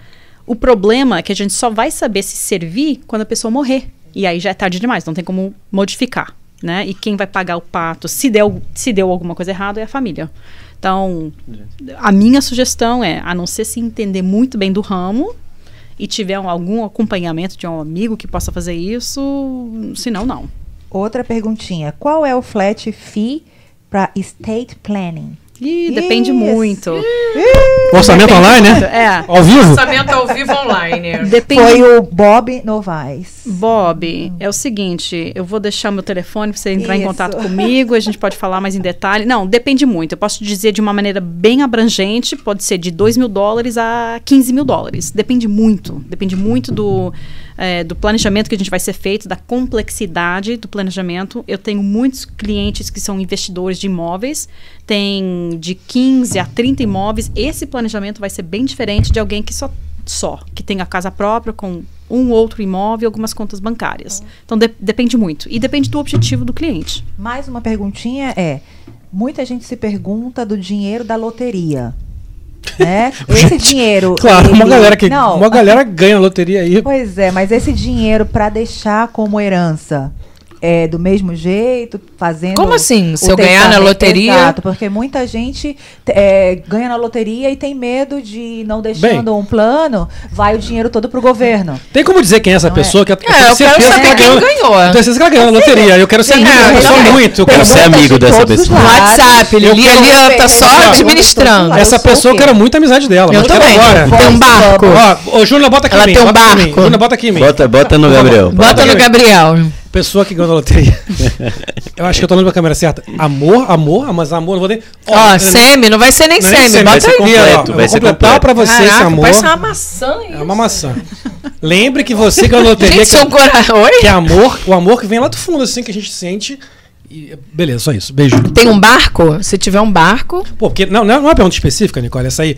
S5: O problema é que a gente só vai saber se servir quando a pessoa morrer. E aí já é tarde demais, não tem como modificar, né? E quem vai pagar o pato, se deu, se deu alguma coisa errada, é a família. Então, a minha sugestão é, a não ser se entender muito bem do ramo e tiver um- algum acompanhamento de um amigo que possa fazer isso, senão não.
S4: Outra perguntinha, qual é o flat fee para estate planning?
S5: Ih, depende
S4: Ih,
S5: muito.
S2: Orçamento online, né?
S5: É.
S2: Ao vivo?
S3: Orçamento ao vivo online.
S5: Depende
S4: Foi
S3: um
S4: o Bob Novaes.
S5: Bob, é o seguinte, eu vou deixar meu telefone pra você entrar em
S4: Isso.
S5: contato comigo, a gente pode falar mais em detalhe. Não, depende muito. Eu posso te dizer de uma maneira bem abrangente, pode ser de 2 mil dólares a 15 mil dólares. Depende muito. Depende muito do, eh, do planejamento que a gente vai ser feito, da complexidade do planejamento. Eu tenho muitos clientes que são investidores de imóveis, tem de 15 a 30 imóveis. Esse planejamento vai ser bem diferente de alguém que só só, que tenha casa própria com um outro imóvel e algumas contas bancárias. Então de- depende muito. E depende do objetivo do cliente.
S4: Mais uma perguntinha é: muita gente se pergunta do dinheiro da loteria. Né? Esse dinheiro.
S2: Claro, uma
S4: ele-
S2: galera que.
S4: Não, ah,
S2: Uma galera ganha na loteria aí.
S4: Pois é, mas esse dinheiro para deixar como herança é, do mesmo jeito, fazendo.
S3: Como assim?
S4: o é
S3: Se eu ganhar na
S4: testamento-
S3: loteria?
S4: Exato, porque muita gente é, ganha na loteria e tem medo de não deixando um plano, vai o dinheiro todo pro governo.
S2: Tem como dizer quem é essa
S4: Não
S2: pessoa? Que eu
S3: É, eu quero saber quem ganhou.
S2: Eu tenho certeza que ela ganhou na loteria. Eu quero ser amigo
S3: é,
S2: dessa pessoa
S3: é.
S2: muito. eu quero
S4: Perguntas
S2: ser-
S1: ser amigo
S4: de
S1: dessa
S4: todos os
S1: pessoa.
S3: No
S4: lados.
S3: WhatsApp,
S2: Eu
S3: Lili
S2: quero
S3: ali ela tá
S4: saber
S3: só
S4: quem ganhou.
S3: administrando.
S4: Ah, eu
S2: Essa
S4: sou o
S2: pessoa eu
S4: quê?
S2: quero muito a amizade dela.
S3: Eu
S2: mas quero
S3: também.
S2: Agora.
S3: Tem um barco.
S2: Ó, ô, Júnior, bota aqui
S3: Ela
S2: em mim.
S3: tem um
S2: bota aqui em mim.
S3: barco.
S2: Júnior, bota aqui em mim.
S1: Bota, bota no Gabriel.
S3: Bota no Gabriel.
S2: Pessoa que ganhou na loteria. eu acho que eu tô olhando pra câmera certa. Amor, amor, ah, mas amor, não vou nem.
S3: Ó,
S2: não,
S3: semi, não vai ser nem
S2: não, nem
S3: semi.
S2: semi, vai
S3: Bota
S2: ser
S3: aí.
S1: completo,
S2: ó.
S1: vai
S2: Eu vou
S1: ser completo.
S2: completar pra você esse
S3: Caraca,
S2: amor.
S3: parece uma maçã
S2: É
S3: isso.
S2: uma maçã. Lembre que você ganhou na loteria.
S3: Gente,
S2: que-
S3: são cora...
S2: Que
S3: Oi?
S2: é amor, o amor que vem lá do fundo, assim, que a gente sente. e- beleza, só isso. Beijo.
S3: Tem um barco? Se tiver um barco,
S2: Pô, porque não, não é uma pergunta específica, Nicole, essa aí.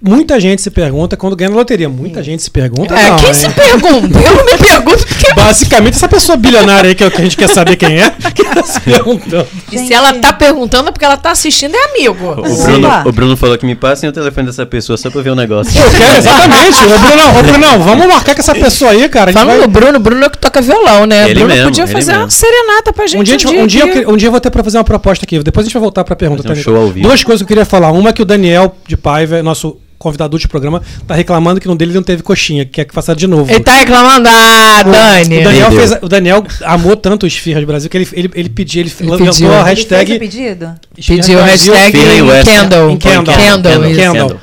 S2: Muita gente se pergunta quando ganha na loteria. Muita gente se pergunta.
S3: É,
S2: não,
S3: quem
S2: hein?
S3: se pergunta? Eu não me pergunto porque. é
S2: Basicamente, essa pessoa bilionária aí que, é o que a gente quer saber quem é, que tá se perguntando.
S3: E se
S4: Gente.
S3: ela tá perguntando é porque ela tá assistindo, é amigo.
S1: O
S4: Sim.
S1: Bruno,
S4: Opa.
S1: o Bruno falou que me passem o telefone dessa pessoa só pra eu ver o negócio.
S2: Eu quero, exatamente. Ô, Brunão, ô, Brunão, vamos marcar com essa pessoa aí, cara. A gente
S3: Falando
S2: vai-
S3: no Bruno, Bruno é o que toca violão, né?
S1: Ele
S3: Bruno
S1: mesmo,
S3: podia
S1: ele
S3: fazer uma
S1: mesmo.
S3: serenata pra gente.
S2: Um dia, a gente- um, dia eu,
S3: aqui.
S2: que- um dia eu vou ter pra fazer uma proposta aqui. Depois a gente vai voltar pra pergunta.
S1: Fazer um
S2: tá,
S1: show ao vivo.
S2: Duas coisas que eu queria falar. Uma é que o Daniel de Paiva, nosso convidado do último programa, tá reclamando que no dele não teve coxinha, que quer que faça de novo.
S3: Ele tá reclamando, ah,
S2: O
S3: Dani.
S2: Daniel,
S1: Entendeu.
S2: fez, o Daniel amou tanto os Esfirra de Brasil que ele, ele, ele pediu, ele,
S3: Ele
S2: lançou
S3: pediu.
S2: a
S3: Ele
S2: hashtag.
S4: Ele fez o pedido?
S3: Pediu a
S2: Brasil
S3: hashtag
S1: Feeling West, né?
S3: Kendall.
S2: em Kendall.
S3: Kendall, isso.
S2: Kendall.
S1: Kendall.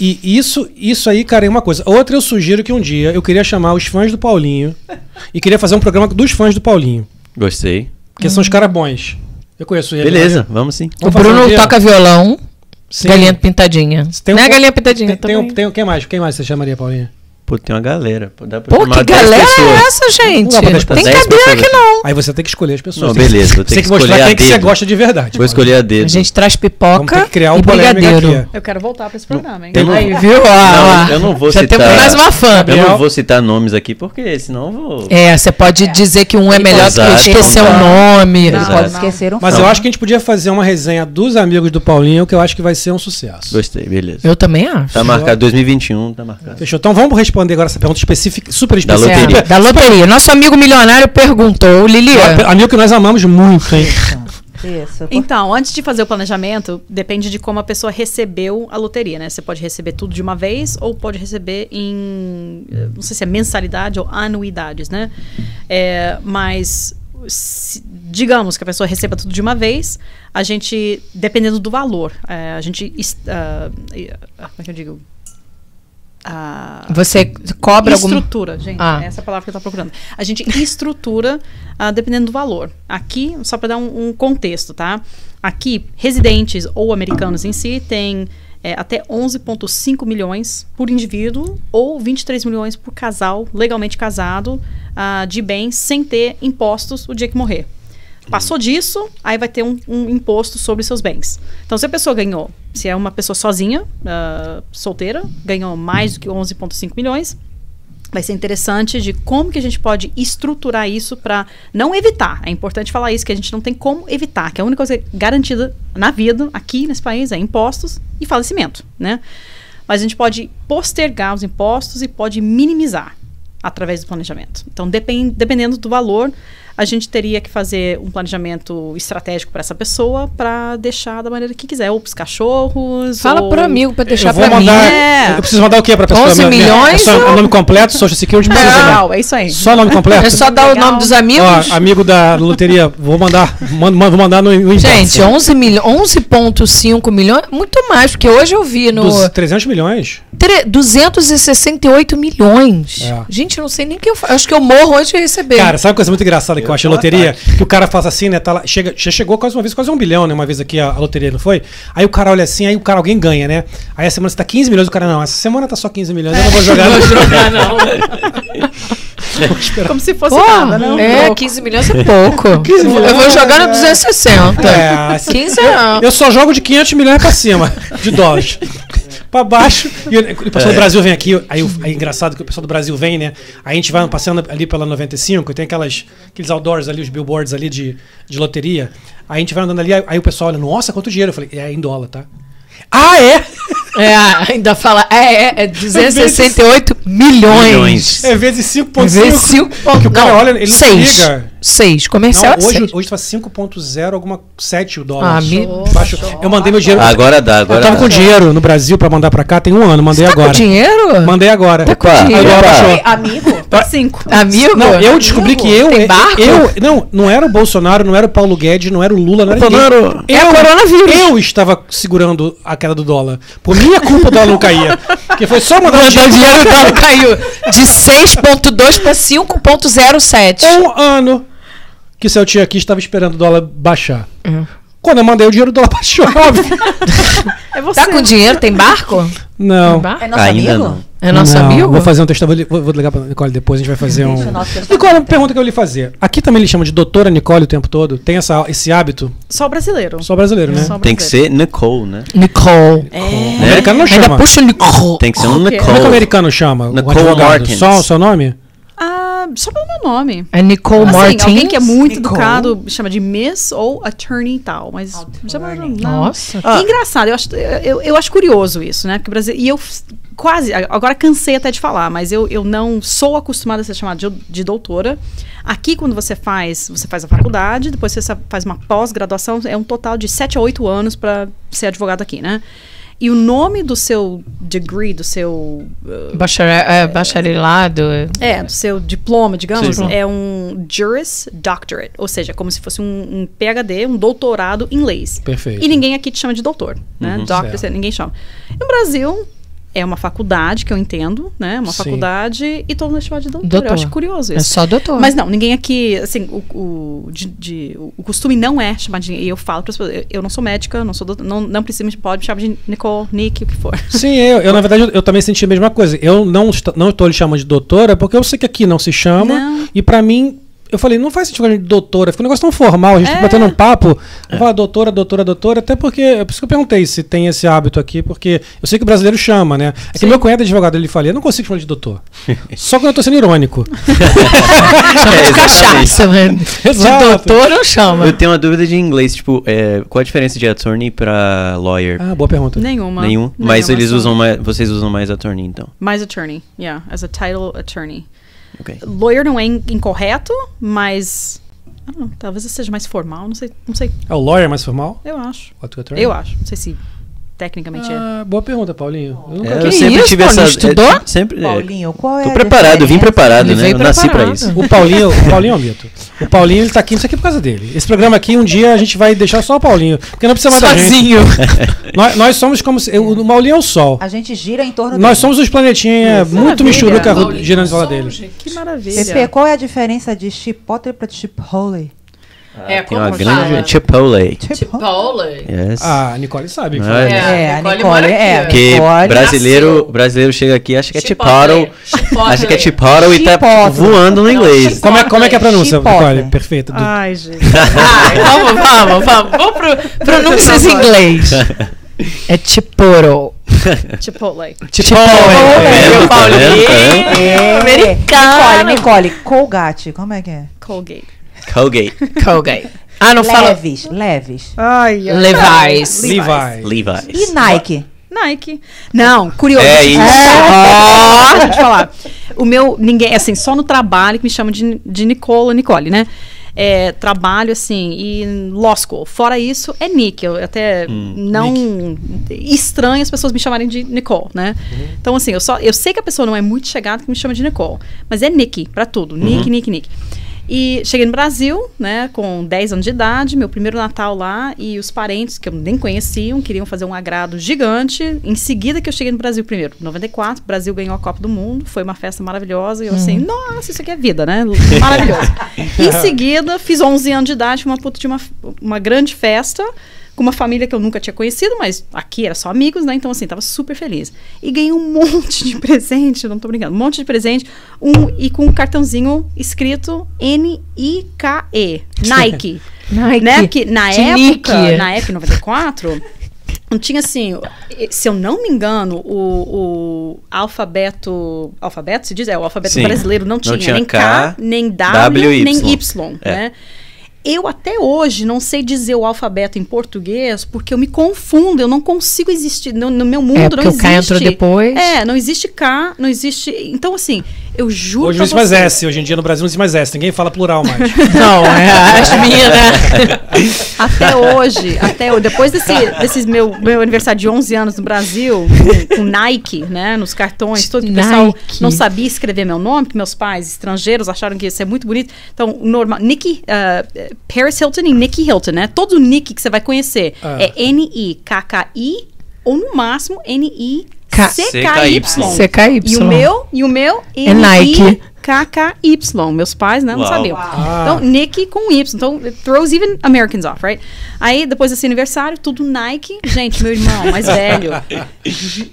S2: E isso, isso aí, cara, é uma coisa. Outra, eu sugiro que um dia eu queria chamar os fãs do Paulinho e queria fazer um programa dos fãs do Paulinho.
S1: Gostei.
S2: Porque são os caras bons. Eu conheço ele.
S1: Beleza, vamos sim.
S3: Hum. O
S2: Vamos fazer um
S3: Bruno
S2: dia?
S3: toca violão,
S2: Sim.
S3: galinha pintadinha.
S2: Tem
S3: não é
S2: um-
S3: galinha pintadinha
S2: Tem, tem, um-
S3: também.
S2: tem, um- quem mais? Quem mais você chamaria, Paulinha?
S1: Pô, tem uma galera. Pô, dá pra
S3: Pô,
S1: chamar
S3: que
S1: 10
S3: galera
S1: pessoas.
S3: é essa, gente?
S2: Não dá pra dar
S3: Tem
S1: pra 10
S3: cadeira
S1: pessoas.
S3: aqui, não.
S2: Aí você tem que escolher as pessoas.
S1: Não,
S2: Você tem que-
S1: beleza, vou ter
S2: Você tem que
S1: que
S2: mostrar
S1: escolher
S2: quem
S1: a
S2: que você
S1: dedo.
S2: gosta de verdade.
S1: Vou
S2: Paulinha.
S1: escolher a dedo.
S3: A gente tá traz
S2: Vamos ter
S3: pipoca
S2: que criar um
S3: e brigadeiro.
S2: polêmica aqui.
S5: Eu quero voltar pra esse programa, hein?
S1: Eu não,
S3: Aí, viu? Ah,
S1: não, eu não vou
S3: Já
S1: citar.
S3: temos mais uma fã.
S1: eu
S2: Gabriel.
S1: não vou citar nomes aqui, porque senão eu vou.
S3: É, você pode dizer que um é melhor que o outro,
S1: Exato.
S3: esquecer o nome.
S5: Não,
S4: Não,
S1: Exato.
S4: pode esquecer um
S2: Mas
S4: fã.
S2: eu acho que a gente podia fazer uma resenha dos amigos do Paulinho, que eu acho que vai ser um sucesso.
S1: Gostei, beleza.
S3: Eu também acho.
S1: Tá marcado 2021, tá marcado.
S2: Fechou? Então vamos responder agora essa pergunta específica, super
S1: Da
S2: específica.
S1: loteria.
S3: É, da loteria. Nosso amigo milionário perguntou,
S2: Pe-
S3: Lilia.
S2: Amigo que nós amamos muito, hein?
S4: Isso. por-
S5: Então, antes de fazer o planejamento, depende de como a pessoa recebeu a loteria, né? Você pode receber tudo de uma vez ou pode receber em, eh, não sei se é mensalidade ou anuidades, né? É, mas se- digamos que a pessoa receba tudo de uma vez, a gente, dependendo do valor, eh, a gente, es- ah, eh, ah, como é que eu digo? Ah,
S3: Você cobra algum.
S5: estrutura, gente.
S3: Ah.
S5: Essa é a palavra que eu tô procurando. A gente estrutura ah, dependendo do valor. Aqui, só para dar um, um contexto, tá? Aqui, residentes ou americanos em si têm eh, até 11,5 milhões por indivíduo ou 23 milhões por casal legalmente casado ah, de bens sem ter impostos o dia que morrer. Passou disso, aí vai ter um, um imposto sobre seus bens. Então, se a pessoa ganhou, se é uma pessoa sozinha, ah, solteira, ganhou mais do que 11,5 milhões, vai ser interessante de como que a gente pode estruturar isso para não evitar. É importante falar isso, que a gente não tem como evitar, que a única coisa garantida na vida, aqui nesse país, é impostos e falecimento, né? Mas a gente pode postergar os impostos e pode minimizar através do planejamento. Então, depen- dependendo do valor, a gente teria que fazer um planejamento estratégico para essa pessoa para deixar da maneira que quiser, ou para os cachorros.
S3: Fala
S5: ou...
S3: pro amigo pra deixar
S2: eu vou
S3: pra
S2: mandar.
S3: mim.
S5: É.
S2: Eu preciso mandar o quê pra pessoa?
S3: 11 milhões
S2: é só
S3: ou-
S2: o nome completo, social security,
S5: É,
S2: beleza,
S5: legal, é isso aí.
S2: né? Só o nome completo?
S3: É só dar o nome dos amigos.
S2: Ó, amigo da loteria, vou mandar, mando, mando- vou mandar no, no inbox.
S3: Gente, é 11 milho- 11,5 milhões, muito mais, porque hoje eu vi no
S2: Dos 300 milhões.
S3: tre- 268 milhões.
S2: É.
S3: Gente, eu não sei nem o que eu faço. Acho que eu morro antes de receber.
S2: Cara, sabe uma coisa muito engraçada que eu
S1: Eu
S2: acho em
S1: tô
S2: loteria? Que o cara faz assim, né? Tá lá, chega, já chegou quase uma vez, quase um bilhão, né? Uma vez aqui a, a loteria, não foi? Aí o cara olha assim, aí o cara, alguém ganha, né? Aí a semana você tá 15 milhões, o cara, não, essa semana tá só 15 milhões, eu não vou jogar. É. não.
S5: Como se fosse
S3: Pô,
S5: nada, né? Um
S3: é,
S5: troco.
S3: 15 milhões é pouco.
S2: 15 milhões
S3: eu vou jogar no 260.
S2: É, assim,
S3: 15 não.
S2: Eu só jogo de 500 milhões pra cima, de dólares. pra baixo. E o e o
S3: É.
S2: pessoal do Brasil vem aqui. Aí, o- aí é engraçado que o pessoal do Brasil vem, né? Aí a gente vai passeando ali pela 95, e tem aquelas, aqueles outdoors ali, os billboards ali de, de loteria. Aí a gente vai andando ali, aí, aí o pessoal olha, nossa, quanto dinheiro? Eu falei, é em dólar, tá? Ah, é?
S3: É, ainda fala, é, é, é 268 milhões.
S1: Milhões.
S2: É vezes 5.5.
S3: Vezes cinco
S2: Que o cara
S3: não,
S2: olha, ele não
S3: seis.
S2: liga.
S3: 6. Comercial é
S2: Não, hoje,
S3: seis.
S2: hoje tá 5.0, alguma 7 o dólar.
S3: Ah, me-
S2: Baixo. Eu mandei meu dinheiro.
S8: Agora dá, agora
S2: eu tava
S8: dá.
S2: com dinheiro no Brasil pra mandar pra cá, tem um ano, mandei
S3: Você tá com
S2: agora.
S3: dinheiro?
S2: Mandei agora.
S3: Tá com
S8: Opa,
S3: dinheiro.
S8: opa.
S2: Baixou.
S4: Amigo,
S5: Tá cinco.
S3: Amigo?
S2: Não, eu descobri que eu,
S3: Tem
S2: eu-
S3: barco?
S2: eu, não, não era o Bolsonaro, não era o Paulo Guedes, não era o Lula, não era
S3: Bolsonaro,
S2: ninguém.
S3: é
S2: Eu,
S3: coronavírus.
S2: Eu estava segurando a queda do dólar. Por minha culpa o dólar não caía. Porque foi só mandar o
S3: Mandou
S2: dinheiro.
S3: Tá dinheiro, o dólar caiu de 6,2 para 5,07.
S2: Um ano que seu tio aqui estava esperando o dólar baixar.
S3: Hum.
S2: Quando eu mandei o dinheiro, o dólar baixou, óbvio.
S5: É você.
S3: Tá com dinheiro? Tem barco?
S2: Não.
S4: é
S3: barco?
S4: nosso
S8: Ainda
S4: amigo?
S8: não.
S3: É nosso
S2: Não,
S3: amigo?
S2: Vou fazer um teste. Vou, li- vou vou ligar pra Nicole depois, a gente vai fazer um.
S4: Deixa o nosso testemunho.
S2: Nicole, uma pergunta que eu lhe fazer. Aqui também lhe chama de doutora Nicole o tempo todo? Tem essa, esse hábito?
S5: Só brasileiro.
S2: Só brasileiro, né?
S5: Só
S8: Tem que
S5: brasileiro.
S8: ser Nicole, né?
S3: Nicole.
S2: O americano não
S3: Ainda
S2: chama.
S3: puxa o Nicole.
S8: Tem que ser um
S2: Como é que o
S8: Nicole.
S2: americano chama? O
S8: Nicole
S2: advogado?
S8: Martins.
S2: Só o seu nome?
S5: Ah, só pelo meu nome.
S3: É Nicole
S5: Assim,
S3: Martins.
S5: alguém que é muito
S4: Nicole.
S5: educado chama de Miss ou Attorney e tal, mas chama não.
S3: Nossa.
S8: Ah.
S5: E é Engraçado, eu acho, eu, eu acho curioso isso, né? Porque o Brasil, e eu f- quase, agora cansei até de falar, mas eu, eu não sou acostumada a ser chamada de, de doutora. Aqui, quando você faz, você faz a faculdade, depois você sa- faz uma pós-graduação, é um total de 7 a 8 anos para ser advogado aqui, né? E o nome do seu degree, do seu uh,
S3: Bachare- é, bacharelado.
S5: é, do seu diploma, digamos,
S8: Sim.
S5: é um Juris Doctorate, ou seja, como se fosse um, um PhD, um doutorado em leis.
S2: Perfeito.
S5: E ninguém aqui te chama de doutor, né?
S8: Uhum.
S5: Doctor,
S2: Certo.
S5: ninguém chama. No Brasil, é uma faculdade, que eu entendo, né? Uma
S2: Sim.
S5: faculdade, e todo mundo é chamado de doutor.
S3: Doutor.
S5: Eu acho curioso
S3: É
S5: isso.
S3: só doutor.
S5: Mas não, ninguém aqui, assim, o, o, de- de- o costume não é chamar de. E eu falo para as pessoas, eu- eu não sou médica, não sou doutor, não, não precisa, me- pode me chamar de Nicole, Nick, o que for.
S2: Sim, eu, eu, na verdade eu, eu também senti a mesma coisa. Eu não est- não estou lhe chamando de doutora porque eu sei que aqui não se chama
S5: Não.
S2: e pra mim eu falei, não faz sentido chamar de doutora, fica um negócio tão formal, a gente
S5: É.
S2: fica batendo um papo,
S8: É.
S2: fala doutora, doutora, doutora, até porque, é por isso que eu perguntei se tem esse hábito aqui, porque eu sei que o brasileiro chama, né? É que meu cunhado é advogado, ele fala, eu não consigo chamar de doutor. Só quando eu tô sendo irônico.
S8: É,
S3: de
S8: exatamente.
S3: cachaça, mano. De
S2: Exato.
S3: doutor não
S8: Eu
S3: chama.
S8: tenho uma dúvida de inglês, tipo, é, qual a diferença de attorney pra lawyer?
S2: Ah, boa pergunta.
S5: Nenhuma.
S8: Nenhum. Mas
S5: Nenhuma,
S8: eles
S5: só-
S8: usam mais, vocês usam mais attorney, então.
S5: Mais attorney, yeah, as a title attorney.
S8: Ok.
S5: Lawyer não é in- incorreto, mas I don't know, talvez eu seja mais formal, não sei, não sei,
S2: É o lawyer mais formal?
S5: eu acho.
S2: What to attorney?
S5: Eu acho, não sei se tecnicamente é.
S2: Ah, boa pergunta, Paulinho. Eu nunca
S8: É,
S3: Que isso, Paulinho, estudou?
S8: é, sempre, é,
S4: Paulinho, qual é
S8: Tô
S4: a
S8: preparado, eu vim
S4: diferença?
S8: preparado,
S3: Ele
S8: né?
S3: veio
S8: Eu nasci pra
S3: preparado.
S8: isso.
S2: O Paulinho, o Paulinho é um mito. O Paulinho, ele tá aqui, isso aqui é por causa dele. Esse programa aqui, um dia a gente vai deixar só o Paulinho. Porque não precisa mais
S3: Sozinho.
S2: da gente. Nós, nós somos como. se- o, o Paulinho é o sol.
S4: A gente gira em torno
S2: Nós
S4: dele.
S2: somos os planetinhas muito
S5: maravilha.
S2: michuruca ru- girando em volta dele.
S5: Que maravilha.
S4: Pepe, qual é a diferença de chipotle para chipotle?
S3: É,
S8: Tem uma
S3: como fala?
S8: grande Chipotle.
S3: Chipotle.
S8: Yes.
S2: Ah, a Nicole sabe.
S8: Ah,
S2: É.
S8: é.
S4: É, a
S3: Nicole
S4: Nicole,
S3: mora
S4: é.
S3: aqui,
S8: Porque
S4: Nicole
S8: brasileiro, brasileiro chega aqui acha que é
S3: Chipotle.
S8: Chipotle.
S3: Chipotle.
S8: Acha que é Chipotle e tá
S4: Chipotle.
S8: voando no inglês.
S2: Como, é, como é que é a pronúncia,
S4: Chipotle.
S2: Nicole? Perfeita. do-
S5: Ai, gente.
S3: Ai, Ah, vamos, vamos, vamos. Vamos pro pronúncias em inglês. É Chiporo.
S5: Chipotle.
S8: é? vendo, tá vendo, tá vendo?
S4: É.
S3: Americano.
S4: Nicole, Nicole, Colgate, como é que é?
S5: Colgate.
S8: Colgate.
S3: Colgate. Ah, não fala.
S4: leves, leves.
S5: Ai, ai.
S3: Levi's.
S2: Levi.
S4: E
S8: Levi's.
S4: Nike?
S5: Nike. Não, curioso.
S8: É
S5: gente,
S8: isso.
S5: Ah, deixa eu te falar. O meu, ninguém, assim, só no trabalho que me chamam de, de Nicola, Nicole, né? É, trabalho, assim, e law school. Fora isso, é Nick. Eu até
S8: Hum,
S5: não... Estranho as pessoas me chamarem de Nicole, né? Então, assim, eu, só, eu sei que a pessoa não é muito chegada que me chama de Nicole. Mas é Nick pra tudo. Nick, Nick, Nick. E cheguei no Brasil, né, com 10 anos de idade, meu primeiro Natal lá, e os parentes, que eu nem conheciam, queriam fazer um agrado gigante. Em seguida que eu cheguei no Brasil primeiro, 94, o Brasil ganhou a Copa do Mundo, foi uma festa maravilhosa, e eu assim, nossa, isso aqui é vida, né? Maravilhoso. em seguida, fiz 11 anos de idade, fui uma puta de uma, uma grande festa, com uma família que eu nunca tinha conhecido, mas aqui era só amigos, né? Então, assim, tava super feliz. E ganhei um monte de presente, eu não tô brincando, um monte de presente, um, e com um cartãozinho escrito N-I-K-E, Nike.
S3: Nike.
S5: né? Porque na
S3: De
S5: época,
S3: Nike.
S5: na época, em 94, não tinha assim, se eu não me engano, o, o alfabeto, alfabeto se diz, é, o alfabeto
S8: Sim.
S5: brasileiro não
S8: Não
S5: tinha,
S8: tinha
S5: nem
S8: K,
S5: K, nem
S8: W
S5: W,
S8: e
S5: nem
S8: Y.
S5: Y,
S8: É.
S5: né? Eu até hoje não sei dizer o alfabeto em português porque eu me confundo, eu não consigo existir. No, no meu mundo
S3: É,
S5: não
S3: porque o
S5: existe.
S3: K entrou depois.
S5: É, não existe K, não existe. Então, assim, Eu juro
S2: Hoje
S5: pra
S2: não se mais
S8: é,
S5: você.
S2: S, hoje em dia no Brasil não se mais S, ninguém fala plural mais.
S3: Não, é as né? minas.
S5: Até hoje, até o- depois desse, desses meu, meu aniversário de 11 anos no Brasil, com, com Nike, né, nos cartões, tudo que o pessoal
S3: Nike.
S5: não sabia escrever meu nome, porque meus pais estrangeiros acharam que ia ser muito bonito. Então, o normal, Nicky, ah, eh, Paris Hilton e Nicky Hilton, né? Todo Nick que você vai conhecer
S2: Ah.
S5: é N-I-K-K-I ou no máximo
S3: K-
S5: N-I-C-K-Y.
S3: CKY.
S5: E o meu, e o meu
S3: É Nike.
S5: KKY. Meus pais, né, não
S1: Uau.
S5: sabiam.
S2: Ah.
S5: Então, Nick com Y. Então, it throws even Americans off, right? Aí, depois desse aniversário, tudo Nike. Gente, meu irmão mais velho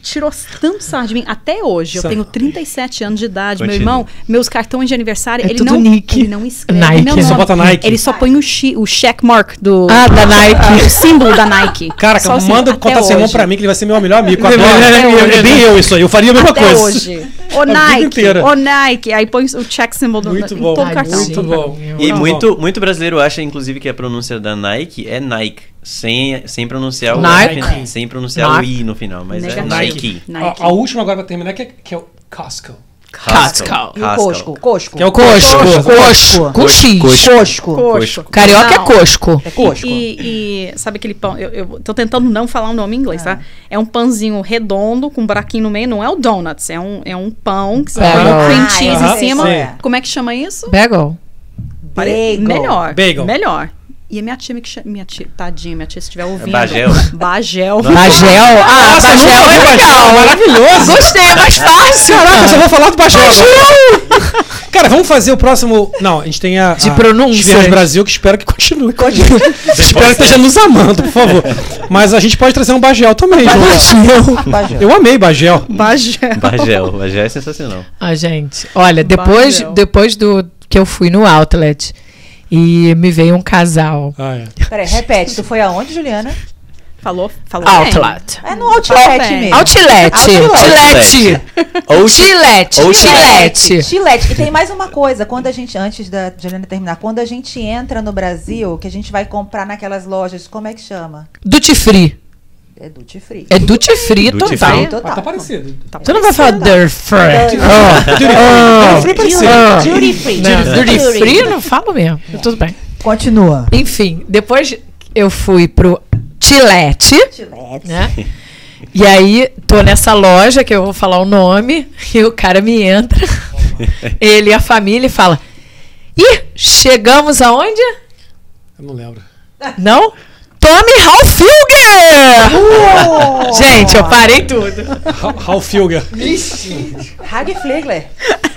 S5: tirou tanto sarro de mim até hoje. Eu
S2: Sa-
S5: tenho 37 anos de idade. Meu
S1: Continua.
S5: irmão, meus cartões de aniversário,
S3: É
S5: ele,
S3: tudo
S5: não,
S3: Nike.
S5: ele não escreve
S3: Nike.
S5: meu
S3: Ele
S2: só
S5: nome.
S2: bota Nike.
S5: Ele só põe o, chi, o check mark do...
S3: Ah, da Nike.
S8: tá.
S5: o símbolo da Nike.
S2: Cara,
S5: Só o símbolo.
S2: manda
S5: Até
S2: contar seu irmão
S5: hoje.
S2: pra mim, que ele vai ser meu melhor amigo. Eu
S3: Até
S2: adoro.
S3: hoje,
S2: É bem eu isso aí, eu faria a mesma
S5: Até
S2: coisa.
S5: hoje. Ô
S2: vida
S5: Nike,
S2: inteira.
S5: ô Nike. Aí põe o check symbol no,
S2: Muito
S5: em
S2: bom,
S5: todo cartão.
S2: muito
S5: todo
S2: bom.
S1: E
S2: Não,
S1: muito, muito brasileiro acha, inclusive, que a pronúncia da Nike é Nike, sem, sem pronunciar o
S3: Nike.
S1: F- sem pronunciar
S3: Nike.
S1: o i no final, mas
S5: Negativo.
S1: é
S2: Nike.
S1: Nike.
S5: Nike.
S2: A, a última agora pra terminar, que é, que é o Costco.
S1: Haskell.
S4: E o Cosco, Cosco.
S2: Que é o
S3: Cosco.
S2: Costco.
S3: Cosco. Com X.
S4: Cosco.
S5: Cosco.
S3: Carioca é
S5: Não.
S3: cosco.
S4: É Cosco.
S5: E, e sabe aquele pão? Eu, eu tô tentando não falar o nome em inglês, tá? É um pãozinho redondo com um buraquinho no meio. Não é o donuts, é um, é um pão que você
S3: Ah,
S5: põe
S3: não.
S5: um cream
S4: Ah,
S5: cheese
S2: eu
S5: em
S2: sei
S5: cima.
S2: qual é.
S5: Como é que chama isso?
S3: Bagel.
S5: Pare-
S4: Bagel.
S5: Melhor.
S2: Bagel.
S5: Melhor. E a minha tia me que chama. Minha tia, tadinha, minha tia, se estiver ouvindo.
S1: Bagel.
S5: Bagel.
S3: Bagel? Ah,
S2: Nossa, eu
S3: Bagel
S2: nunca
S3: é
S2: vi
S3: legal.
S2: Bagel, maravilhoso.
S3: Gostei, é mais fácil.
S2: Caraca, eu só vou falar do Bagel. agora. Cara, vamos fazer o próximo. Não, a gente tem a.
S3: De
S2: a
S3: pronúncias.
S2: Esfirras Brasil, que espero que continue. com a gente. espero que esteja nos amando, por favor. Mas a gente pode trazer um Bagel também, João.
S4: Bagel.
S2: Eu amei Bagel.
S5: Bagel.
S1: Bagel. Bagel é sensacional.
S3: Ah, gente, olha, depois,
S5: Babel.
S3: depois do que eu fui no outlet e me veio um casal.
S2: Ah, é.
S4: Peraí, repete. Tu foi aonde, Juliana?
S5: Falou, falou. bem.
S3: Outlet.
S4: É no Outlet
S5: Outlet.
S4: mesmo.
S3: Outlet. Outlet.
S1: Ou
S3: Chilete.
S1: Ou
S3: Chilete.
S4: Chilete. E tem mais uma coisa, quando a gente, antes da Juliana terminar, quando a gente entra no Brasil, que a gente vai comprar naquelas lojas, como é que chama?
S3: Duty free.
S4: É duty free.
S3: É duty free
S1: Duty
S3: total.
S1: free.
S2: Ah, tá
S4: Total.
S2: parecido.
S5: Tá
S3: Tu não vai falar dirt free.
S2: Ah, free parecido.
S3: Ah.
S4: Duty free.
S3: Não, Duty
S4: Duty
S3: free eu não falo mesmo. Tudo bem.
S4: Continua.
S3: Enfim, depois eu fui pro Chilete.
S4: Chilete.
S3: né? E aí, tô nessa loja que eu vou falar o nome, e o cara me entra, ele e a família, e fala: Ih, chegamos aonde?
S2: Eu não lembro.
S3: Não? Tommy Hilfiger!
S4: Uh!
S3: Gente, eu parei tudo.
S2: Ra- Ralph Hilger.
S4: Hag Flegler.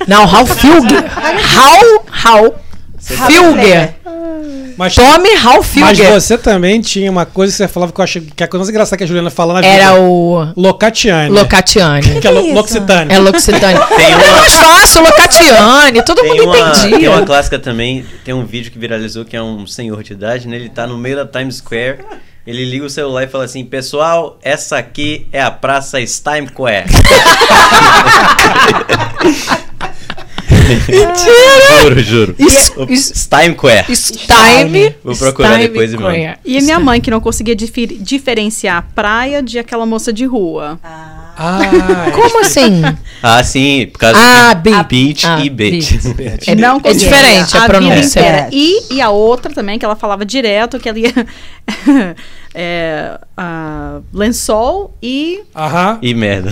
S3: Não, Hilfiger. Hal, Hal, Filger.
S2: Mas,
S3: Tommy
S2: mas
S3: Hilfiger.
S2: você também tinha uma coisa que você falava que eu achei que é a coisa mais engraçada que a Juliana fala na vida.
S3: Era o
S2: Locatiane.
S3: Locatiane.
S2: Que é
S4: Que que
S2: lo
S4: é
S2: Locitane.
S3: É L'Occitane.
S1: Tem
S3: É
S1: uma,
S3: mais fácil, Locatiane. Todo
S1: tem,
S3: mundo
S1: uma, tem uma
S3: entendia.
S1: clássica também, tem um vídeo que viralizou que é um senhor de idade, né? Ele tá no meio da Times Square, ele liga o celular e fala assim, pessoal, essa aqui é a praça Times Square.
S3: Mentira!
S1: juro, juro.
S3: Isso- isso-
S1: Times Square.
S3: Stein.
S1: Vou procurar depois e mando.
S5: E a minha mãe que não conseguia difer- diferenciar a praia de aquela moça de rua.
S2: Ah,
S1: é.
S3: Como assim?
S1: Ah, sim, por causa
S3: Ah,
S1: do
S3: bi-
S1: beach
S3: ah,
S1: e bit.
S3: beach. É,
S5: não
S3: é
S5: conseguia.
S3: diferente a,
S5: vida
S3: pronúncia.
S5: inteira. E, e a outra também, que ela falava direto, que ela ia. é, ah, lençol e
S2: Aham.
S1: E merda.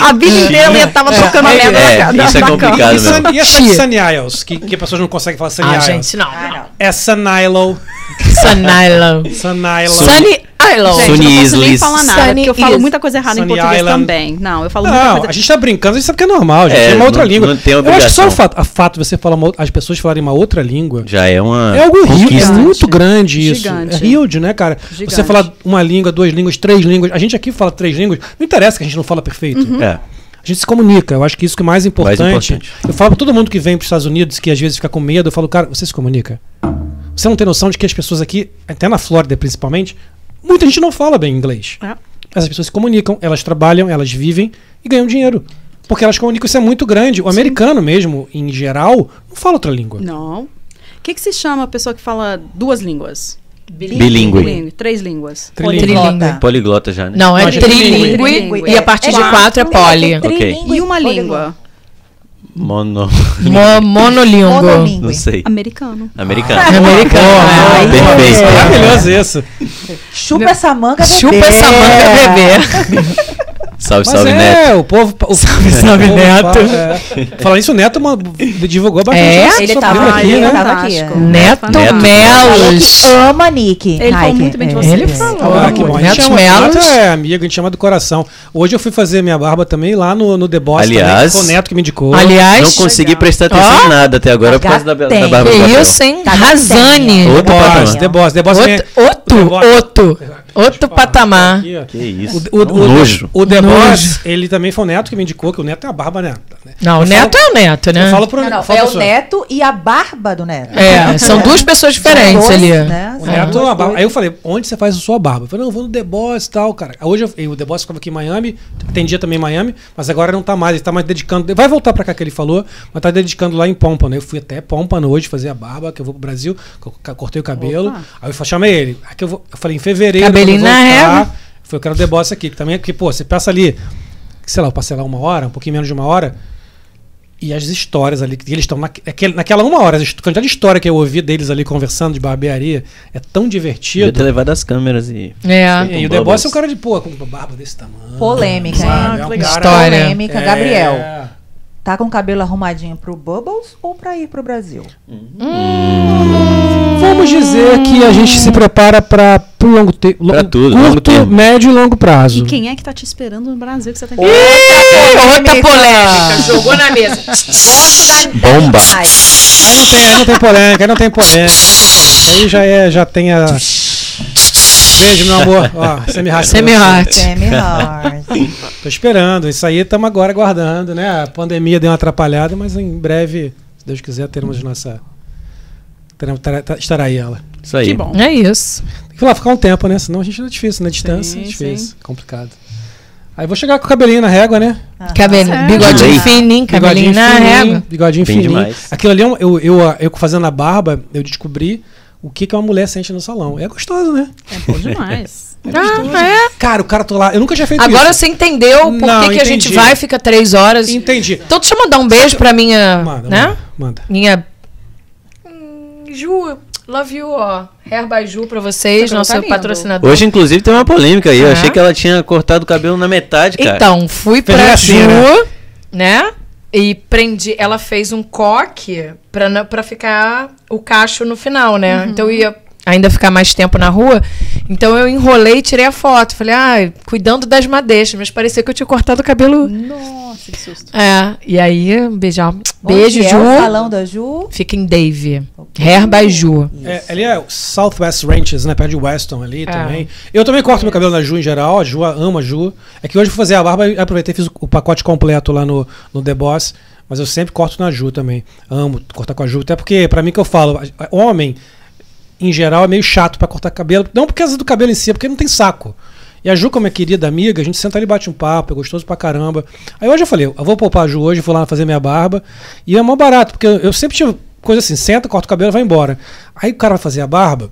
S5: a vida inteira ela ia- tava tocando a merda
S1: é,
S5: na ca- na,
S1: isso é
S5: na
S1: complicado.
S5: cama.
S2: E, Sun,
S1: mesmo.
S2: e essa de
S3: Chia.
S2: Sunny Isles, que, que as pessoas não conseguem falar Sunny
S3: Ah,
S2: Isles.
S3: gente, não.
S4: Ah,
S3: não.
S4: não.
S2: É Sunnylo.
S3: Sun Island.
S2: Sunnylo.
S3: Sunny Island.
S5: Gente, eu não posso nem
S1: Sunis,
S5: falar nada,
S3: Sunny
S5: porque eu falo
S3: is-
S5: muita coisa errada
S2: Sunny
S5: em português
S2: Island.
S5: também. Não, eu falo muita
S2: Não,
S5: coisa.
S2: a gente tá brincando, a gente sabe que é normal, gente.
S1: É,
S2: É, uma outra
S1: não-
S2: língua.
S1: não tem
S2: Eu acho que só
S1: obrigação.
S2: o fato, a fato de você falar uma outra- as pessoas falarem uma outra língua.
S1: Já é uma
S2: É algo rio, é
S1: conquista.
S2: muito grande isso.
S5: Gigante.
S2: É huge, né, cara?
S5: Gigante.
S2: Você falar uma língua, duas línguas, três línguas. A gente aqui fala três línguas. Não interessa que a gente não fala perfeito.
S3: Uhum.
S1: É.
S2: A gente se comunica. Eu acho que isso que é mais importante.
S1: importante.
S2: Eu falo pra todo mundo que vem pros Estados Unidos, que às vezes fica com medo, eu falo, cara, você se comunica. Você não tem noção de que as pessoas aqui, até na Flórida principalmente, muita gente não fala bem inglês.
S5: É.
S2: Mas as pessoas se comunicam, elas trabalham, elas vivem e ganham dinheiro. Porque elas comunicam, isso é muito grande. O americano mesmo, em geral, não fala outra língua.
S5: Não. O que, que se chama a pessoa que fala duas línguas?
S8: Bilíngue.
S5: Bilíngue, Três línguas.
S3: Trilingue.
S8: Poliglota já, né?
S3: Não, é
S2: Não, gente,
S3: trilingue
S5: trilingue.
S3: e a partir de quatro é poli.
S5: E uma língua.
S8: Mono.
S3: Mo- Monolingo.
S4: Monolingue.
S8: Não sei.
S5: Americano.
S8: Americano.
S1: Ah,
S3: Americano.
S8: Ai, Perfeito.
S2: É Maravilhoso isso.
S4: Chupa essa manga, bebê. É.
S3: Chupa essa manga, bebê.
S8: Salve,
S2: Mas
S8: salve,
S2: é,
S8: Neto.
S2: o povo. O, salve,
S3: salve, Neto.
S2: Falando isso, o Neto uma, divulgou bastante.
S3: É?
S2: essa-
S4: Ele
S2: essa
S4: tava
S2: briga
S4: aqui,
S2: aqui, né?
S4: né? tava
S5: Fantástico.
S4: aqui,
S3: Neto
S8: Neto
S3: Melos.
S4: Ela que ama Nick. É. Tá
S5: Ele falou muito bem de você.
S3: Ele
S5: Ele
S3: falou.
S2: Ah, que bom. A gente
S3: Neto
S2: chama,
S3: Melos.
S2: Neto é amigo, a gente chama do coração. Hoje eu fui fazer minha barba também lá no, no The Boss.
S8: Aliás-
S2: também, que foi o Neto que me indicou.
S8: Não
S3: Aliás,
S8: consegui
S5: Legal.
S8: prestar atenção em nada até agora por causa da, da
S4: Tem.
S8: barba
S3: que
S8: de papel.
S3: isso, hein?
S4: Tá
S3: Razane.
S8: Outro
S2: The Boss,
S8: patamar.
S2: Ah, The Boss, The Boss. também- é-
S3: Outro,
S2: assim, Negócio.
S3: outro, outro patamar.
S2: Aqui, ó.
S8: Que isso.
S2: O, o,
S8: É
S2: o-
S8: um nojo.
S2: o The
S3: Nojo.
S2: Boss, ele também foi o Neto que me indicou, que o Neto é a barba, né?
S3: Não, o neto é o neto, né?
S2: Eu falo pro
S4: Não, não,
S2: eu falo
S4: é
S2: pro
S4: o
S2: senhor.
S4: neto e a barba do neto.
S3: É, são duas pessoas diferentes
S4: Dois,
S3: ali.
S4: né?
S2: O
S4: São
S2: Neto,
S4: duas
S2: É, a barba.
S4: coisas.
S2: Aí eu falei, onde você faz a sua barba? Eu falei, não, eu vou no The Boss e tal, cara. Hoje eu- eu- o The Boss ficava aqui em Miami, tem dia também em Miami, mas agora não tá mais, ele tá mais dedicando. Vai voltar pra cá que ele falou, mas tá dedicando lá em Pompa, né? Eu fui até Pompa hoje fazer a barba, que eu vou pro Brasil, co- ca- cortei o cabelo. Aí eu fa- chamei ele. Aqui eu, vou, eu falei, em fevereiro,
S3: Cabelinho
S2: quando eu
S3: na
S2: voltar,
S3: régua.
S2: eu falei, eu quero The Boss aqui, que também é que, pô, você passa ali, sei lá, eu passei lá uma hora, um pouquinho menos de uma hora. E as histórias ali, que eles estão naque- naquele- naquela uma hora, a his- quantidade de história que eu ouvi deles ali conversando de barbearia é tão
S8: Devia ter
S2: divertido.
S8: levado as câmeras e...
S3: É.
S2: E o
S8: com
S2: The Boss
S8: bobas.
S2: é um cara de pô, com uma barba desse tamanho.
S4: Polêmica,
S2: sabe?
S4: hein?
S2: É um
S3: legal.
S2: cara-
S3: Ah, História.
S4: Polêmica,
S2: É.
S4: Gabriel. Tá com o cabelo arrumadinho pro Bubbles ou pra ir pro Brasil?
S2: Vamos dizer que a gente se prepara para pro longo tempo.
S8: Pra tudo, longo
S2: curto,
S8: termo.
S2: médio e longo prazo.
S5: E quem é que tá te esperando no Brasil que você tá aqui?
S3: Outra polêmica. Jogou na mesa.
S8: Bomba.
S2: Aí não tem, aí não tem polêmica, aí não tem polêmica. Aí já, é, já tem a. Beijo, meu amor. Ó, semi-hot.
S3: Semi-hot.
S4: Semi Horse.
S2: Tô esperando. Isso aí estamos agora aguardando, né? A pandemia deu uma atrapalhada, mas em breve, se Deus quiser, teremos nossa. teremos- terá- tá- Estará aí ela.
S8: Isso aí.
S5: Que bom.
S3: É isso.
S2: Tem que lá ficar um tempo, né? Senão a gente é difícil, né? Distância é
S5: Sim,
S2: difícil, complicado. Aí vou chegar com o cabelinho na régua, né?
S3: Cabelo,
S5: Certo.
S3: bigodinho
S8: Lei.
S3: fininho, cabelinho
S2: Bigodinho
S3: na
S2: fininho,
S3: régua.
S2: Bigodinho
S8: Bem
S2: fininho.
S8: demais.
S2: Aquilo ali, é um- eu, eu, eu fazendo a barba, eu descobri o que, que uma mulher sente no salão. É gostoso, né?
S5: É bom demais.
S3: Ah, é.
S2: Cara, o cara tô lá. Eu nunca tinha feito
S3: Agora
S2: isso.
S3: você entendeu por
S2: Não,
S3: que que a gente
S2: entendi.
S3: vai, fica três horas.
S2: Entendi.
S3: Então deixa eu mandar um beijo pra minha,
S2: Manda,
S3: né?
S2: manda, manda.
S3: Minha Ju, love you, ó. Hair by Ju pra vocês,
S5: Tá
S3: nosso
S5: lindo.
S3: patrocinador.
S8: Hoje, inclusive, tem uma polêmica aí. Eu
S3: Ah.
S8: achei que ela tinha cortado o cabelo na metade,
S2: Tá.
S8: cara.
S3: Então, fui
S2: Fez
S3: pra
S2: gracinha,
S3: Ju, né? E prendi. Ela fez um coque pra, na- pra ficar o cacho no final, né?
S4: Uhum.
S3: Então eu ia ainda ficar mais tempo na rua. Então eu enrolei e tirei a foto. Falei, ah, cuidando das madeixas. Mas parecia que eu tinha cortado o cabelo.
S5: Nossa, que susto.
S3: É. E aí, um beijão. Beijo,
S4: Onde
S3: Ju.
S4: É o salão da Ju.
S3: Fica em Dave. Hair by Ju.
S2: É, ali é o Southwest Ranches, né? Perto de Weston ali
S3: Ah.
S2: também. Eu também corto meu cabelo na Ju em geral. A Ju ama a Ju. É que hoje eu fui fazer a barba e aproveitei e fiz o- o pacote completo lá no, no The Boss. Mas eu sempre corto na Ju também. Amo cortar com a Ju. Até porque, pra mim, que eu falo, a- a- homem, em geral, é meio chato pra cortar cabelo. Não por causa do cabelo em si, é porque não tem saco. E a Ju, como é querida amiga, a gente senta ali e bate um papo, é gostoso pra caramba. Aí hoje eu falei, eu vou poupar a Ju hoje, vou lá fazer minha barba. E é mó barato, porque eu, eu sempre tive coisa assim, senta, corta o cabelo e vai embora. Aí o cara vai fazer a barba,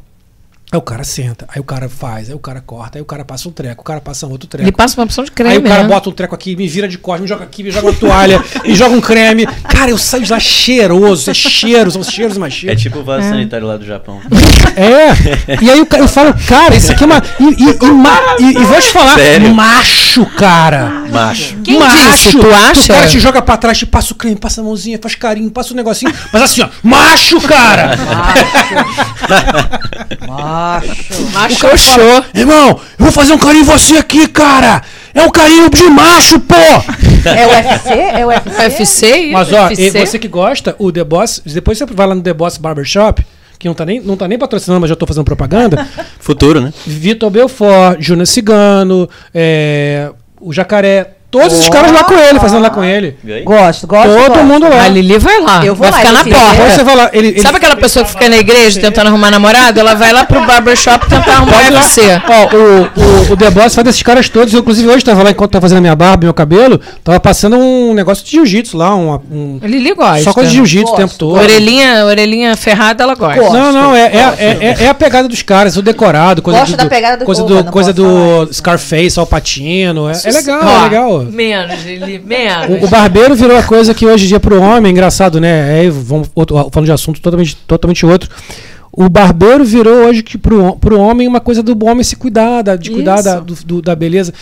S2: aí o cara senta, aí o cara faz, aí o cara corta, aí o cara passa um treco, o cara passa um outro treco.
S3: Ele passa uma opção de creme,
S2: Aí o cara
S3: né?
S2: bota um treco aqui, me vira de costas, me joga aqui, me joga uma toalha, me joga um creme. Cara, eu saio de lá cheiroso, é cheiro, são cheiros e mais
S8: É
S2: cheiros.
S8: tipo o vaso sanitário lá do Japão.
S2: É. E aí o ca- eu falo, cara, isso aqui é uma. E, e- e ma- e- e vou te falar,
S8: Sério?
S2: macho, cara.
S8: Macho.
S3: Ah, Quem
S2: macho,
S3: disse? Tu acha?
S2: O cara te joga pra trás, te passa o creme, passa a mãozinha, faz carinho, passa o negocinho. Mas assim, ó, macho, cara!
S3: Macho show.
S2: Irmão, eu vou fazer um carinho em você aqui, cara! É um carinho de macho, pô!
S4: É o UFC? É o UFC?
S3: UFC?
S2: Mas ó, e
S3: UFC?
S2: você que gosta, o The Boss, depois você vai lá no The Boss Barbershop, que não tá nem, não tá nem patrocinando, mas já tô fazendo propaganda.
S8: Futuro, né?
S2: Vitor Belfort, Júnior Cigano, é, o Jacaré. Todos os caras lá com ele, fazendo lá com ele.
S1: E aí?
S4: Gosto, gosto.
S2: Todo
S4: gosto.
S2: mundo lá.
S3: A Lili vai lá.
S4: Eu vou
S3: vai
S4: lá,
S3: ficar na
S4: Lili.
S3: porta.
S2: Depois você vai lá. Ele, ele-
S3: Sabe aquela pessoa que fica na igreja tentando arrumar namorado? Ela vai lá pro barbershop tentar arrumar pra
S4: é?
S3: você.
S2: Ó, o, o, o The Boss faz desses caras todos. Eu, inclusive, hoje tava lá, enquanto tava fazendo a minha barba e meu cabelo, tava passando um negócio de jiu-jitsu lá, um, um-
S3: A Lili
S4: Ah,
S3: gosta.
S2: só
S4: é
S2: coisa de jiu-jitsu o tempo todo.
S3: Orelhinha, orelhinha ferrada, ela gosta.
S2: Não, não, é, é, é, é- é a pegada dos caras, o decorado, coisa
S4: Gosto
S2: do,
S4: da pegada do-
S2: coisa
S4: Opa,
S2: do,
S4: não
S2: coisa
S4: posso
S2: do
S4: falar
S2: Scarface, Alpatino. É, é legal,
S3: Ó,
S2: é legal.
S3: Menos, Lili, menos.
S2: O, o barbeiro virou a coisa que hoje em dia pro homem, engraçado, né? É, vamos, outro, falando de assunto totalmente, totalmente outro. O barbeiro virou hoje que pro, hom- pro homem uma coisa do homem se cuidar, da- de cuidar da, do- do- da beleza.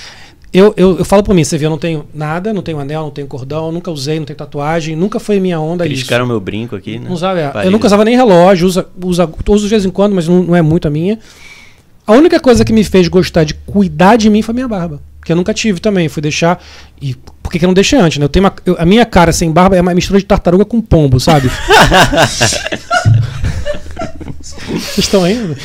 S2: Eu, eu, eu falo por mim, você vê, eu não tenho nada, não tenho anel, não tenho cordão, nunca usei, não tenho tatuagem, nunca foi minha onda isso.
S1: Criticaram meu brinco aqui, né?
S2: Não usava, é. Eu
S1: Parede.
S2: nunca usava nem relógio, usa, usa, uso de vez em quando, mas não, não é muito a minha. A única coisa que me fez gostar de cuidar de mim foi a minha barba. Que eu nunca tive também. Fui deixar. E por que que eu não deixei antes, né? Eu tenho uma- eu- a minha cara sem barba é uma mistura de tartaruga com pombo, sabe? Vocês estão aí?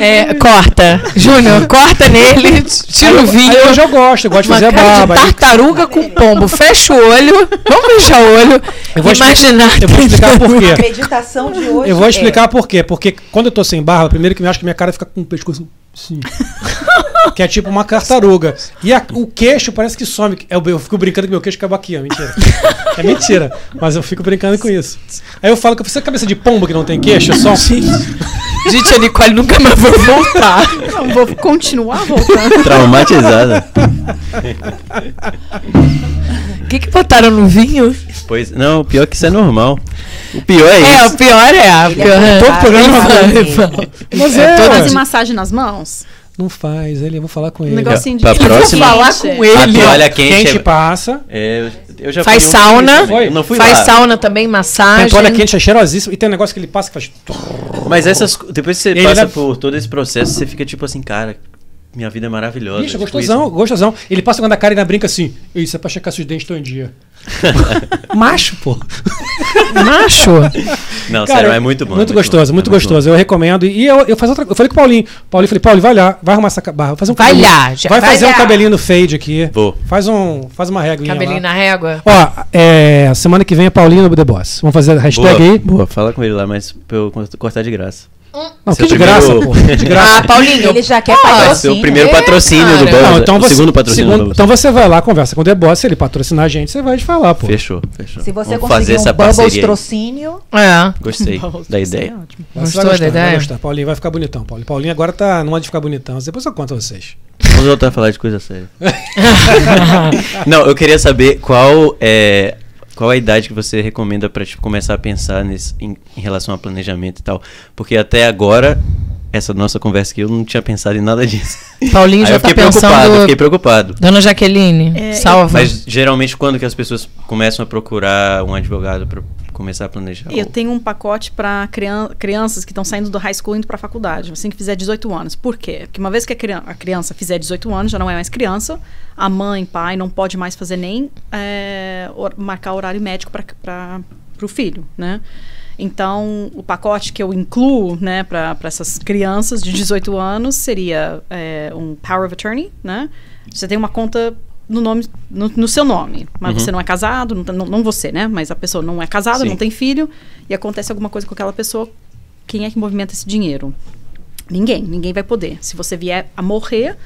S3: É, corta. Júnior, corta nele, tira o
S2: Aí
S3: vídeo.
S2: hoje eu gosto, eu gosto de
S3: Uma
S2: fazer a
S3: cara
S2: barba.
S3: de
S2: aí-
S3: tartaruga com pombo. Fecha o olho. Vamos fechar o olho.
S2: Eu vou expli-
S3: imaginar.
S2: eu vou explicar por
S4: A
S2: quê.
S4: meditação de hoje.
S2: Eu vou
S4: é-
S2: explicar por quê. Porque quando eu tô sem barba, primeiro que me acho que minha cara fica com o pescoço. Sim. que é tipo uma tartaruga. E a- o queixo parece que some. Eu, eu fico brincando que meu queixo acabou aqui, ó. Mentira. É mentira. Mas eu fico brincando com isso. Aí eu falo que você é cabeça de pombo que não tem queixo, é só. Sim.
S3: Gente, a Nicole nunca mais vai voltar.
S5: Não, vou continuar voltando.
S1: Traumatizada.
S3: O que, que botaram no vinho?
S1: pois, não, o pior é que isso é normal. O pior é,
S3: É, o
S1: isso.
S3: pior é. O
S4: Ele
S3: pior é.
S4: é
S2: Todo programa
S4: Ah,
S2: é
S4: ele
S2: uma
S4: fala
S3: coisa.
S2: Mas é.
S5: Fazer
S2: ué.
S5: massagem nas mãos.
S2: Não faz, ele, eu vou falar com
S5: Um
S2: ele.
S5: negocinho de
S1: Pra próxima?
S5: falar
S3: Falar
S5: com
S3: com ele.
S1: A toalha
S2: Quente,
S1: quente. é-
S2: passa.
S1: é, eu já
S3: Faz
S1: fui um-
S3: sauna.
S1: Eu não fui
S3: Faz
S1: lá.
S3: sauna também,
S2: Tem
S3: massagem.
S2: toalha quente, é cheirosíssimo. E tem um negócio que ele passa que faz.
S1: Mas essas. co- Depois que você
S2: Ele
S1: passa
S2: vai-
S1: por todo esse processo, você fica tipo assim, cara, minha vida é maravilhosa.
S2: Bicho,
S1: Tipo
S2: gostosão,
S1: isso.
S2: gostosão. Ele passa quando a cara e ainda brinca assim. Isso é pra checar se os dentes estão em dia. Macho, pô.
S3: Macho.
S1: Não,
S2: Cara,
S1: sério, é muito bom. é
S2: Muito
S1: bom,
S2: gostoso,
S1: é
S2: muito gostoso. Eu recomendo. E eu, eu faço outra Eu falei com o Paulinho. Paulinho, falei, Paulinho, vai lá, vai arrumar essa ca- barba. Fazer um
S3: Vai
S2: cabelinho.
S3: lá, já-
S2: Vai,
S3: vai
S2: fazer um
S3: lá.
S2: cabelinho no fade aqui.
S1: Vou.
S2: Faz um. Faz uma regrinha.
S3: Cabelinho
S2: lá.
S3: na régua.
S2: Ó, é, semana que vem é Paulinho no The Boss. Vamos fazer a
S1: Boa,
S2: hashtag aí.
S1: boa, fala com ele lá, mas pra eu cortar de graça.
S2: Não,
S1: Seu
S2: que de
S1: primeiro-
S2: graça, pô. Que de graça.
S3: Ah, Paulinho.
S4: Ele já quer
S1: Vai
S4: patrocínio.
S1: ser o primeiro
S3: é,
S1: patrocínio
S3: cara.
S1: do Bob.
S2: Não, então
S1: o
S2: você,
S1: segundo patrocínio
S2: segundo-
S1: do Bob.
S2: então você vai lá, conversa com o The Boss, se ele patrocinar a gente, então você vai te falar, pô.
S1: Fechou, fechou.
S4: Se você
S1: Vamos fazer
S4: conseguir
S1: essa
S4: um Bubbles
S1: parceria. aí.
S4: trocínio,
S3: É.
S1: Gostei da ideia.
S2: Você
S3: Gostou
S2: vai gostar,
S3: da
S2: vai
S3: ideia?
S2: gostar. Paulinho vai ficar bonitão, Paulinho. Paulinho agora tá numa de ficar bonitão. Depois eu conto a vocês.
S1: Vamos voltar a falar de coisa séria. Não, eu queria saber qual é qual a idade que você recomenda pra tipo, começar a pensar nesse, em, em relação a planejamento e tal. Porque até agora, essa nossa conversa aqui, eu não tinha pensado em nada disso.
S3: Paulinho
S1: Aí
S3: já
S1: eu
S3: tá
S1: fiquei preocupado, eu
S3: pensando.
S1: fiquei preocupado.
S3: Dona Jaqueline,
S5: É,
S2: Uhum.
S3: salva.
S1: Mas geralmente quando que as pessoas começam a procurar um advogado pra começar a planejar?
S5: Eu
S1: Ou-
S5: tenho um pacote para crianças que estão saindo do high school e indo para a faculdade, assim que fizer 18 anos. Por quê? Porque uma vez que a, crian- a criança fizer 18 anos, já não é mais criança, a mãe, pai não pode mais fazer nem é, hor- marcar horário médico para o filho, né? Então, o pacote que eu incluo né, para essas crianças de 18 anos seria é, um Power of Attorney, né? Você tem uma conta no, nome, no, no seu nome, mas você não é casado, não, tá- não, não você, né? Mas a pessoa não é casada,
S1: Sim.
S5: não tem filho, e acontece alguma coisa com aquela pessoa, quem é que movimenta esse dinheiro? Ninguém, ninguém vai poder. Se você vier a morrer,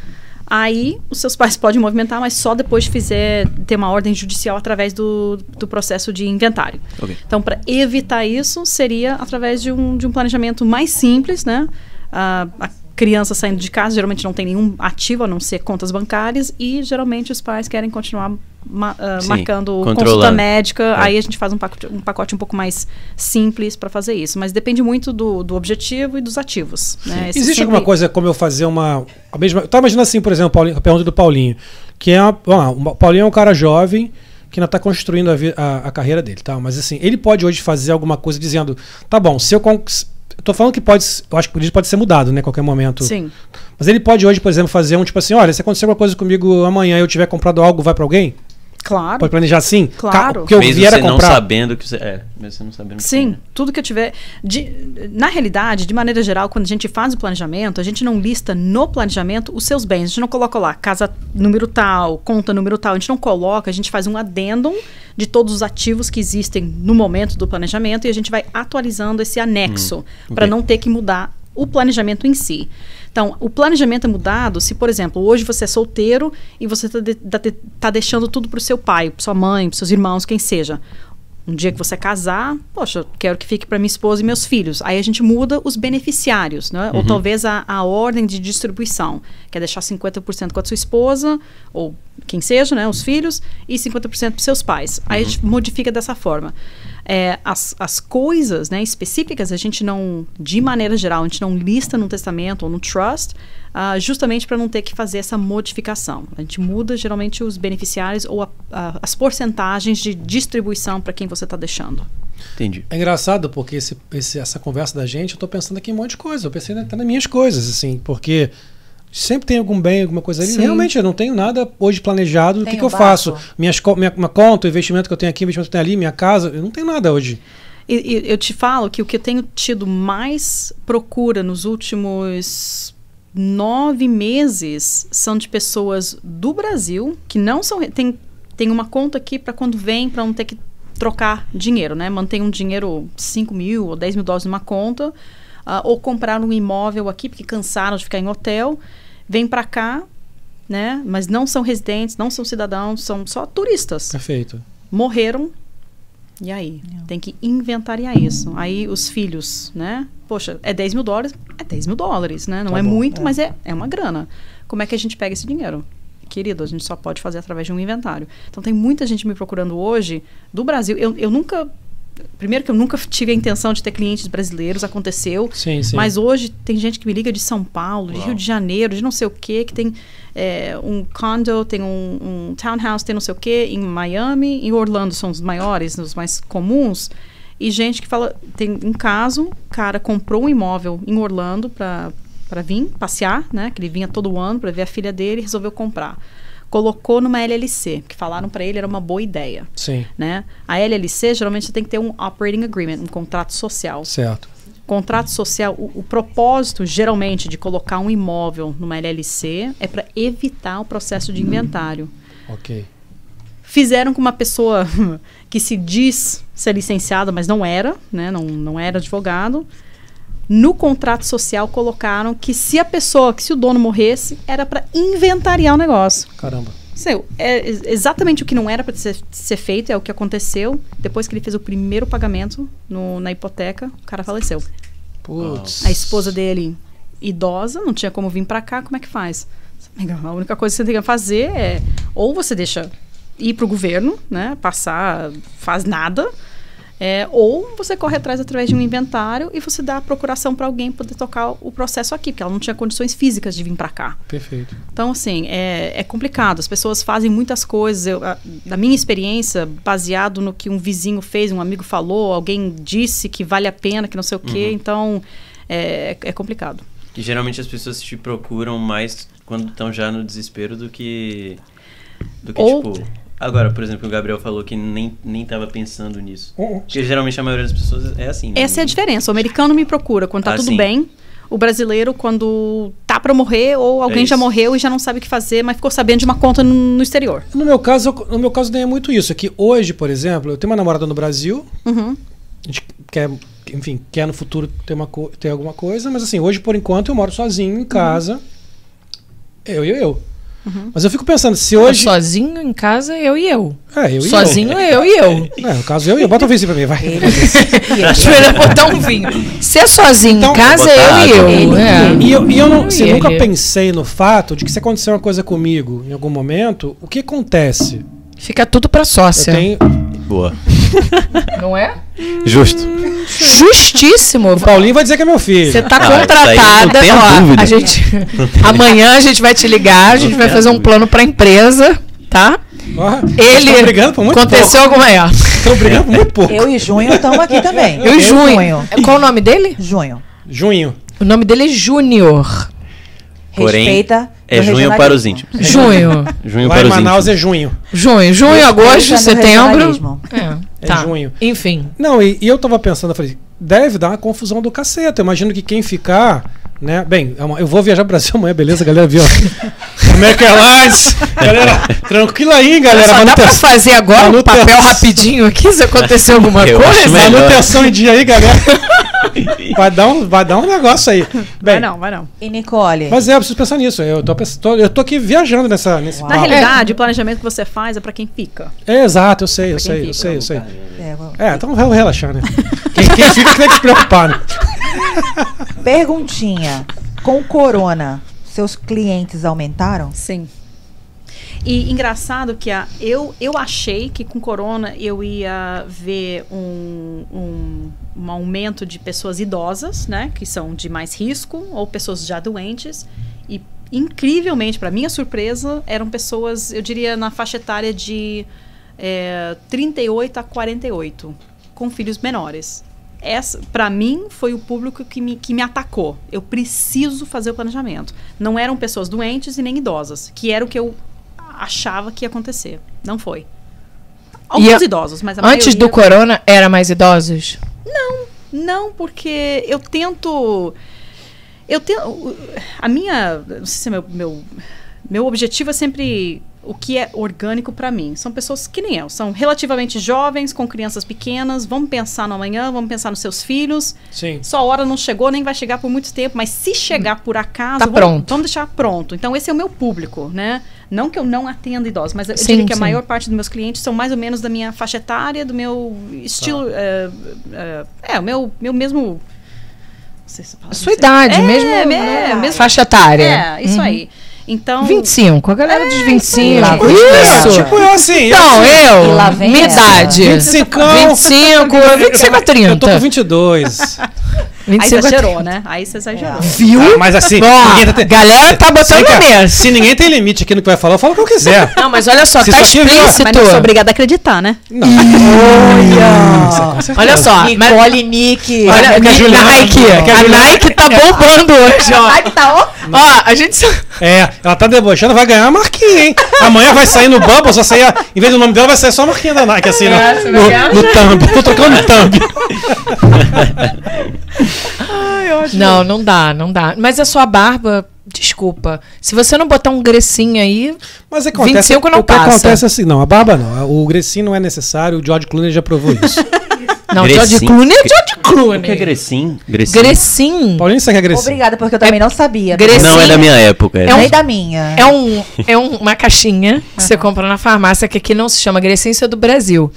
S5: aí os seus pais podem movimentar, mas só depois de fizer, ter uma ordem judicial através do, do processo de inventário.
S1: Ok.
S5: Então, para evitar isso, seria através de um, de um planejamento mais simples, né? Ah, a criança saindo de casa geralmente não tem nenhum ativo, a não ser contas bancárias, e geralmente os pais querem continuar ma- ah,
S1: Sim,
S5: marcando consulta
S1: controlando.
S5: médica.
S1: É.
S5: Aí a gente faz um pacote um, pacote um pouco mais simples para fazer isso. Mas depende muito do, do objetivo e dos ativos. Né? Esse
S2: Existe
S5: sempre-
S2: alguma coisa como eu fazer uma. A mesma, eu tava imaginando assim, por exemplo, Paulinho, a pergunta do Paulinho. Que é uma, vamos lá, o Paulinho é um cara jovem que ainda está construindo a, vi- a- a carreira dele, tá? Mas assim, ele pode hoje fazer alguma coisa dizendo, tá bom, se eu. conquis- Eu tô falando que pode. s- Eu acho que isso pode ser mudado, né? A qualquer momento.
S5: Sim.
S2: Mas ele pode hoje, por exemplo, fazer um tipo assim, olha, se acontecer alguma coisa comigo amanhã e eu tiver comprado algo, vai para alguém?
S5: Claro.
S2: Pode planejar assim? Ca-
S5: Claro.
S2: O que eu
S1: Mesmo
S2: vier
S1: você
S2: a
S1: não
S2: comprar.
S1: sabendo que você. É, mesmo você não sabendo que
S5: Sim,
S1: você-
S5: tudo que eu tiver. de- na realidade, de maneira geral, quando a gente faz o planejamento, a gente não lista no planejamento os seus bens. A gente não coloca lá casa número tal, conta número tal. A gente não coloca, a gente faz um adendum de todos os ativos que existem no momento do planejamento e a gente vai atualizando esse anexo para
S1: Hum, ok.
S5: não ter que mudar o planejamento em si. Então, o planejamento é mudado se, por exemplo, hoje você é solteiro e você tá está deixando tudo para o seu pai, para sua mãe, para seus irmãos, quem seja. Um dia que você casar, poxa, eu quero que fique para minha esposa e meus filhos. Aí a gente muda os beneficiários, né? Ou talvez a, a ordem de distribuição. Quer deixar 50% com a sua esposa, ou quem seja, né? Os filhos, e 50% para seus pais. Aí a gente modifica dessa forma. É, as, as coisas né, específicas a gente não, de maneira geral, a gente não lista no testamento ou no trust, ah, justamente para não ter que fazer essa modificação. A gente muda geralmente os beneficiários ou a- a- as porcentagens de distribuição para quem você está deixando.
S1: Entendi.
S2: É engraçado porque esse- esse- essa conversa da gente, eu tô pensando aqui em um monte de coisa. Eu pensei até nas minhas coisas, assim, porque sempre tem algum bem, alguma coisa ali.
S3: Sim.
S2: Realmente, eu não tenho nada hoje planejado do que,
S4: Tem
S2: que
S4: um
S2: eu faço.
S4: barco.
S2: Minhas, co- minha, minha conta, o investimento que eu tenho aqui, o investimento que eu tenho ali, minha casa, eu não tenho nada hoje.
S5: E, e eu te falo que o que eu tenho tido mais procura nos últimos nove meses são de pessoas do Brasil que não são. re- Tem, tem uma conta aqui para quando vem, para não ter que trocar dinheiro, né? Mantém um dinheiro 5 mil ou 10 mil dólares numa conta, ah, ou compraram um imóvel aqui porque cansaram de ficar em hotel, vem para cá, né? Mas não são residentes, não são cidadãos, são só turistas
S2: Perfeito.
S5: morreram. E aí? Tem que inventariar isso. Aí os filhos, né? Poxa, é 10 mil dólares, é 10 mil dólares, né? Não
S7: Tá
S5: é
S7: bom,
S5: muito,
S7: é.
S5: mas é, é uma grana. Como é que a gente pega esse dinheiro? Querido, a gente só pode fazer através de um inventário. Então tem muita gente me procurando hoje do Brasil. Eu, eu nunca. Primeiro que eu nunca tive a intenção de ter clientes brasileiros, aconteceu.
S2: Sim, sim.
S5: Mas hoje tem gente que me liga de São Paulo, de
S1: Uau.
S5: Rio de Janeiro, de não sei o que, que tem é, um condo, tem um, um townhouse, tem não sei o que, em Miami, em Orlando são os maiores, os mais comuns. E gente que fala, tem um caso, o cara comprou um imóvel em Orlando para vir passear, né? Que ele vinha todo ano para ver a filha dele e resolveu comprar. Colocou numa LLC, que falaram para ele era uma boa ideia,
S2: Sim,
S5: né? A LLC geralmente você tem que ter um operating agreement, um contrato social
S2: certo.
S5: contrato social, o, o propósito geralmente de colocar um imóvel numa LLC é para evitar o processo de inventário.
S2: Ok.
S5: Fizeram com uma pessoa que se diz ser licenciada, mas não era, né? não, não era advogado. No contrato social colocaram que se a pessoa, que se o dono morresse, era para inventariar o negócio.
S2: Caramba.
S5: Seu, é ex- exatamente o que não era para ser, ser feito, é o que aconteceu. Depois que ele fez o primeiro pagamento no- na hipoteca, o cara faleceu.
S2: Putz.
S5: A esposa dele, idosa, não tinha como vir pra cá, como é que faz? Amiga, A única coisa que você tem que fazer é ou você deixa ir pro governo, né, passar, faz nada, é, ou você corre atrás através de um inventário e você dá a procuração pra alguém poder tocar o processo aqui, porque ela não tinha condições físicas de vir pra cá.
S2: Perfeito.
S5: Então, assim, é, é complicado. As pessoas fazem muitas coisas. Eu, a- da minha experiência, baseado no que um vizinho fez, um amigo falou, alguém disse que vale a pena, que não sei o quê.
S1: Uhum.
S5: Então, é, é complicado.
S1: E geralmente as pessoas te procuram mais quando estão já no desespero do que. Do que,
S5: Ou-
S1: tipo. Agora, por exemplo, o Gabriel falou que nem, nem tava pensando nisso. Porque geralmente a maioria das pessoas é assim. né?
S5: Essa é a diferença. O americano me procura quando tá
S1: Ah,
S5: tudo
S1: sim.
S5: bem. O brasileiro, quando tá pra morrer, ou alguém
S1: É
S5: já
S1: isso.
S5: morreu e já não sabe o que fazer, mas ficou sabendo de uma conta no, no exterior.
S2: No meu caso, eu- no meu caso nem é muito isso. É que hoje, por exemplo, eu tenho uma namorada no Brasil.
S5: Uhum.
S2: A gente quer, enfim, quer no futuro ter, uma co- ter alguma coisa, mas assim, hoje por enquanto eu moro sozinho em casa. Eu e eu, eu. Mas eu fico pensando, se hoje.
S3: Sozinho em casa, eu e eu.
S2: É, eu e
S3: Sozinho, eu e eu.
S2: eu. Não, no caso eu e eu. Bota um vizinho pra mim, vai.
S3: A Joana botar um vinho. Ser sozinho
S2: Então,
S3: em casa,
S1: vou botar
S3: eu e eu. É.
S1: água.
S3: Ele,
S2: E eu, e eu não, assim,
S3: Ele.
S2: nunca pensei no fato de que se acontecer uma coisa comigo em algum momento, o que acontece?
S3: Fica tudo pra
S2: Eu
S3: sócia.
S2: tenho.
S8: Boa.
S3: Não é?
S8: Justo.
S3: Justíssimo.
S2: O Paulinho vai dizer que é meu filho.
S3: Você tá
S8: isso aí
S3: contratada.
S8: não tenho
S3: ó,
S8: dúvida.
S3: a gente, amanhã a gente vai te ligar, a gente
S1: Não
S3: vai
S1: tenho
S3: fazer um
S1: dúvida.
S3: plano pra empresa, tá?
S2: Ó, eles
S3: Ele.
S2: tão brigando por muito
S3: aconteceu alguma. É,
S2: pouco. Estão brigando por muito pouco.
S4: Eu e Junho estamos aqui também.
S2: É,
S5: É
S3: eu e junho. Qual o nome dele?
S4: Junho.
S2: Junho.
S3: O nome dele é Júnior.
S8: Porém,
S4: Respeita
S1: É
S4: do
S1: junho para os íntimos.
S2: É.
S3: Junho.
S1: Junho
S2: Lá
S1: para
S2: em
S1: os
S2: Manaus
S1: íntimos.
S2: é junho.
S3: Junho, junho, agosto, setembro.
S2: É
S3: É, tá.
S2: junho.
S3: Enfim.
S2: Não, e, e eu tava pensando, eu falei, deve dar uma confusão do cacete. Eu imagino que quem ficar, né? Bem, é uma- eu vou viajar pro Brasil amanhã, beleza, galera? Viu? Como é que é lá? Galera, tranquila aí, galera.
S3: Só dá pra
S2: Manutenção,
S3: fazer agora um
S2: manutenção.
S3: papel rapidinho aqui se acontecer alguma
S1: Eu acho
S3: coisa?
S1: melhor.
S2: manutenção em dia aí, galera. Vai dar um, vai dar um negócio aí. Bem,
S5: Vai não, vai não.
S4: E Nicole,
S2: mas é, eu preciso pensar nisso. Eu tô, pens- tô- eu tô aqui viajando nessa, nesse
S5: Na
S2: papo.
S5: realidade, o planejamento que você faz é pra quem fica.
S2: É, exato, eu sei, eu
S5: Pra quem
S2: sei, eu
S5: fica,
S2: sei, eu sei.
S4: é, vamos-
S2: É, então vamos relaxar, né? Quem, quem fica que tem que se preocupar, né?
S4: perguntinha. Com o corona, seus clientes aumentaram?
S5: Sim. E engraçado que a, eu, eu achei que com corona eu ia ver um, um, um aumento de pessoas idosas, né? Que são de mais risco, ou pessoas já doentes. E, incrivelmente, para minha surpresa, eram pessoas, eu diria, na faixa etária de é, 38 a 48, com filhos menores. Essa, para mim, foi o público que me, que me atacou. Eu preciso fazer o planejamento. Não eram pessoas doentes e nem idosas, que era o que eu achava que ia acontecer. Não foi. Alguns
S3: a-
S5: idosos, mas a
S3: Antes do
S5: maioria-
S3: corona, era mais idosos?
S5: não, porque eu tento. Eu tento. A minha. Não sei se é meu. Meu, meu objetivo é sempre o que é orgânico para mim. São pessoas que nem eu. São relativamente jovens, com crianças pequenas. Vamos pensar no amanhã, vamos pensar nos seus filhos.
S2: Sim.
S5: Sua hora não chegou, nem vai chegar por muito tempo, mas se chegar por acaso,
S3: Tá
S5: vamos,
S3: pronto.
S5: vamos deixar pronto. Então, esse é o meu público, né? Não que eu não atenda idosos, mas eu
S3: Sim,
S5: diria que a
S3: sim.
S5: maior parte dos meus clientes são mais ou menos da minha faixa etária, do meu estilo. eh, eh, É, o meu, meu mesmo. Não sei se eu falo,
S3: A
S5: não
S3: sua
S5: sei.
S3: idade,
S5: É,
S3: mesmo, né?
S5: é, mesmo-
S3: faixa etária.
S5: É, isso
S3: Uhum.
S5: aí. Então. é,
S3: 25, a galera dos 25.
S4: Lá vem
S3: isso!
S2: É, tipo eu assim.
S3: Então,
S4: E lá
S3: eu,
S4: vem
S3: minha
S4: ela.
S3: idade.
S2: 25,
S3: 25, 25 a
S2: Eu tô com
S3: 30.
S2: 22.
S5: Aí
S3: 25 a 30.
S5: exagerou, né? Aí você exagerou.
S3: Viu?
S2: Ah, mas assim, ninguém tá
S3: Ó,
S2: te-
S3: galera é tá
S2: Vem
S3: botando
S2: cá,
S3: na mesa.
S2: se ninguém tem limite aqui no que vai falar, eu falo o que eu quiser.
S3: Não, mas olha só,
S2: Se
S3: tá
S2: isso aqui virou-
S5: Mas não sou
S3: explícito.
S5: obrigada a acreditar, né?
S2: é
S3: Olha só, mas-
S4: Nicole Nick.
S3: Olha,
S2: que a
S3: Ni-
S2: Juliana-
S3: Nike,
S2: é que a
S3: a
S2: Juliana-
S3: Nike tá bombando hoje, ó.
S4: Ai, que tá ó.
S3: Ó, a gente só...
S2: É, ela tá debochando, vai ganhar a marquinha, hein? Amanhã vai sair no Bubble, só sair, a- em vez do nome dela, vai sair só a marquinha da Nike, assim, no,
S3: É, você vai ganhar.
S2: no, no thumb. Tô trocando no thumb.
S3: Não, não dá, não dá. Mas a sua barba, desculpa. Se você não botar um grecinho aí,
S2: Mas acontece,
S3: 25 não
S2: o que
S3: passa.
S2: acontece é assim, não, a barba não, o Grecinho não é necessário, o George Clooney já provou isso.
S3: não,
S1: Grecinho?
S3: George Clooney é George
S1: O que é
S3: Clooney.
S1: Grecim? Grecim.
S3: Grecinho
S2: Paulinho, você quer Grecinho?
S4: Obrigada, porque eu também não sabia. né?
S3: Grecinho.
S1: Não é da minha época.
S3: É um-
S4: Nem da minha.
S3: é, um, é um- uma caixinha que você compra na farmácia, que aqui não se chama Grecinho, isso é do Brasil.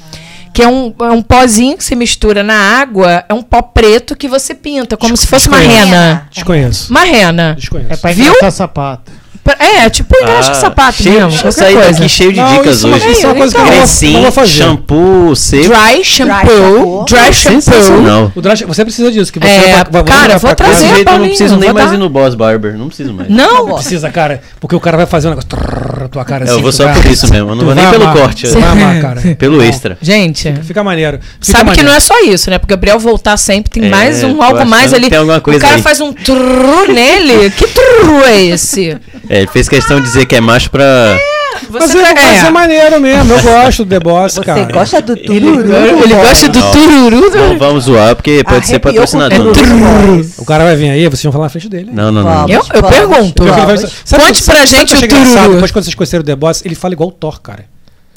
S3: Que é um, é um pozinho que se mistura na água, é um pó preto que você pinta, como se fosse uma
S4: É.
S2: desconheço.
S3: rena.
S2: Desconheço.
S3: Uma rena.
S2: Desconheço.
S7: É pra
S3: Viu?
S7: engraxar sapato.
S3: Pra- É, tipo engraxa o sapato
S1: Ah, cheio,
S3: mesmo.
S1: Eu
S3: Qualquer
S1: saí
S3: coisa.
S1: daqui cheio de
S2: Não,
S1: dicas
S2: isso é uma-
S1: hoje.
S2: isso é uma coisa que eu não vou- não vou
S1: Grecim,
S2: fazer.
S1: shampoo, seco.
S3: Dry shampoo.
S4: shampoo.
S3: Dry shampoo.
S1: Sensacional.
S2: O Drash, você precisa disso, que você
S3: É,
S2: vai- vai- vai
S3: cara,
S2: levar
S1: Desse
S2: pra casa.
S3: vou trazer, Prazer,
S1: jeito eu não
S3: Paulinho,
S1: preciso nem
S3: vou
S1: mais
S3: dar.
S1: ir no Boss Barber. Não preciso mais.
S3: Não,
S2: Precisa, cara, porque o cara vai fazer um negócio trrr, tua
S1: É,
S2: cara assim.
S1: eu vou
S2: tu
S1: só
S2: vai-
S1: por isso mesmo, eu não
S2: tu
S1: vou nem
S2: vai
S1: pelo
S2: amar,
S1: corte. é
S2: tu Vai amar, cara.
S1: Pelo
S2: Então,
S1: extra.
S3: gente.
S2: Fica maneiro. Fica
S3: Sabe que
S2: maneiro.
S3: não é só isso, né? Porque o Gabriel voltar sempre tem
S1: É,
S3: mais um
S1: tô
S3: algo
S1: achando
S3: mais
S1: que
S3: ali.
S1: tem alguma coisa
S3: o cara
S1: aí.
S3: faz um trrr nele. Que trrr é esse?
S1: É, ele fez questão de dizer que é macho pra.
S2: Mas
S3: Você
S2: é, mas é
S3: é.
S2: maneiro mesmo, eu gosto do The Boss, cara.
S4: Você gosta do tururu?
S3: Ele gosta do
S1: Não.
S3: tururu.
S1: Não vamos zoar, porque pode ser
S4: Arrepiou com
S1: patrocinador.
S4: tudo.
S1: né?
S2: O cara vai vir aí, vocês vão falar na frente dele.
S1: Não, não, não.
S3: Eu, eu
S4: Vamos,
S3: pergunto.
S2: Pior que ele vai-
S4: Vamos.
S2: sabe-
S3: Conte
S2: sabe-
S3: pra
S2: sabe
S3: gente
S2: que eu
S3: o
S2: achei engraçado?
S3: tururu.
S2: Depois, quando vocês conheceram o The Boss, ele fala igual o Thor, cara.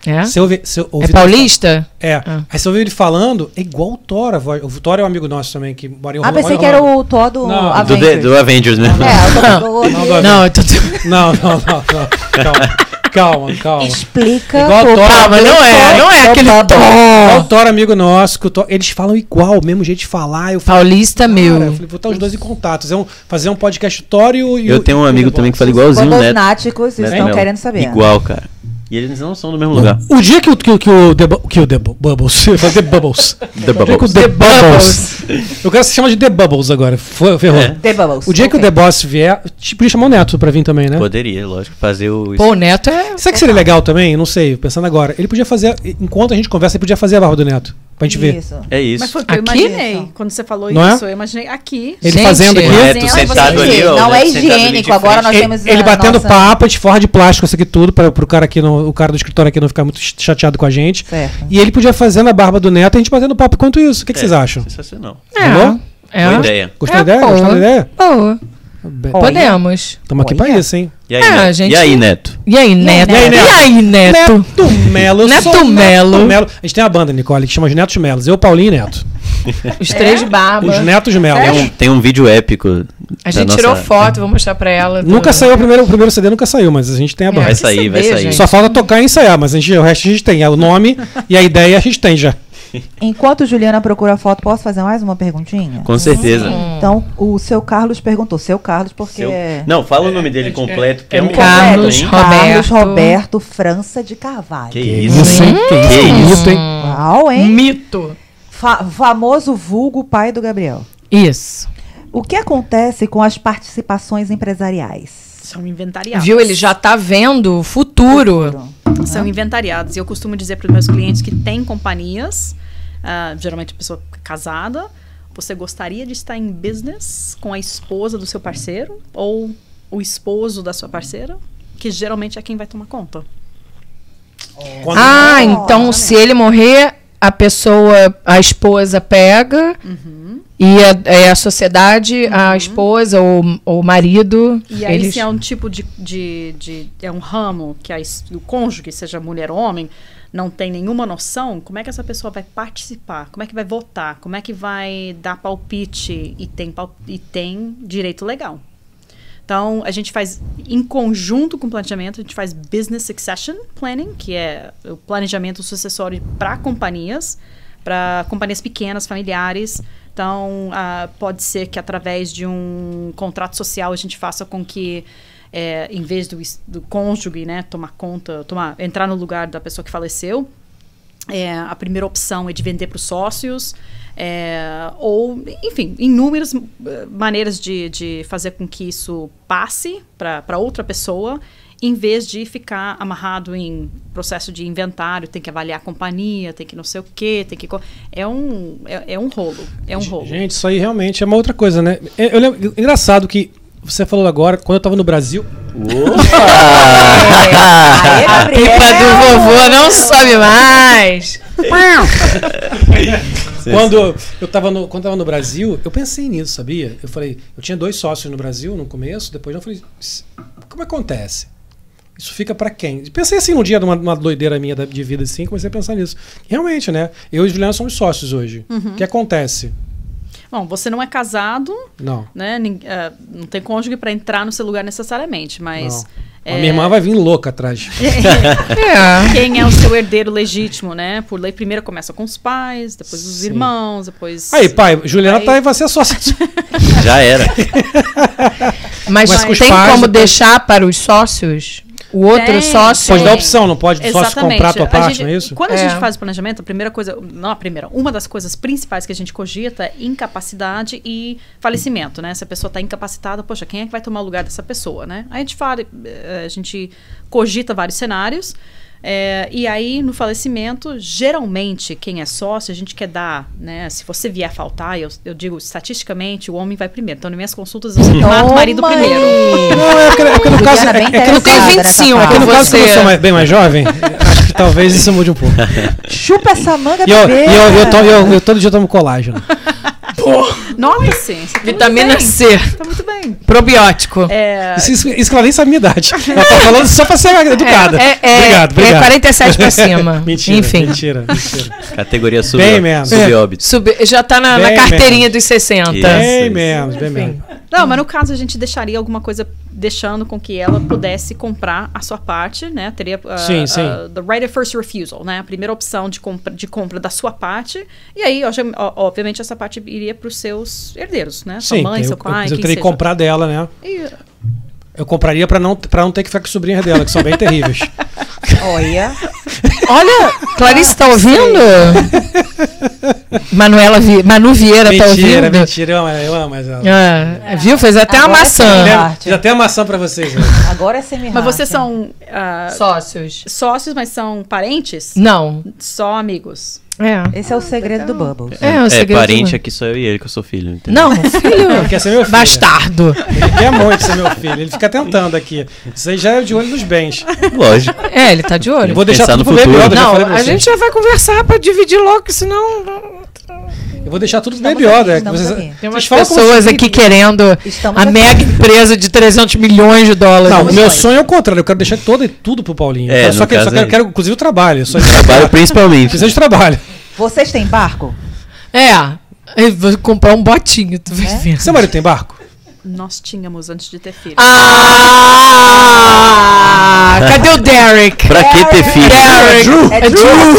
S3: É?
S2: Se eu ouvi- se eu ouvi
S3: É
S2: ele falar-
S3: paulista?
S2: É.
S3: Ah.
S2: Aí você ouviu ele falando, é igual o Thor. a voz. O Thor é um amigo nosso também, que mora em
S4: Ah,
S2: Orlando-
S4: pensei que era o Thor do
S2: Não, do
S1: Do, de-
S4: Avengers.
S1: do Avengers mesmo.
S4: É, o Thor do-
S2: Não,
S3: Não, eu tô.
S2: Não, não, não, não. Calma, calma, calma.
S4: Explica.
S2: Igual o
S4: o-
S2: Thor.
S3: Calma, não é, não
S2: Tá
S3: é aquele
S2: Igual É o
S3: tom.
S2: Thor, amigo nosso, que o Thor- eles falam igual, o mesmo jeito de falar. Eu falo,
S3: Paulista
S2: cara, eu
S3: meu.
S2: falei, vou botar os dois em contato, fazer um, fazer um podcast Thor e o. e
S1: Eu
S2: o-
S1: tenho um
S2: e o
S1: amigo
S2: The
S1: também que
S2: Boss.
S1: fala
S4: Quando
S1: igualzinho,
S4: os
S1: né?
S4: náticos
S1: Neto
S4: estão
S1: Melo.
S4: querendo saber.
S1: Igual, cara. E eles não são do mesmo lugar.
S2: O dia que o, que, o- que o The, Bu- que o The Bu- Bubbles. eu falo The Bubbles.
S1: The
S2: O dia que o
S1: Bubbles.
S2: The Bubbles. O cara se chama de The Bubbles agora. Foi, ferrou.
S1: É.
S4: The Bubbles.
S2: O dia que o The Boss vier, te podia chamar o Neto pra vir também, né?
S1: Poderia, lógico, fazer o.
S3: Pô, o Neto é.
S2: Sabe que seria legal também? Eu Não sei, pensando agora. Ele podia fazer. Enquanto a gente conversa, ele podia fazer a barba do Neto. Pra gente ver.
S4: Isso.
S1: É isso.
S5: Mas foi o que eu
S3: Aqui?
S5: imaginei. Quando você falou
S2: Não é?
S5: isso, eu imaginei aqui.
S2: Ele
S3: Gente,
S2: fazendo aqui.
S1: Não é,
S3: mas
S1: tu
S3: ela-
S1: sentado ali, ó,
S4: Não
S1: né,
S4: é
S1: tu sentado ali de
S4: higiênico, agora
S1: frente.
S4: nós
S2: Ele-
S4: temos
S2: ele
S4: a
S2: batendo
S4: nossa-
S2: papo, a gente forra de plástico, isso aqui tudo, pra, pro cara aqui, no, o cara do escritório aqui não ficar muito chateado com a gente.
S4: Certo.
S2: E ele podia fazer na barba do neto e a gente batendo papo enquanto isso. O que, que vocês acham?
S1: É, Sensacional.
S2: Alô?
S3: É,
S1: Boa
S3: é.
S1: ideia.
S2: Gostou da
S3: É,
S2: Tá ideia? Gostou da
S3: boa.
S2: ideia?
S3: Boa.
S2: Be-
S4: Olha.
S3: Podemos.
S2: Tamo aqui pra
S4: Olha.
S2: isso, hein?
S1: E aí,
S3: É,
S1: Neto?
S3: gente-
S1: E aí, Neto?
S3: E aí, Neto?
S2: E aí, Neto?
S3: E aí, Neto?
S2: Neto Melo. eu
S3: Neto
S2: sou o
S3: Melo.
S2: Neto Melo. A gente tem uma banda, Nicole, que chama os Netos Melos. Eu, Paulinho e Neto. É.
S3: Os três
S2: Os
S3: barbas.
S2: Netos Melos.
S1: Tem um, tem um vídeo épico.
S3: A gente
S1: da
S3: tirou
S1: nossa- é.
S3: foto, vou mostrar pra ela.
S2: Nunca
S3: Do-
S2: saiu o primeiro, o primeiro CD, nunca saiu, mas a gente
S3: É.
S2: tem a banda.
S1: Vai sair, vai
S3: CD,
S1: sair.
S3: gente.
S2: Só falta tocar e ensaiar, mas a gente, o resto a gente tem. É o nome e a ideia a gente tem já.
S4: Enquanto Juliana procura a foto, posso fazer mais uma perguntinha?
S1: Com certeza.
S4: Então, o seu Carlos perguntou. Seu Carlos, porque. é
S1: Seu- Não, fala o nome dele completo, porque é, um
S3: Carlos
S1: completo, hein?
S4: Carlos
S3: Roberto.
S4: Roberto França de Carvalho.
S1: Que isso,
S3: Hum.
S2: hein? Que isso,
S1: Que É isso?
S2: hein?
S4: Uau, hein?
S3: Mito.
S4: Fa- famoso vulgo pai do Gabriel.
S3: Isso.
S4: O que acontece com as participações empresariais?
S5: São inventariados.
S3: Viu? Ele já tá vendo o futuro.
S5: São inventariados. E eu costumo dizer para os meus clientes que têm companhias, ah, geralmente pessoa casada, você gostaria de estar em business com a esposa do seu parceiro ou o esposo da sua parceira, que geralmente é quem vai tomar conta.
S2: Quando-
S3: Ah,
S5: né?
S3: então se ele morrer, a pessoa, a esposa pega
S5: Uhum.
S3: e a, é a sociedade, a esposa ou ou o marido.
S5: E aí,
S3: eles-
S5: se é um tipo de, de, de- É um ramo que a es- o cônjuge, seja mulher ou homem, não tem nenhuma noção, como é que essa pessoa vai participar? Como é que vai votar? Como é que vai dar palpite? E tem, pal- e tem direito legal. Então, a gente faz, em conjunto com o planejamento, a gente faz Business Succession Planning, que é o planejamento sucessório para companhias, para companhias pequenas, familiares. Então, ah, pode ser que através de um contrato social a gente faça com que, eh, em vez do, es- do cônjuge né, tomar conta, tomar, entrar no lugar da pessoa que faleceu, é, a primeira opção é de vender para os sócios, é, ou, enfim, inúmeras eh, maneiras de, de fazer com que isso passe para outra pessoa, em vez de ficar amarrado em processo de inventário, tem que avaliar a companhia, tem que não sei o quê, tem que. co- É um, é, é um rolo. É um rolo.
S2: Gente, isso aí realmente é uma outra coisa, né? Eu, eu lembro, engraçado que você falou agora, quando eu tava no Brasil.
S4: Aê,
S3: A pipa
S5: né?
S3: do vovô não sobe mais.
S2: Quando eu tava no, quando eu tava no Brasil, eu pensei nisso, sabia? Eu falei, eu tinha dois sócios no Brasil no começo, depois eu falei, "Isso- como acontece? Isso fica pra quem? Pensei assim um dia numa, numa doideira minha da- de vida assim, comecei a pensar nisso. Realmente, né? Eu e o Juliano somos sócios hoje. O que acontece?
S5: Bom, você não é casado,
S2: Não.
S5: né? nin- eh, não tem cônjuge para entrar no seu lugar necessariamente, mas. eh,
S2: não. A minha irmã vai vir louca atrás.
S3: É.
S5: Quem é o seu herdeiro legítimo, né? Por lei, primeiro começa com os pais, depois os
S2: Sim.
S5: irmãos, depois.
S2: Aí, pai, Juliana
S5: Aí-
S2: tá aí, vai ser sócio.
S1: Já era.
S3: Mas,
S2: Mas com os
S3: tem
S2: pais, então.
S3: como
S2: depois-
S3: deixar para os sócios? O outro
S5: Tem.
S3: sócio?
S2: Pode dar opção, não pode do sócio
S5: Exatamente.
S2: comprar a tua
S5: A
S2: parte,
S5: gente-
S2: não é isso?
S5: Quando a
S3: É.
S5: gente faz o planejamento, a primeira coisa, não a primeira, uma das coisas principais que a gente cogita é incapacidade e falecimento, né? Se a pessoa está incapacitada, poxa, quem é que vai tomar o lugar dessa pessoa, né? Aí a gente fala, eh, a gente cogita vários cenários. eh, e aí, no falecimento, geralmente, quem é sócio, a gente quer dar, né? Se você vier a faltar, eu, eu digo, estatisticamente, o homem vai primeiro. Então, nas minhas consultas, eu sempre mato o marido
S4: Toma aí.
S5: primeiro.
S2: Não, é porque, é porque no caso. É,
S4: Juliana, bem
S2: é que no
S4: interessada
S2: caso,
S3: Tem
S4: nessa
S3: 25,
S2: é que
S4: fala.
S2: no caso
S3: Ah, Você-
S2: que eu sou mais- bem mais jovem, acho que talvez isso mude um pouco.
S4: Chupa essa manga,
S2: E eu,
S4: bebê.
S2: e eu, eu, to- eu- eu todo dia tomo colágeno.
S5: Nota-se.
S3: Vitamina C,
S5: Tá é muito bem.
S3: probiótico.
S5: É,
S2: Isso, isso, isso que ela nem sabe a minha idade. Ela tá falando só pra ser educada.
S3: É, é,
S2: obrigado, obrigado.
S3: é 47 pra cima.
S2: Mentira,
S3: Enfim.
S2: mentira, mentira.
S1: Categoria sub,
S2: Bem mesmo.
S1: subóbito.
S3: Sub- já tá na, na
S2: Bem
S3: carteirinha dos 60.
S1: Yes.
S2: Bem menos, bem menos.
S5: Não,
S2: Hum.
S5: mas no caso a gente deixaria alguma coisa deixando com que ela pudesse comprar a sua parte, né? Teria ah,
S2: Sim, sim.
S5: ah, the right of first refusal, né? A primeira opção de compra, de compra da sua parte. E aí, ó, já- ó, obviamente, essa parte iria para os seus herdeiros, né? Sua
S2: Sim,
S5: mãe,
S2: eu,
S5: seu
S2: eu,
S5: pai,
S2: eu
S5: quem
S2: teria que
S5: seja.
S2: comprar dela, né?
S5: E-
S2: Eu compraria pra não, pra não ter que ficar com as sobrinhas dela, que são bem terríveis.
S4: Olha.
S3: Olha, Clarice tá ouvindo? Manuela Vi- Manu Vieira tá ouvindo?
S2: mentira, mentira, eu amo, eu amo mas ela. um,
S3: Ah, tá. viu? Fez até uma
S4: Agora
S3: maçã.
S4: sim, né?
S2: Lembra- Fiz até a maçã pra vocês. né?
S4: Agora é semi
S5: Mas vocês são ah,
S3: Sócios.
S4: Hum.
S5: sócios, mas são parentes?
S3: Não.
S5: Só amigos.
S3: É.
S4: Esse é o segredo
S2: Tá
S4: do Bubbles.
S3: É, o segredo
S8: parente
S3: do-
S8: aqui sou eu e ele, que eu sou filho. Entendeu?
S3: Não, filho.
S2: Ele quer ser meu filho.
S3: Bastardo.
S2: Ele quer muito ser meu filho. Ele fica tentando aqui. Isso aí já é de olho nos bens.
S8: Lógico.
S3: É, ele tá de olho.
S2: Eu vou deixar
S8: Pensar
S2: tudo
S8: no
S2: pro baby
S8: futuro.
S2: Yoda. já
S3: Não,
S2: falei pra
S3: a
S2: vocês.
S3: gente já vai conversar pra dividir logo, senão.
S2: Eu vou deixar tudo pro
S4: Estamos
S2: Baby
S4: aqui,
S2: Yoda.
S4: estamos
S2: Vocês-
S4: aqui.
S3: Tem umas
S2: vocês falam como
S3: pessoas
S2: se-
S3: aqui querendo
S4: Estamos
S3: a
S4: aqui.
S3: mega empresa de 300 milhões de dólares.
S2: Não, o
S4: Vamos
S2: meu
S4: embora.
S2: sonho é o contrário. Eu quero deixar todo e tudo pro Paulinho.
S8: É,
S2: eu só
S8: no
S2: quero, só
S8: caso
S2: quero,
S8: é
S2: quero, inclusive, o trabalho. Só
S8: Trabalho principalmente.
S2: precisa de trabalho.
S4: Vocês têm barco?
S3: É. Eu vou comprar um botinho, tu vai ver.
S2: Seu marido tem barco?
S5: Nós tínhamos antes de ter filho.
S3: Ah! Cadê o Derek?
S8: Pra que ter filho?
S3: Derek!
S4: É true.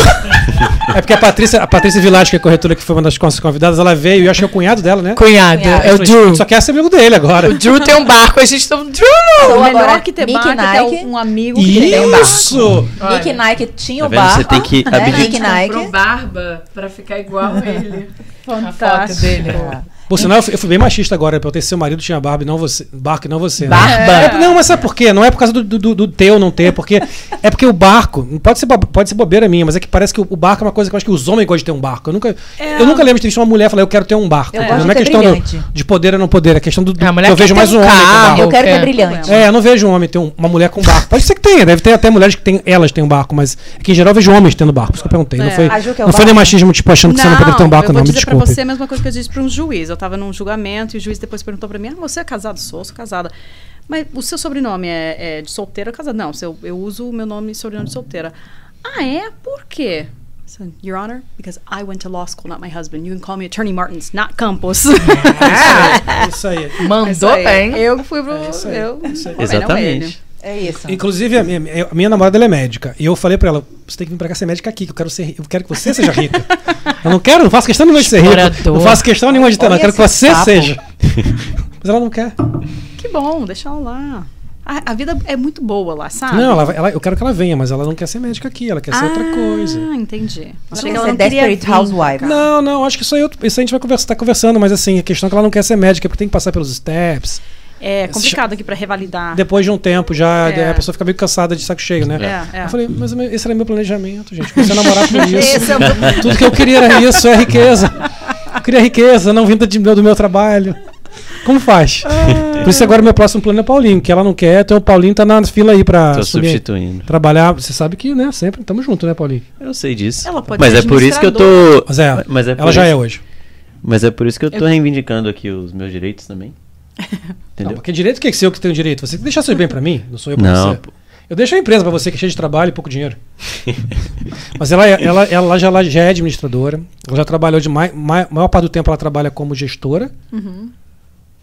S2: É porque a Patrícia, a Patrícia Vilage, que é a corretora que foi uma das nossas convidadas, ela veio e eu acho que é o cunhado dela, né?
S3: Cunhado, é o
S2: Ela falou,
S3: Drew.
S2: Só quer ser amigo dele agora.
S3: Drew tem um barco, a gente tá. Drew!
S4: Então,
S5: melhor
S4: agora,
S5: que ter
S4: Mickey
S5: barco é ter
S4: Nike.
S5: um, um amigo que tem um barco.
S2: Isso!
S4: Nick Nike tinha o
S8: Tá vendo?
S4: barco.
S8: Você tem que um
S4: né?
S8: abdicar.
S4: Nick Nike.
S3: barba pra ficar igual ele.
S5: Fantástico.
S3: dele.
S2: Por sinal, eu fui, eu fui bem machista agora, pra eu ter seu marido tinha barba e não você. Barco e não você. né?
S3: Barba?
S2: É, não, mas sabe por quê? Não é por causa do, do, do teu não ter, porque. É porque o barco. Pode ser, bo- pode ser bobeira minha, mas é que parece que o, o barco é uma coisa que eu acho que os homens gostam de ter um barco. Eu nunca, eu nunca lembro de ter visto uma mulher falar, eu quero ter um barco.
S4: Eu
S2: entendeu?
S4: gosto
S2: não é
S4: de ter
S2: questão do-
S4: brilhante.
S2: de poder ou não poder, é questão do. do
S3: A mulher
S2: eu
S3: quer
S2: vejo
S3: ter
S2: mais
S3: um
S2: um homem com
S3: carro.
S2: barco.
S4: Ah, Eu quero
S3: É.
S4: ter brilhante.
S2: É, eu não vejo um homem ter um- uma mulher com barco. Pode ser que tenha, deve ter até mulheres que tem, elas têm um barco, mas é que em geral eu vejo homens tendo barco, por isso que eu perguntei. Não
S5: É.
S2: foi,
S4: A Ju quer o
S2: não foi nem
S4: barco?
S2: machismo, tipo, achando que você não poderia ter um barco,
S5: eu vou
S2: não, me
S5: dizer pra
S2: desculpe.
S5: você a mesma coisa que eu disse pra um juiz. Eu tava num julgamento e o juiz depois perguntou pra mim: Ah, você é casado? Sou, sou casada. Mas o seu sobrenome é, é de solteira ou casada? Não, seu, eu uso o meu nome e sobrenome de solteira. Ah, é? Por quê? I said, Your Honor, because I went to law school, not my husband. You can call me Attorney Martins, not Campos.
S2: É. Isso aí.
S3: É. Mandou bem.
S5: Eu fui pro.
S2: É isso aí,
S5: eu,
S8: Exatamente.
S4: É isso.
S2: Inclusive, a minha, eu- a minha namorada ela é médica. E eu falei pra ela: você tem que vir pra cá ser médica aqui, que eu quero, ser, ri- eu quero que você seja rica. Eu não quero, não faço questão nenhuma de ser rica.
S3: Explorador.
S2: Não faço questão nenhuma de ter, não. Eu
S4: Olha
S2: quero que você
S4: esse papo.
S2: seja. Mas ela não quer.
S5: Que bom, deixa ela lá. A, a vida é muito boa lá, sabe?
S2: Não, ela, vai- ela- eu quero que ela venha, mas ela não quer ser médica aqui, ela quer ser é outra coisa.
S5: Ah, tá. entendi.
S4: Você tem que
S5: Achei que ela
S4: ser
S5: não queria vir
S4: Desperate
S5: pra
S4: Housewife.
S5: cá.
S2: Não, não, acho que isso aí eu- isso aí a gente vai conversar, tá conversando, mas assim, a questão é que ela não quer ser médica, porque tem que passar pelos steps.
S5: É complicado aqui pra revalidar.
S2: Depois de um tempo já
S5: Ah. É.
S2: a pessoa fica meio cansada de saco cheio, né?
S5: É, é.
S2: Eu falei, mas esse era meu planejamento, gente. Comecei a namorar com isso.
S4: Esse é o-
S2: Tudo que eu queria era isso, é riqueza. Eu queria riqueza, não vinda de- do meu trabalho. Como faz? Por isso agora meu próximo plano é Paulinho, que ela não quer, então o Paulinho tá na fila aí pra
S8: Tô
S2: assumir-
S8: substituindo.
S2: trabalhar. Você sabe que, né, sempre tamo junto, né, Paulinho?
S8: Eu sei disso.
S5: Ela pode
S8: Mas
S5: ser
S8: é por isso que eu tô.
S5: administradora.
S2: Mas é,
S8: Mas é por
S2: ela já
S8: isso-
S2: é hoje.
S8: Mas é por isso que eu tô reivindicando aqui os meus direitos também.
S2: Não,
S8: Entendeu?
S2: porque direito o que é que seu que tem o direito? Você tem que deixar seus bem pra mim, não sou eu pra
S8: Não,
S2: você.
S8: pô.
S2: Eu deixo a empresa pra você que é cheia de trabalho e pouco dinheiro. Mas ela, é- ela, ela, já, ela já é administradora. Ela já trabalhou de mai, mai- maior parte do tempo ela trabalha como gestora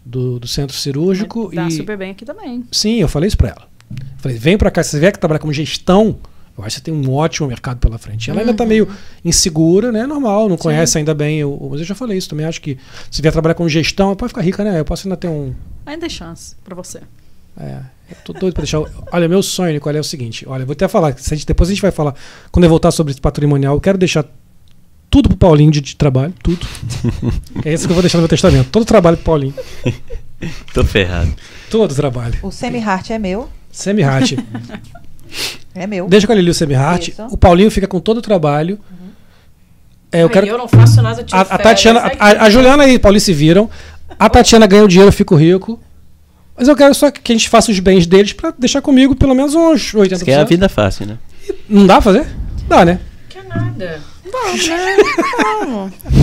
S2: do, do centro cirúrgico
S5: Tá
S2: e
S5: super bem aqui também.
S2: sim, eu falei isso pra ela. Eu Falei, vem pra cá, se você vier que trabalhar como gestão, eu acho que você tem um ótimo mercado pela frente. Ela ainda tá meio insegura, né? Normal, não conhece ainda bem. o- o- mas eu já falei isso também. Acho que se vier trabalhar como gestão, pode ficar rica, né? Eu posso ainda ter um,
S5: Ainda tem chance pra você.
S2: é, eu tô doido pra deixar. o- Olha, meu sonho, Nicole, é o seguinte. Olha, eu vou até falar. se a gente- depois a gente vai falar. Quando eu voltar sobre esse patrimonial, eu quero deixar tudo pro Paulinho de, de trabalho. Tudo. é isso que eu vou deixar no meu testamento. Todo o trabalho pro Paulinho.
S8: Tô ferrado.
S2: Todo o trabalho.
S4: O semi-heart é meu.
S2: Semi-hat.
S4: É meu.
S2: Deixa com a Lili o semi-hat.
S4: Isso.
S2: O Paulinho fica com todo o trabalho. É, eu quero.
S3: Uhum. eu não faço nada de
S2: A, a Tatiana, a, a Juliana e o Paulinho se viram. A Tatiana ganha o dinheiro, eu fico rico. Mas eu quero só que a gente faça os bens deles pra deixar comigo pelo menos uns 80%.
S8: Isso que é a vida fácil, né?
S2: Não dá pra fazer? Dá, né?
S3: Que nada.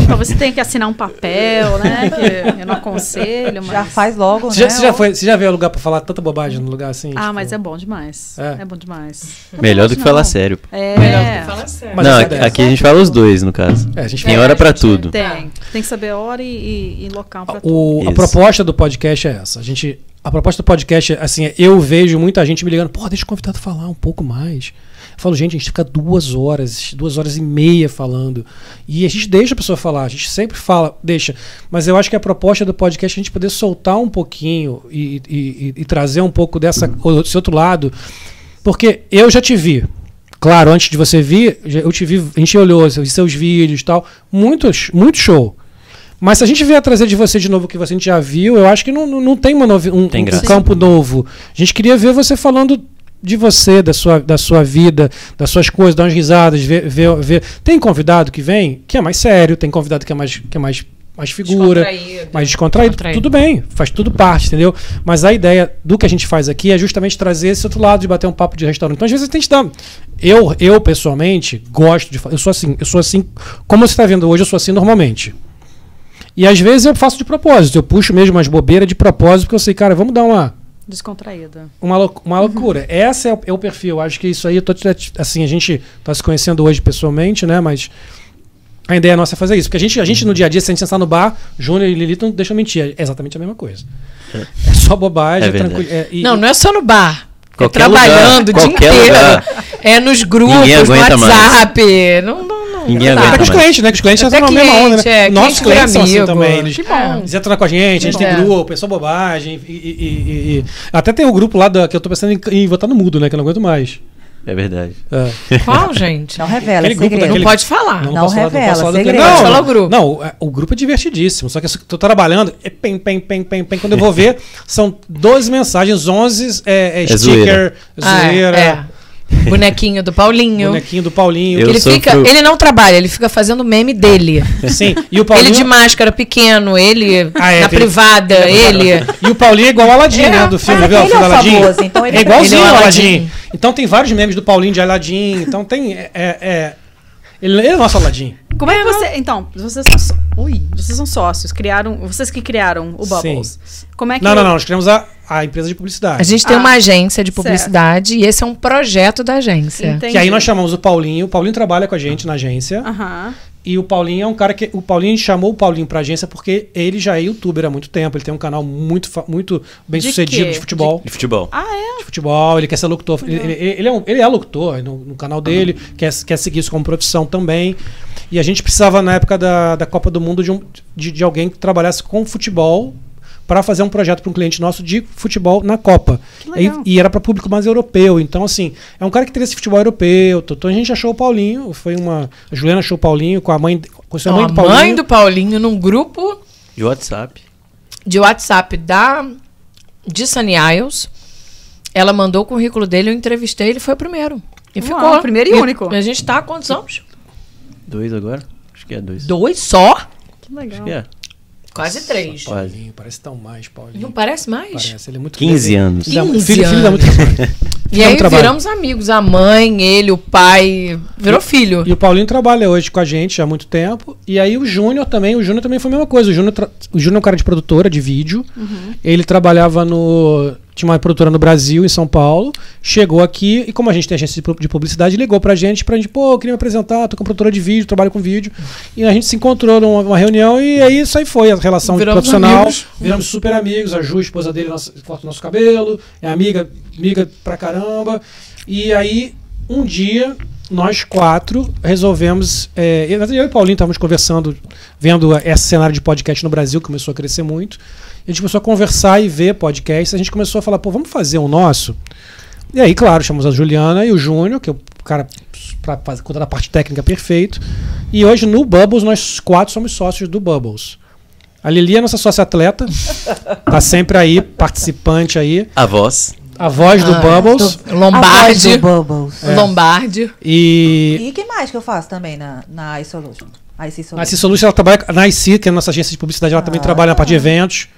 S5: Talvez você tenha que assinar um papel, né? Que eu não aconselho, mas.
S4: Já faz logo,
S2: Você já,
S4: né?
S2: você já foi, você já veio a lugar pra falar tanta bobagem no lugar assim?
S5: Ah,
S2: tipo-
S5: mas é bom demais.
S2: É.
S5: É, bom demais.
S8: Melhor do que
S5: não.
S8: falar sério. pô.
S5: É.
S3: Fala sério.
S2: Mas
S8: não,
S2: essa
S8: aqui,
S2: dessa.
S8: aqui a gente fala os dois, no caso.
S2: É, a gente
S8: Tem
S2: fala-
S8: hora pra tudo.
S5: Tem. Tem que saber a hora e, e- e local pra tudo.
S2: O- a
S8: Isso.
S2: proposta do podcast é essa. A gente, a proposta do podcast é assim, é, eu vejo muita gente me ligando, pô, deixa o convidado falar um pouco mais. Eu falo, gente, a gente fica duas horas, duas horas e meia falando. E a gente deixa a pessoa falar, a gente sempre fala, deixa. Mas eu acho que a proposta do podcast é a gente poder soltar um pouquinho e, e- e- e trazer um pouco dessa, desse outro lado. Porque eu já te vi. Claro, antes de você vir, já- eu te vi, a gente olhou seus seus vídeos e tal. Muitos, muito show. Mas se a gente vier trazer de você de novo o que você já viu, eu acho que não, não, não tem, uma novi- um,
S8: Tem
S2: um
S8: graça.
S2: campo novo. A gente queria ver você falando de você, da sua, da sua vida, das suas coisas, dá umas risadas, vê, vê, vê. Tem convidado que vem que é mais sério, tem convidado que é mais, que é mais, mais figura,
S6: Descontraído.
S2: mais descontraído.
S3: Descontraído.
S2: Tudo bem, faz tudo parte, entendeu? Mas a ideia do que a gente faz aqui é justamente trazer esse outro lado de bater um papo de restaurante. Então, às vezes, a gente tá. Eu, eu pessoalmente, gosto de. fa- Eu sou assim, eu sou assim. Como você está vendo hoje, eu sou assim normalmente. E às vezes eu faço de propósito, eu puxo mesmo umas bobeiras de propósito, porque eu sei, cara, vamos dar uma
S5: Descontraída.
S2: uma, lou- uma
S3: Uhum.
S2: loucura. Essa é o, é o perfil. Acho que isso aí, eu tô, te- assim, a gente tá se conhecendo hoje pessoalmente, né? Mas a ideia nossa é fazer isso. Porque a gente, a gente no dia a dia, se a gente sentar no bar, Júnior e Lilith não deixam mentir. É exatamente a mesma coisa. É só bobagem,
S8: É
S2: é
S8: verdade.
S2: tranquilo. é- e-
S3: Não, não é só no bar. É
S8: Qualquer
S3: trabalhando
S8: lugar,
S3: o dia
S8: qualquer
S3: inteiro.
S8: lugar.
S3: É nos grupos,
S8: Ninguém
S3: no
S8: aguenta
S3: WhatsApp. Não, não, não.
S8: Ninguém
S3: não
S2: Até
S3: dá.
S8: aguenta
S2: com os
S8: mais.
S2: clientes, né? Que os clientes
S3: Até
S2: entram na mesma
S3: cliente,
S2: onda, né?
S3: é,
S2: Nossos
S3: cliente vira
S2: clientes são assim
S3: amigo.
S2: também. Eles,
S3: Que bom.
S5: É.
S2: eles entram com a gente, a gente
S3: É.
S2: tem grupo, é só bobagem. E, e- e- e- e- Até tem o grupo lá da, que eu tô pensando em, em votar no mudo, né? Que eu não aguento mais.
S8: É verdade.
S2: É.
S3: Qual, gente?
S4: Não revela,
S2: Aquele
S4: é
S2: grupo
S4: segredo.
S3: Não
S2: daquele-
S3: pode falar.
S4: Não
S2: posso falar-
S4: revela,
S2: posso falar do
S4: segredo.
S2: cliente.
S3: Pode
S2: Não,
S3: falar o
S2: não,
S3: grupo.
S2: Não, é, o grupo é divertidíssimo. Só que eu tô trabalhando, é pem, pem, pem, pem, pem. Quando eu vou ver, são 12 mensagens, 11 é, é
S8: É
S2: sticker,
S8: zoeira.
S2: zoeira,
S3: Ah, é. Bonequinho do Paulinho.
S2: bonequinho do Paulinho.
S8: Eu
S3: ele,
S8: sou
S3: fica,
S8: pro-
S3: ele não trabalha, ele fica fazendo meme dele.
S2: Sim, assim, e o Paulinho...
S3: Ele de máscara pequeno, ele
S2: Ah, é,
S3: na
S2: tem-
S3: privada, ele.
S2: E o Paulinho é igual o Aladim,
S3: É,
S2: né? Do filme,
S4: mas
S2: viu?
S4: ele
S2: O filme
S4: é o
S2: Aladim.
S4: famoso, então ele
S2: é
S4: é-
S2: igualzinho
S3: ele é
S2: o
S3: o
S2: Aladim.
S3: Aladim.
S2: Então tem vários memes do Paulinho de Aladim. Então tem... É, é- é- ele, ele é o nosso Aladim.
S5: Como é que você. Então, vocês são, só- ui, vocês são sócios, criaram. Vocês que criaram o Bubbles. Como é que.
S2: Não, não, não. Nós criamos a, a empresa de publicidade.
S3: A gente tem
S5: Ah,
S3: uma agência de
S5: certo.
S3: publicidade e esse é um projeto da agência.
S5: Entendi.
S2: Que aí nós chamamos o Paulinho. O Paulinho trabalha com a gente na agência.
S5: Aham.
S2: E o Paulinho é um cara que. O Paulinho chamou o Paulinho pra agência porque ele já é youtuber há muito tempo. Ele tem um canal muito, fa- muito bem
S5: De
S2: sucedido
S5: quê?
S2: de futebol.
S8: De futebol.
S5: Ah, é?
S2: De futebol, ele quer ser locutor. Ele, ele- ele é, um- ele é locutor no, no canal dele, quer, quer seguir isso como profissão também. E a gente precisava, na época da, da Copa do Mundo, de, um- de, de alguém que trabalhasse com futebol pra fazer um projeto pra um cliente nosso de futebol na Copa. E,
S5: legal.
S2: e era pra público mais europeu. Então, assim, é um cara que teria esse futebol europeu. Então a gente achou o Paulinho, foi uma. A Juliana achou o Paulinho com a mãe. Com a sua
S3: Não,
S2: mãe
S3: a
S2: do é Paulinho.
S3: mãe do Paulinho num grupo
S8: De WhatsApp.
S3: de WhatsApp da de Sunny Isles. Ela mandou o currículo dele, eu entrevistei, ele foi o primeiro. E
S5: Uau,
S3: ficou.
S5: primeiro e único.
S3: A gente tá há quantos anos?
S8: Dois agora? Acho que é dois.
S3: Dois só?
S5: Que legal.
S8: Acho que é.
S3: Quase três.
S8: Quase.
S2: Paulinho, parece tão mais, Paulinho.
S3: Não parece mais?
S2: Parece, ele é muito
S8: 15 anos.
S2: anos. Filho, dá-
S3: 15
S2: filho, filho dá muito
S3: E aí
S2: Não trabalha.
S3: viramos amigos. A mãe, ele, o pai. Virou filho.
S2: E o Paulinho trabalha hoje com a gente há muito tempo. E aí o Júnior também, o Júnior também foi a mesma coisa. O Júnior, tra- o Júnior é um cara de produtora de vídeo. Ele trabalhava no. Tinha uma produtora no Brasil, em São Paulo. Chegou aqui e, como a gente tem agência de pu- de publicidade, ligou pra gente pra gente, pô, eu queria me apresentar, tô com produtora de vídeo, trabalho com vídeo. E a gente se encontrou numa, numa reunião e aí isso aí foi a relação
S3: Viramos
S2: profissional.
S3: amigos.
S2: Viramos super amigos. A Ju, a esposa dele, nossa, corta o nosso cabelo, é amiga, amiga pra caramba. E aí, um dia, nós quatro resolvemos. é, eu eu e o Paulinho estávamos conversando, vendo esse cenário de podcast no Brasil, que começou a crescer muito. A gente começou a conversar e ver podcasts. A gente começou a falar, pô, vamos fazer o nosso? E aí, claro, chamamos a Juliana e o Júnior, que é o cara pra fazer conta da parte técnica perfeito. E hoje no Bubbles, nós quatro somos sócios do Bubbles. A Lili é nossa sócia atleta, tá sempre aí, participante aí.
S8: A voz.
S2: A voz do
S3: Ah,
S2: Bubbles.
S3: tô-
S4: A voz do
S3: Lombardi.
S4: Bubbles.
S2: É.
S3: Lombardi.
S2: E
S4: E que mais que eu faço também na, na iSolution? IC Solution.
S2: a IC Solution, ela trabalha com- na IC, que é a nossa agência de publicidade, ela também trabalha na parte de eventos.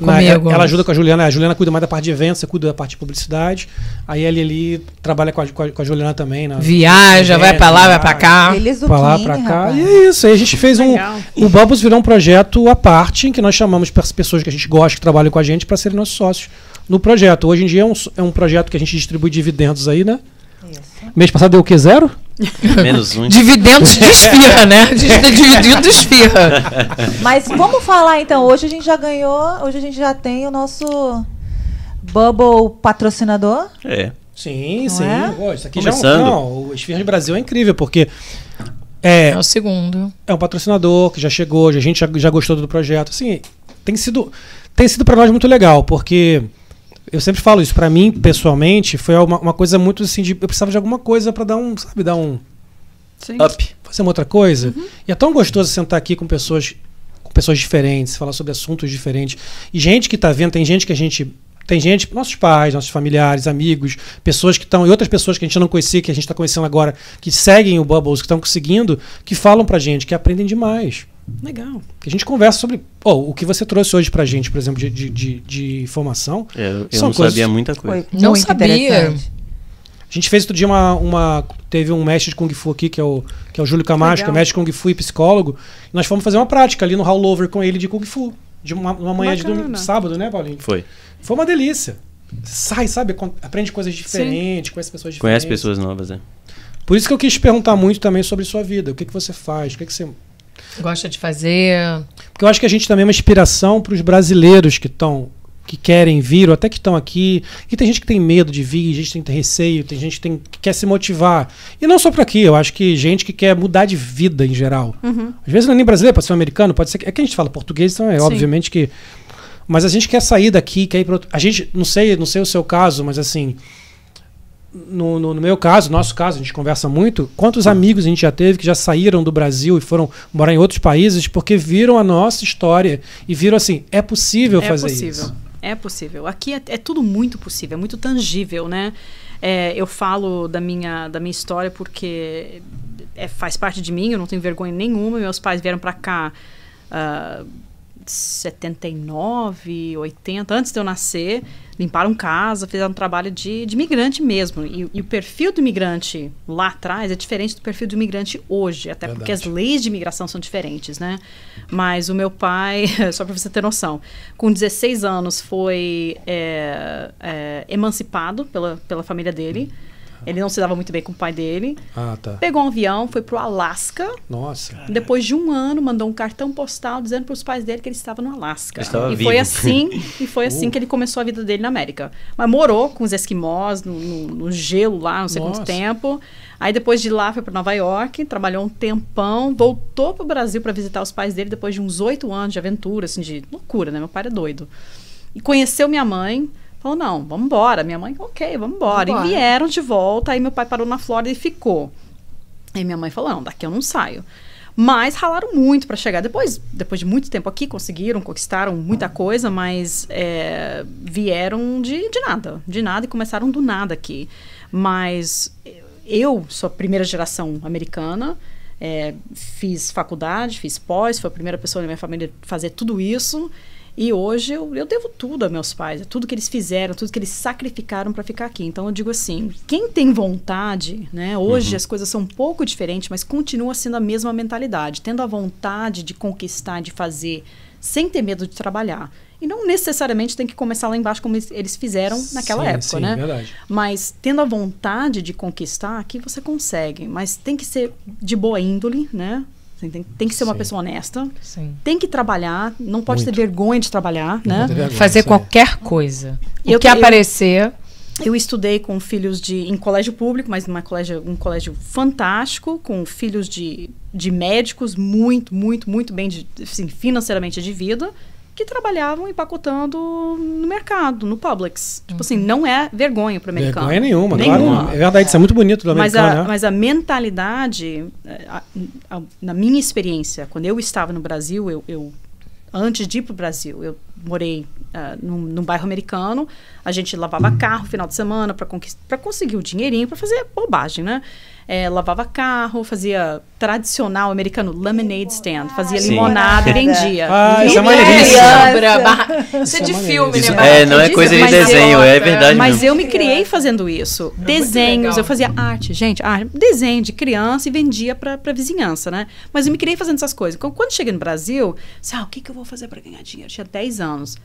S2: Na-
S3: Ah, tá. Comigo.
S2: ela ajuda com a Juliana, a Juliana cuida mais da parte de eventos, você cuida da parte de publicidade. Aí a Lili trabalha com a, com a- com a Juliana também. Na,
S3: Viaja, vai pra lá, vai pra cá.
S4: Ele é
S2: Ah, pra lá,
S4: zucchini,
S2: pra cá.
S4: rapaz.
S2: E é isso. Aí a gente fez um.
S5: Legal.
S2: O Bubbles virou um projeto à parte, em que nós chamamos pers- pessoas que a gente gosta, que trabalham com a gente, para serem nossos sócios no projeto. Hoje em dia é um, so- é um projeto que a gente distribui dividendos aí, né? Mês passado deu o quê? Zero?
S8: Menos um.
S3: Dividendos de esfirra, né? Dividendos de esfirra.
S4: Mas vamos falar então. Hoje a gente já ganhou, hoje a gente já tem o nosso Bubble patrocinador.
S8: É.
S2: Sim,
S4: Não
S2: sim.
S4: é?
S2: Pô, isso aqui já é um,
S8: Começando.
S2: não, o Esfirra de Brasil é incrível, porque é,
S3: É o segundo.
S2: é um patrocinador que já chegou, a gente já, já gostou do projeto. Assim, tem sido, tem sido para nós muito legal, porque eu sempre falo isso, para mim, pessoalmente, foi uma, uma coisa muito assim, de, eu precisava de alguma coisa para dar um, sabe, dar um,
S5: Sim.
S8: Up.
S2: fazer uma outra coisa. E é tão gostoso sentar aqui com pessoas com pessoas diferentes, falar sobre assuntos diferentes. E gente que tá vendo, tem gente que a gente Tem gente, nossos pais, nossos familiares, amigos, pessoas que estão, e outras pessoas que a gente não conhecia, que a gente está conhecendo agora, que seguem o Bubbles, que estão conseguindo, que falam pra gente, que aprendem demais.
S5: Legal.
S2: Que a gente conversa sobre. Ó, o que você trouxe hoje pra gente, por exemplo, de, de, de, de informação.
S1: É, eu eu
S2: São
S1: não
S2: coisas-
S1: sabia muita coisa.
S4: Foi
S3: Não
S4: muito
S3: sabia.
S4: interessante.
S2: A gente fez outro dia uma, uma- Teve um mestre de Kung Fu aqui, que é o, que é o Júlio Camacho,
S5: Legal.
S2: que é mestre de Kung Fu e psicólogo. E nós fomos fazer uma prática ali no Howlover com ele de Kung Fu. De uma, uma manhã de
S5: Bacana.
S2: domingo, sábado, né, Paulinho?
S1: Foi.
S2: Foi uma delícia. Você sai, sabe? con- Aprende coisas diferentes, conhece pessoas diferentes.
S1: Conhece pessoas novas, né?
S2: Por isso que eu quis te perguntar muito também sobre sua vida. O que, que você faz? O que, que você.
S3: Gosta de fazer.
S2: Porque eu acho que a gente também é uma inspiração para os brasileiros que estão. Que querem vir, ou até que estão aqui. E tem gente que tem medo de vir, gente que tem receio, tem gente que, tem- que quer se motivar. E não só para aqui, eu acho que gente que quer mudar de vida em geral. Às vezes não é nem brasileiro, pode ser um americano, pode ser. É que a gente fala português, então é
S5: Uhum. Sim.
S2: obviamente que. Mas a gente quer sair daqui, quer ir para outro. A gente, não sei, não sei o seu caso, mas assim. No, no- no meu caso, no nosso caso, a gente conversa muito. Quantos amigos a gente já teve que já saíram do Brasil e foram morar em outros países porque viram a nossa história e viram assim: é possível
S5: é
S2: fazer
S5: possível.
S2: isso.
S5: É possível. Aqui é, é tudo muito possível, é muito tangível, né? É, eu falo da minha, da minha história porque é, faz parte de mim, eu não tenho vergonha nenhuma. Meus pais vieram para cá ah, 79, 80, antes de eu nascer. Limparam casa, fizeram um trabalho de, de migrante mesmo. E, e o perfil do imigrante lá atrás é diferente do perfil do imigrante hoje, até porque as leis de imigração são diferentes, né? Mas o meu pai, só para você ter noção, com 16 anos foi é, é, emancipado pela, pela família dele. Ele não se dava muito bem com o pai dele.
S2: Ah, tá.
S5: Pegou um avião, foi pro Alasca.
S2: Nossa.
S5: Depois de um ano, mandou um cartão postal dizendo para os pais dele que ele estava no Alasca.
S1: Ele estava
S5: e
S1: vivo.
S5: foi assim, e foi assim que ele começou a vida dele na América. Mas morou com os esquimós no, no- no gelo lá, não sei
S2: Nossa.
S5: quanto tempo. Aí depois de lá foi para Nova York, trabalhou um tempão, voltou para o Brasil para visitar os pais dele depois de uns oito anos de aventura, assim, de loucura, né? Meu pai era doido. E conheceu minha mãe. Falou, não, vamos embora. Minha mãe, ok, vamos embora. E
S3: Vambora.
S5: vieram de volta. Aí meu pai parou na Flórida e ficou. Aí minha mãe falou: não, daqui eu não saio. Mas ralaram muito para chegar. Depois, depois de muito tempo aqui, conseguiram, conquistaram muita coisa, mas é, vieram de, de nada. De nada e começaram do nada aqui. Mas eu sou a primeira geração americana. é, fiz faculdade, fiz pós, fui a primeira pessoa da minha família a fazer tudo isso. E hoje eu, eu devo tudo a meus pais, a tudo que eles fizeram, tudo que eles sacrificaram para ficar aqui. Então eu digo assim, quem tem vontade, né? Hoje
S2: Uhum.
S5: as coisas são um pouco diferentes, mas continua sendo a mesma mentalidade, tendo a vontade de conquistar, de fazer, sem ter medo de trabalhar. E não necessariamente tem que começar lá embaixo como eles- eles fizeram naquela
S2: Sim,
S5: época,
S2: sim,
S5: né?
S2: verdade.
S5: Mas tendo a vontade de conquistar, aqui você consegue. Mas tem que ser de boa índole, né? Assim, Tem, tem que ser uma
S2: Sim.
S5: pessoa honesta.
S3: Sim.
S5: Tem que trabalhar. Não pode
S2: Muito.
S5: ter vergonha de trabalhar, né?
S2: Não teve agora,
S3: Fazer
S2: isso aí.
S3: qualquer coisa. O
S5: Eu-
S3: que
S5: eu-
S3: aparecer.
S5: Eu estudei com filhos de em colégio público, mas numa colégio, um colégio fantástico, com filhos de, de médicos muito, muito, muito bem de, assim, financeiramente de vida, que trabalhavam empacotando no mercado, no Publix. Tipo assim, não é vergonha para o americano.
S2: Uhum. Vergonha nenhuma,
S5: Nenhuma.
S2: claro. É verdade, isso é muito bonito do
S5: mas,
S2: americano,
S5: a,
S2: né?
S5: mas a mentalidade, eh, a- a- na minha experiência, quando eu estava no Brasil, eu, eu- antes de ir para o Brasil, eu morei ah, num, num bairro americano, a gente lavava
S2: Uhum.
S5: carro final de semana para conseguir o dinheirinho, para fazer bobagem, né? Eh, lavava carro, fazia tradicional americano lemonade stand, fazia
S1: Sim.
S5: limonada,
S4: Limonada.
S5: vendia.
S2: Ah, isso é uma
S3: Não
S2: delícia.
S3: obra, barra- Isso é
S2: é
S3: de
S2: uma
S3: filme,
S2: delícia.
S3: né?
S1: É,
S3: barra-
S1: não é
S3: de
S1: coisa de
S3: mas
S1: desenho, é
S3: idiota.
S1: verdade
S5: Mas
S1: mesmo.
S5: eu me criei fazendo isso. Desenhos,
S3: legal.
S5: eu fazia arte, gente, arte, desenho de criança e vendia pra, pra vizinhança, né? Mas eu me criei fazendo essas coisas. Então, Quando cheguei no Brasil, sabe, ah, o que, que eu vou fazer pra ganhar dinheiro? Eu tinha 10 anos.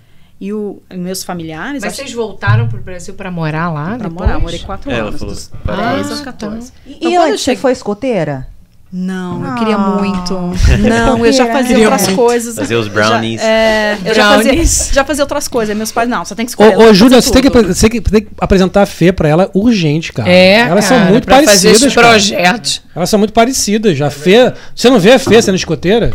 S5: E o, meus familiares.
S3: Mas vocês voltaram pro Brasil pra morar lá?
S5: pra
S3: depois?
S5: morar, eu morei 4
S1: É, ela
S5: anos.
S1: falou.
S5: Dos
S1: para
S3: Ah,
S5: 10 aos
S3: tá.
S5: 14.
S4: E,
S5: Então,
S4: e
S5: quando eu
S4: antes, você
S5: cheguei-
S4: foi escoteira?
S5: Não, eu
S4: Ah.
S5: queria muito. Não, eu já fazia
S4: Queria
S5: outras
S4: muito.
S5: coisas.
S1: Fazer os brownies.
S5: Já, é, eu já
S3: Brownies.
S5: fazia, já fazia outras coisas. Aí Meus pais, não, você tem que escolher.
S2: Ô, ô
S5: fazer
S2: Júlia, você tem, que,
S5: tudo.
S2: apre- você tem que- tem que apresentar a Fê pra ela urgente, cara.
S3: É,
S2: Elas
S3: cara,
S2: são muito
S3: pra fazer
S2: parecidas.
S3: esses
S2: cara.
S3: projetos.
S2: Elas são muito parecidas. A Fê. Você não vê a Fê sendo escoteira?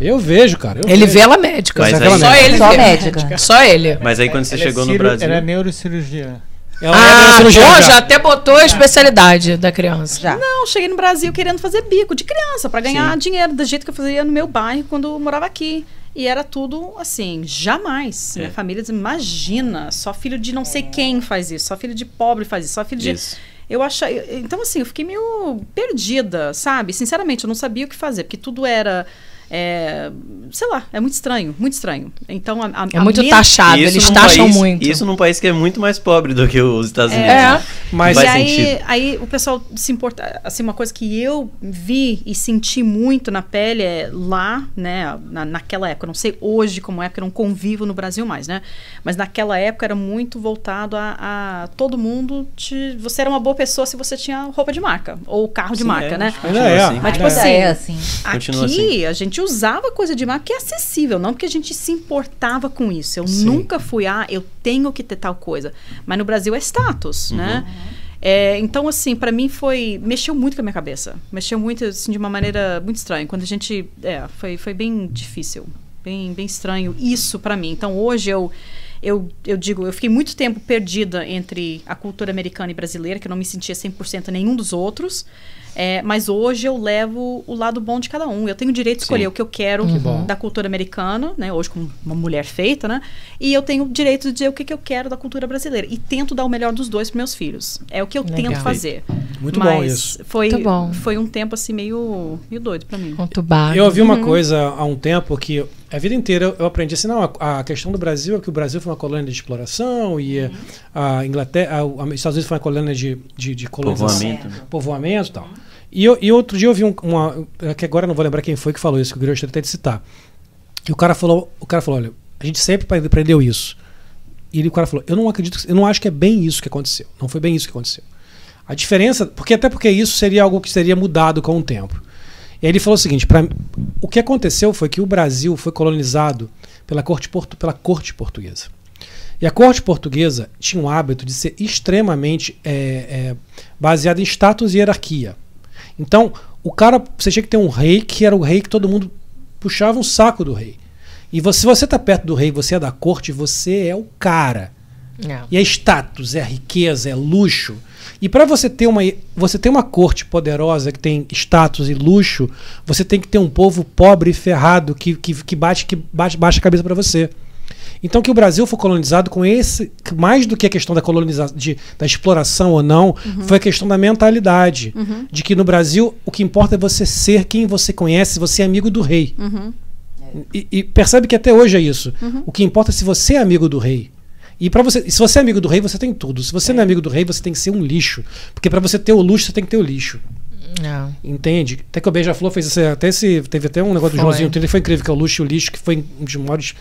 S2: Eu vejo, cara. eu
S3: Ele
S2: vejo.
S3: vê ela médica.
S1: Mas
S2: aí-
S3: só ele
S4: Só
S3: vê.
S4: médica.
S3: Só ele.
S1: Mas aí quando você
S7: Ela é
S1: chegou no
S7: ciru-
S1: Brasil.
S7: Ela é neurocirurgia.
S2: Ela é
S3: Ah,
S2: da
S3: pô,
S2: cirurgia
S3: já.
S2: já.
S3: até botou a especialidade da criança.
S4: Já.
S5: Não, cheguei no Brasil querendo fazer bico de criança para ganhar dinheiro do jeito que eu fazia no meu bairro quando eu morava aqui. E era tudo assim,
S3: É.
S5: jamais. Minha família diz, imagina, só filho de não sei quem faz isso, só filho de pobre faz isso, só filho de.
S1: Isso.
S5: Eu achei. Então, assim, eu fiquei meio perdida, sabe? Sinceramente, eu não sabia o que fazer, porque tudo era. é, sei lá, é muito estranho, muito estranho. Então, a, a-
S3: É
S5: a
S3: muito
S5: men-
S3: taxado,
S1: E
S3: eles
S1: num
S3: taxam
S1: país-
S3: muito.
S1: Isso num país que é muito mais pobre do que os Estados Unidos.
S3: É.
S1: né?
S2: Mas-
S1: Faz
S5: e aí,
S1: sentido.
S5: aí o pessoal se importa. Assim, uma coisa que eu vi e senti muito na pele é lá, né? Na, naquela época, eu não sei hoje como é, porque eu não convivo no Brasil mais, né? Mas naquela época era muito voltado a, a todo mundo. Te, você era uma boa pessoa se você tinha roupa de marca ou carro de
S1: Sim,
S5: marca,
S1: é,
S5: né?
S1: acho que
S2: Ainda
S1: continua
S2: é.
S1: assim.
S5: Mas, tipo
S4: Ainda
S5: assim,
S4: é assim.
S5: Aqui
S1: Continua assim.
S5: a gente usava coisa de marca que é acessível, não porque a gente se importava com isso. Eu
S2: Sim.
S5: nunca fui, ah, eu tenho que ter tal coisa. Mas no Brasil é status,
S1: Uhum.
S5: né? É, então, assim, pra mim foi. Mexeu muito com a minha cabeça. Mexeu muito, assim, de uma maneira muito estranha. Quando a gente. É, foi, foi bem difícil. Bem, bem estranho isso pra mim. Então, hoje eu. Eu, eu digo, eu fiquei muito tempo perdida entre a cultura americana e brasileira, que eu não me sentia 100% nenhum dos outros. É, mas hoje eu levo o lado bom de cada um. Eu tenho o direito de escolher
S1: Sim.
S5: o que eu quero
S2: Que bom.
S5: da cultura americana, né? Hoje como uma mulher feita, né? E eu tenho o direito de dizer o que, que eu quero da cultura brasileira. E tento dar o melhor dos dois para meus filhos. É o que eu
S3: Legal.
S5: tento fazer.
S2: Muito
S5: mas
S2: bom isso.
S5: Foi,
S3: Muito bom.
S5: foi um tempo assim meio, meio doido para mim.
S3: Conturbado.
S2: Eu ouvi uma
S5: Uhum.
S2: coisa há um tempo que a vida inteira eu aprendi assim, não, a, a questão do Brasil é que o Brasil foi uma colônia de exploração e a Inglaterra, a- os Estados Unidos foi uma colônia de, de, de colonização,
S1: Povoamento.
S2: povoamento e tal. E, eu- e outro dia eu vi um- uma, é que agora eu não vou lembrar quem foi que falou isso, que o Grioche até de citar. E o cara falou, o cara falou, olha, a gente sempre pre- aprendeu isso. E ele- o cara falou, eu não acredito, que- eu não acho que é bem isso que aconteceu. Não foi bem isso que aconteceu. A diferença, porque até porque isso seria algo que seria mudado com o tempo. E aí ele falou o seguinte, pra, o que aconteceu foi que o Brasil foi colonizado pela corte, portu, pela corte portuguesa. E a corte portuguesa tinha um hábito de ser extremamente é, é, baseada em status e hierarquia. Então, o cara, você tinha que ter um rei que era o rei que todo mundo puxava um saco do rei. E você- se você tá perto do rei, você é da corte, você é o cara.
S3: É.
S2: E é status, é riqueza, é luxo. E para você ter uma você ter uma corte poderosa que tem status e luxo, você tem que ter um povo pobre e ferrado que, que, que bate que bate, baixa a cabeça para você. Então que o Brasil foi colonizado com esse que mais do que a questão da colonização de, da exploração ou não, foi a questão da mentalidade, de que no Brasil o que importa é você ser quem você conhece, você é amigo do rei. E, e percebe que até hoje é isso. O que importa é se você é amigo do rei. E para você, e se você é amigo do rei, você tem tudo. Se você não é amigo do rei, você tem que ser um lixo, porque para você ter o luxo, você tem que ter o lixo.
S3: É.
S2: Entende? Até que o Beija-Flor fez esse, até esse. Teve até um negócio do
S3: Foi.
S2: Joãozinho Trilha, foi incrível, que é o Luxo e o Lixo, que foi um dos maiores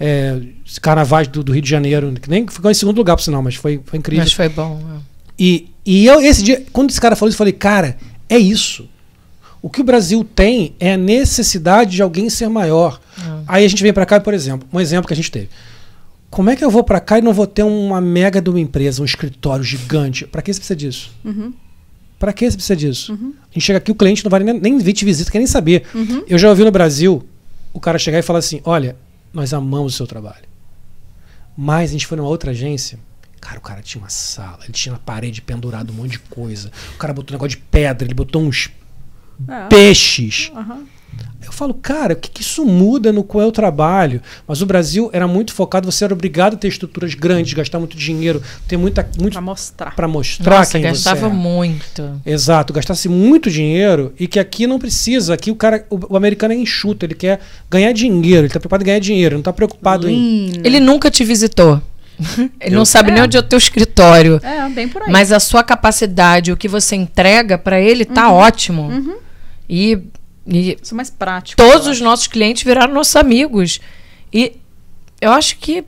S2: é, carnavais do, do Rio de Janeiro, que nem ficou em segundo lugar, por sinal, mas foi, foi incrível.
S3: Mas foi bom. é.
S2: E, e eu, esse dia, quando esse cara falou isso, eu falei, cara, é isso. O que o Brasil tem é a necessidade de alguém ser maior. Aí a gente vem pra cá, por exemplo, um exemplo que a gente teve. Como é que eu vou pra cá e não vou ter uma mega de uma empresa, um escritório gigante? Pra que você precisa disso? Pra que você precisa disso? A gente chega aqui, o cliente não vai nem, nem vir te visita, quer nem saber. Eu já ouvi no Brasil o cara chegar e falar assim: olha, nós amamos o seu trabalho. Mas a gente foi numa outra agência. Cara, o cara tinha uma sala, ele tinha na parede pendurado um monte de coisa. O cara botou um negócio de pedra, ele botou uns peixes. Eu falo, cara, o que, que isso muda no qual eu trabalho? Mas o Brasil era muito focado, você era obrigado a ter estruturas grandes, gastar muito dinheiro, ter muita, muito
S5: Pra mostrar.
S2: para mostrar
S3: Nossa,
S2: quem
S3: gastava
S2: você é.
S3: muito.
S2: Exato, gastasse muito dinheiro e que aqui não precisa. Aqui o cara, o, o americano é enxuto, ele quer ganhar dinheiro, ele tá preocupado em ganhar dinheiro, não tá preocupado em.
S5: Lean.
S3: Ele nunca te visitou. Ele não sabe nem
S5: É.
S3: onde é o teu escritório.
S5: É, bem por aí.
S3: Mas a sua capacidade, o que você entrega pra ele, tá ótimo. E, e
S5: Isso é mais prático.
S3: todos
S5: eu
S3: os
S5: acho.
S3: nossos clientes viraram nossos amigos. E eu acho que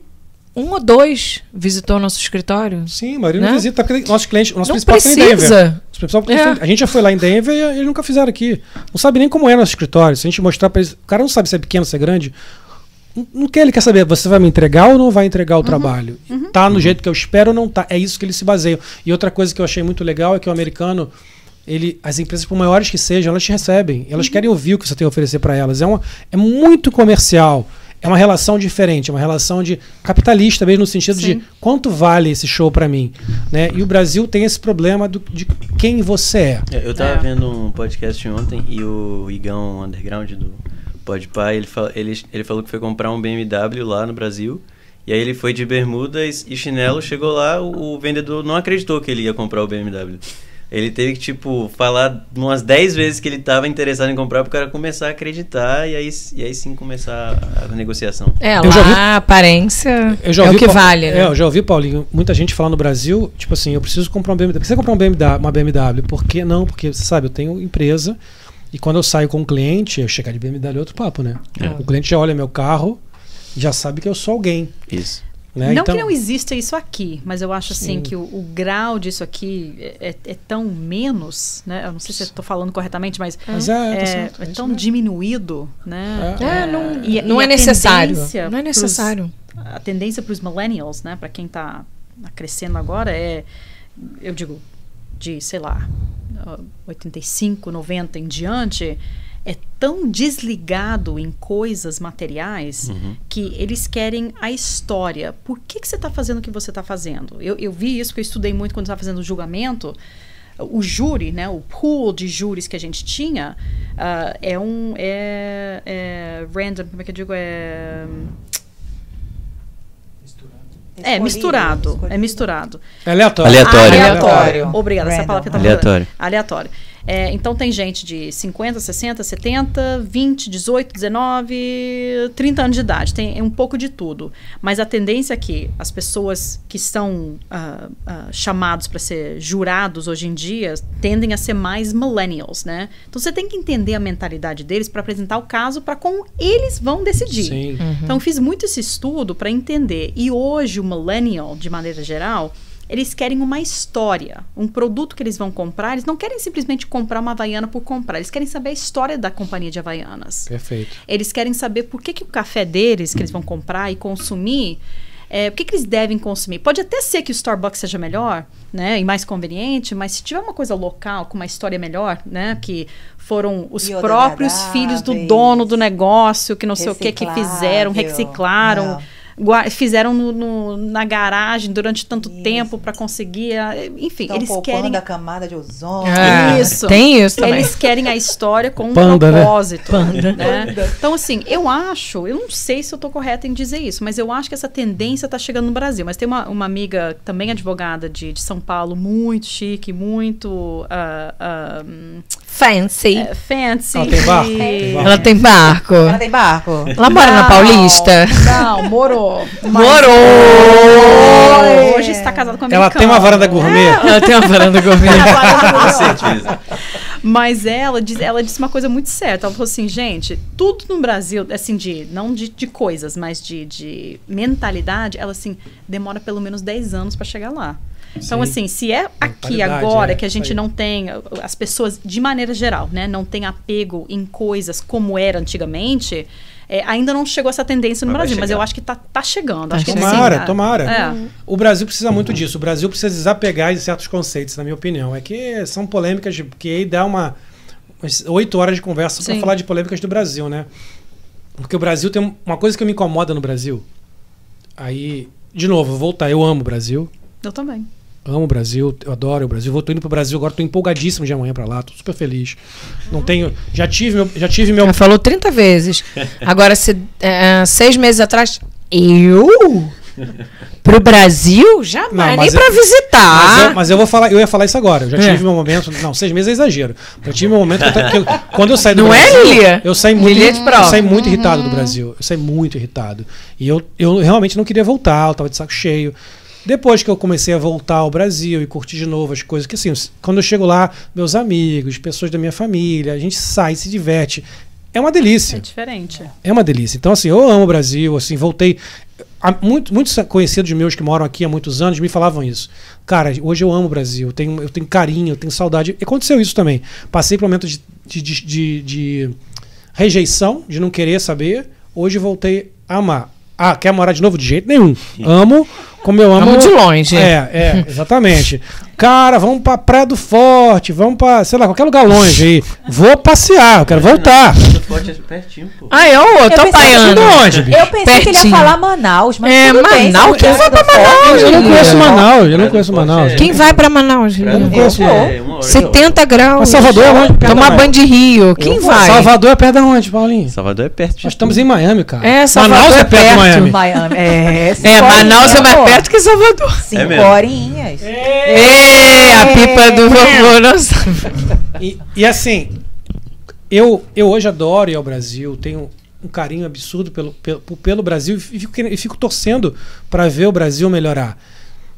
S3: um ou dois visitou nosso escritório.
S2: Sim, a maioria não
S3: Né?
S2: visita, porque nossos clientes, nosso
S3: Não
S2: principal foi em Denver.
S3: precisa.
S2: Nosso principal-
S3: É.
S2: A gente já foi lá em Denver e eles nunca fizeram aqui. Não sabe nem como é nosso escritório. Se a gente mostrar pra eles, o cara não sabe se é pequeno, se é grande. Não- Não quer, ele quer saber, você vai me entregar ou não vai entregar o trabalho? Tá no jeito que eu espero ou não tá? É isso que eles se baseiam. E outra coisa que eu achei muito legal é que o americano, ele, as empresas, por maiores que sejam, elas te recebem. Elas querem ouvir o que você tem a oferecer para elas. É, uma, é muito comercial. É uma relação diferente, é uma relação de capitalista mesmo, no sentido de quanto vale esse show para mim. Né? E o Brasil tem esse problema do- de quem você é.
S1: É, Eu tava
S5: É.
S1: vendo um podcast ontem e o Igão Underground do Podpah, ele, fa- ele, ele falou que foi comprar um BMW lá no Brasil. E aí ele foi de bermudas e chinelo, chegou lá, o, o vendedor não acreditou que ele ia comprar o BMW. Ele teve que, tipo, falar umas 10 vezes que ele estava interessado em comprar pro cara começar a acreditar e aí, e aí sim começar a, a negociação.
S3: É,
S2: Eu
S3: lá
S2: já ouvi-
S3: a aparência
S2: Eu já
S3: é o
S2: ouvi
S3: que
S2: Pau-
S3: vale, né?
S2: É, eu já ouvi, Paulinho, muita gente falar no Brasil, tipo assim, eu preciso comprar um BMW. Por que você comprar um BMW, uma BMW? Por que não? Porque, você sabe, eu tenho empresa e quando eu saio com um cliente, eu chegar de BMW é outro papo, né? O cliente já olha meu carro, já sabe que eu sou alguém,
S1: Isso.
S2: né?
S5: não
S2: então,
S5: que não exista isso aqui, mas eu acho assim
S2: Sim.
S5: que o, o grau disso aqui é, é- é tão menos, né? Eu não sei se eu estou falando corretamente, mas
S2: Mas é, tá
S5: é,
S2: certo,
S5: é
S2: isso
S5: tão
S2: mesmo.
S5: diminuído, né?
S2: É.
S3: É, não,
S5: E-
S3: não
S5: e
S3: é
S5: a
S3: necessário.
S5: tendência
S3: Não é
S5: pros-
S3: necessário.
S5: a tendência para os millennials, né, para quem está crescendo agora é, eu digo, de, sei lá, ah, 85, 90 em diante, é tão desligado em coisas materiais que eles querem a história. Por que, que você está fazendo o que você está fazendo? Eu, eu vi isso, que eu estudei muito quando estava fazendo o julgamento. O júri, né, o pool de júris que a gente tinha ah, é um. É, é random, como é que eu digo? É. É,
S4: Escolhido,
S5: misturado.
S4: escolhido.
S5: É misturado. Ah,
S2: É aleatório.
S1: Aleatório.
S5: Aleatório. Obrigada, essa é
S4: Random.
S5: a palavra que eu tava
S1: Aleatório.
S5: procurando. Aleatório. É, então tem gente de 50, 60, 70, 20, 18, 19, 30 anos de idade. Tem um pouco de tudo. Mas a tendência é que as pessoas que são ah, ah, chamados para ser jurados hoje em dia tendem a ser mais millennials, né? Então você tem que entender a mentalidade deles para apresentar o caso para como eles vão decidir.
S2: Sim.
S5: Então, eu fiz muito esse estudo para entender. E hoje, o millennial, de maneira geral, eles querem uma história, um produto que eles vão comprar. Eles não querem simplesmente comprar uma Havaiana por comprar. Eles querem saber a história da companhia de Havaianas.
S2: Perfeito.
S5: Eles querem saber por que, que o café deles, que eles vão comprar e consumir, é, por que, que eles devem consumir. Pode até ser que o Starbucks seja melhor, né, e mais conveniente, mas se tiver uma coisa local, com uma história melhor, né, que foram os
S4: Biodegradáveis,
S5: próprios filhos do dono do negócio, que não sei o que, que fizeram,
S4: Reciclável.
S5: reciclaram, gua- fizeram no- no- na garagem durante tanto tempo para conseguir, a- enfim,
S4: Estão
S5: eles
S4: poupando
S5: querem
S4: a camada de
S2: É.
S4: ozônio.
S3: Ah,
S5: Isso.
S3: Tem isso também.
S5: eles querem a história com um
S2: Panda, né?
S5: propósito. né? Então, assim, eu acho, eu não sei se eu tô correta em dizer isso, mas eu acho que essa tendência tá chegando no Brasil. Mas tem uma, uma amiga, também advogada de, de São Paulo, muito chique, muito ah, ah, hum,
S3: Fancy.
S5: é, fancy.
S2: Ela tem barco?
S5: e-
S2: Tem barco?
S3: Ela tem barco.
S4: Ela tem barco.
S3: Ela mora na
S5: Não,
S3: Paulista.
S5: Não, morou.
S3: Morou!
S5: Hoje está casada com um
S2: Ela tem uma varanda gourmet.
S3: É, Ela tem uma varanda gourmet.
S1: Com certeza.
S5: Mas ela, diz, ela disse uma coisa muito certa. Ela falou assim, gente, tudo no Brasil, assim, de, não de, de coisas, mas de, de mentalidade, ela assim, demora pelo menos 10 anos para chegar lá. Então,
S2: Sim.
S5: assim, se é aqui
S2: Mentalidade,
S5: agora
S1: né?
S2: é,
S5: que a
S2: isso
S5: gente
S2: aí.
S5: não tem, uh, as pessoas, de maneira geral, né, não tem apego em coisas como era antigamente, é, ainda não chegou essa tendência no
S1: Mas vai
S5: Brasil, mas
S1: chegar.
S5: eu acho que tá, tá chegando. acho que
S2: Tomara,
S5: sim, tá-
S2: tomara.
S5: É.
S2: O Brasil precisa muito disso. O Brasil precisa desapegar de certos conceitos, na minha opinião. É que são polêmicas, de- porque aí dá uma umas oito horas de conversa para
S5: Sim.
S2: falar de polêmicas do Brasil, né? Porque o Brasil tem um- uma coisa que me incomoda no Brasil. Aí, de novo, eu vou voltar. Eu amo o Brasil.
S5: Eu também.
S2: Amo o Brasil, eu adoro o Brasil. Vou tô indo pro Brasil agora, tô empolgadíssimo de amanhã para lá, tô super feliz. Não tenho, já tive meu, já tive meu
S3: Ela falou 30 vezes. Agora, se, é, seis meses atrás. Eu? Pro Brasil?
S2: Não,
S3: Jamais.
S2: mas
S3: Nem
S2: eu-
S3: pra visitar.
S2: Mas eu, mas eu vou falar, eu ia falar isso agora. Eu já
S3: Tá. É.
S2: tive meu momento. Não, seis meses é exagero. Eu tive meu momento que eu- que eu- quando eu saí do
S3: Não é,
S2: Brasil.
S3: Lilia?
S2: Eu saí muito,
S3: Lilia é de prova. Uhum.
S2: eu saí muito irritado do Brasil. Eu saí muito irritado. E eu, eu realmente não queria voltar, eu tava de saco cheio. Depois que eu comecei a voltar ao Brasil e curtir de novo as coisas, que assim, quando eu chego lá, meus amigos, pessoas da minha família, a gente sai, se diverte. É uma delícia.
S5: É diferente.
S2: É uma delícia. Então, assim, eu amo o Brasil, assim, voltei. Há muito- muitos conhecidos meus que moram aqui há muitos anos me falavam isso. Cara, hoje eu amo o Brasil, eu tenho, eu tenho carinho, eu tenho saudade. E aconteceu isso também. Passei por um momento de, de- de- de- de rejeição, de não querer saber. Hoje eu voltei a amar. Ah, quer morar de novo? De jeito nenhum. Amo como eu amo.
S3: Amo de longe.
S2: É, é, exatamente. Cara, vamos pra Praia do Forte, vamos pra, sei lá, qualquer lugar longe aí. Vou passear, eu quero voltar.
S1: Forte é pertinho, pô.
S3: Ah, eu, eu tô
S4: pensei-
S3: paiando.
S2: De onde, bicho?
S4: Eu pensei que ele ia
S3: Pertinho.
S4: falar Manaus, mas
S3: É,
S4: tudo
S3: Manaus?
S4: bem, se não
S3: Quem vai pra
S4: tiver nada
S3: Manaus,
S4: forte.
S2: Eu não conheço Manaus, É, eu não conheço Manaus.
S3: Quem vai pra Manaus?
S4: não conheço,
S1: é
S4: não.
S3: 70 graus.
S2: Mas Salvador é longe. perto
S3: Tomar
S2: da
S3: banho
S2: onde?
S3: de rio. Quem vai?
S2: Salvador é perto da onde, Paulinho?
S1: Salvador é perto. de
S2: Nós estamos
S1: tudo.
S2: em Miami, cara.
S3: É, Salvador
S2: Manaus
S3: é
S2: é perto de
S3: perto.
S2: Miami.
S4: Miami. É,
S3: É,
S4: cinco
S3: Manaus é
S4: horinhas,
S3: mais
S4: pô.
S3: perto que Salvador.
S4: Cinco
S1: mesmo.
S4: horinhas.
S3: Ê, a pipa do vovô. Nossa.
S2: E, e assim, eu, eu hoje adoro ir ao Brasil, tenho um carinho absurdo pelo, pelo, pelo Brasil e fico, querendo- e fico torcendo para ver o Brasil melhorar.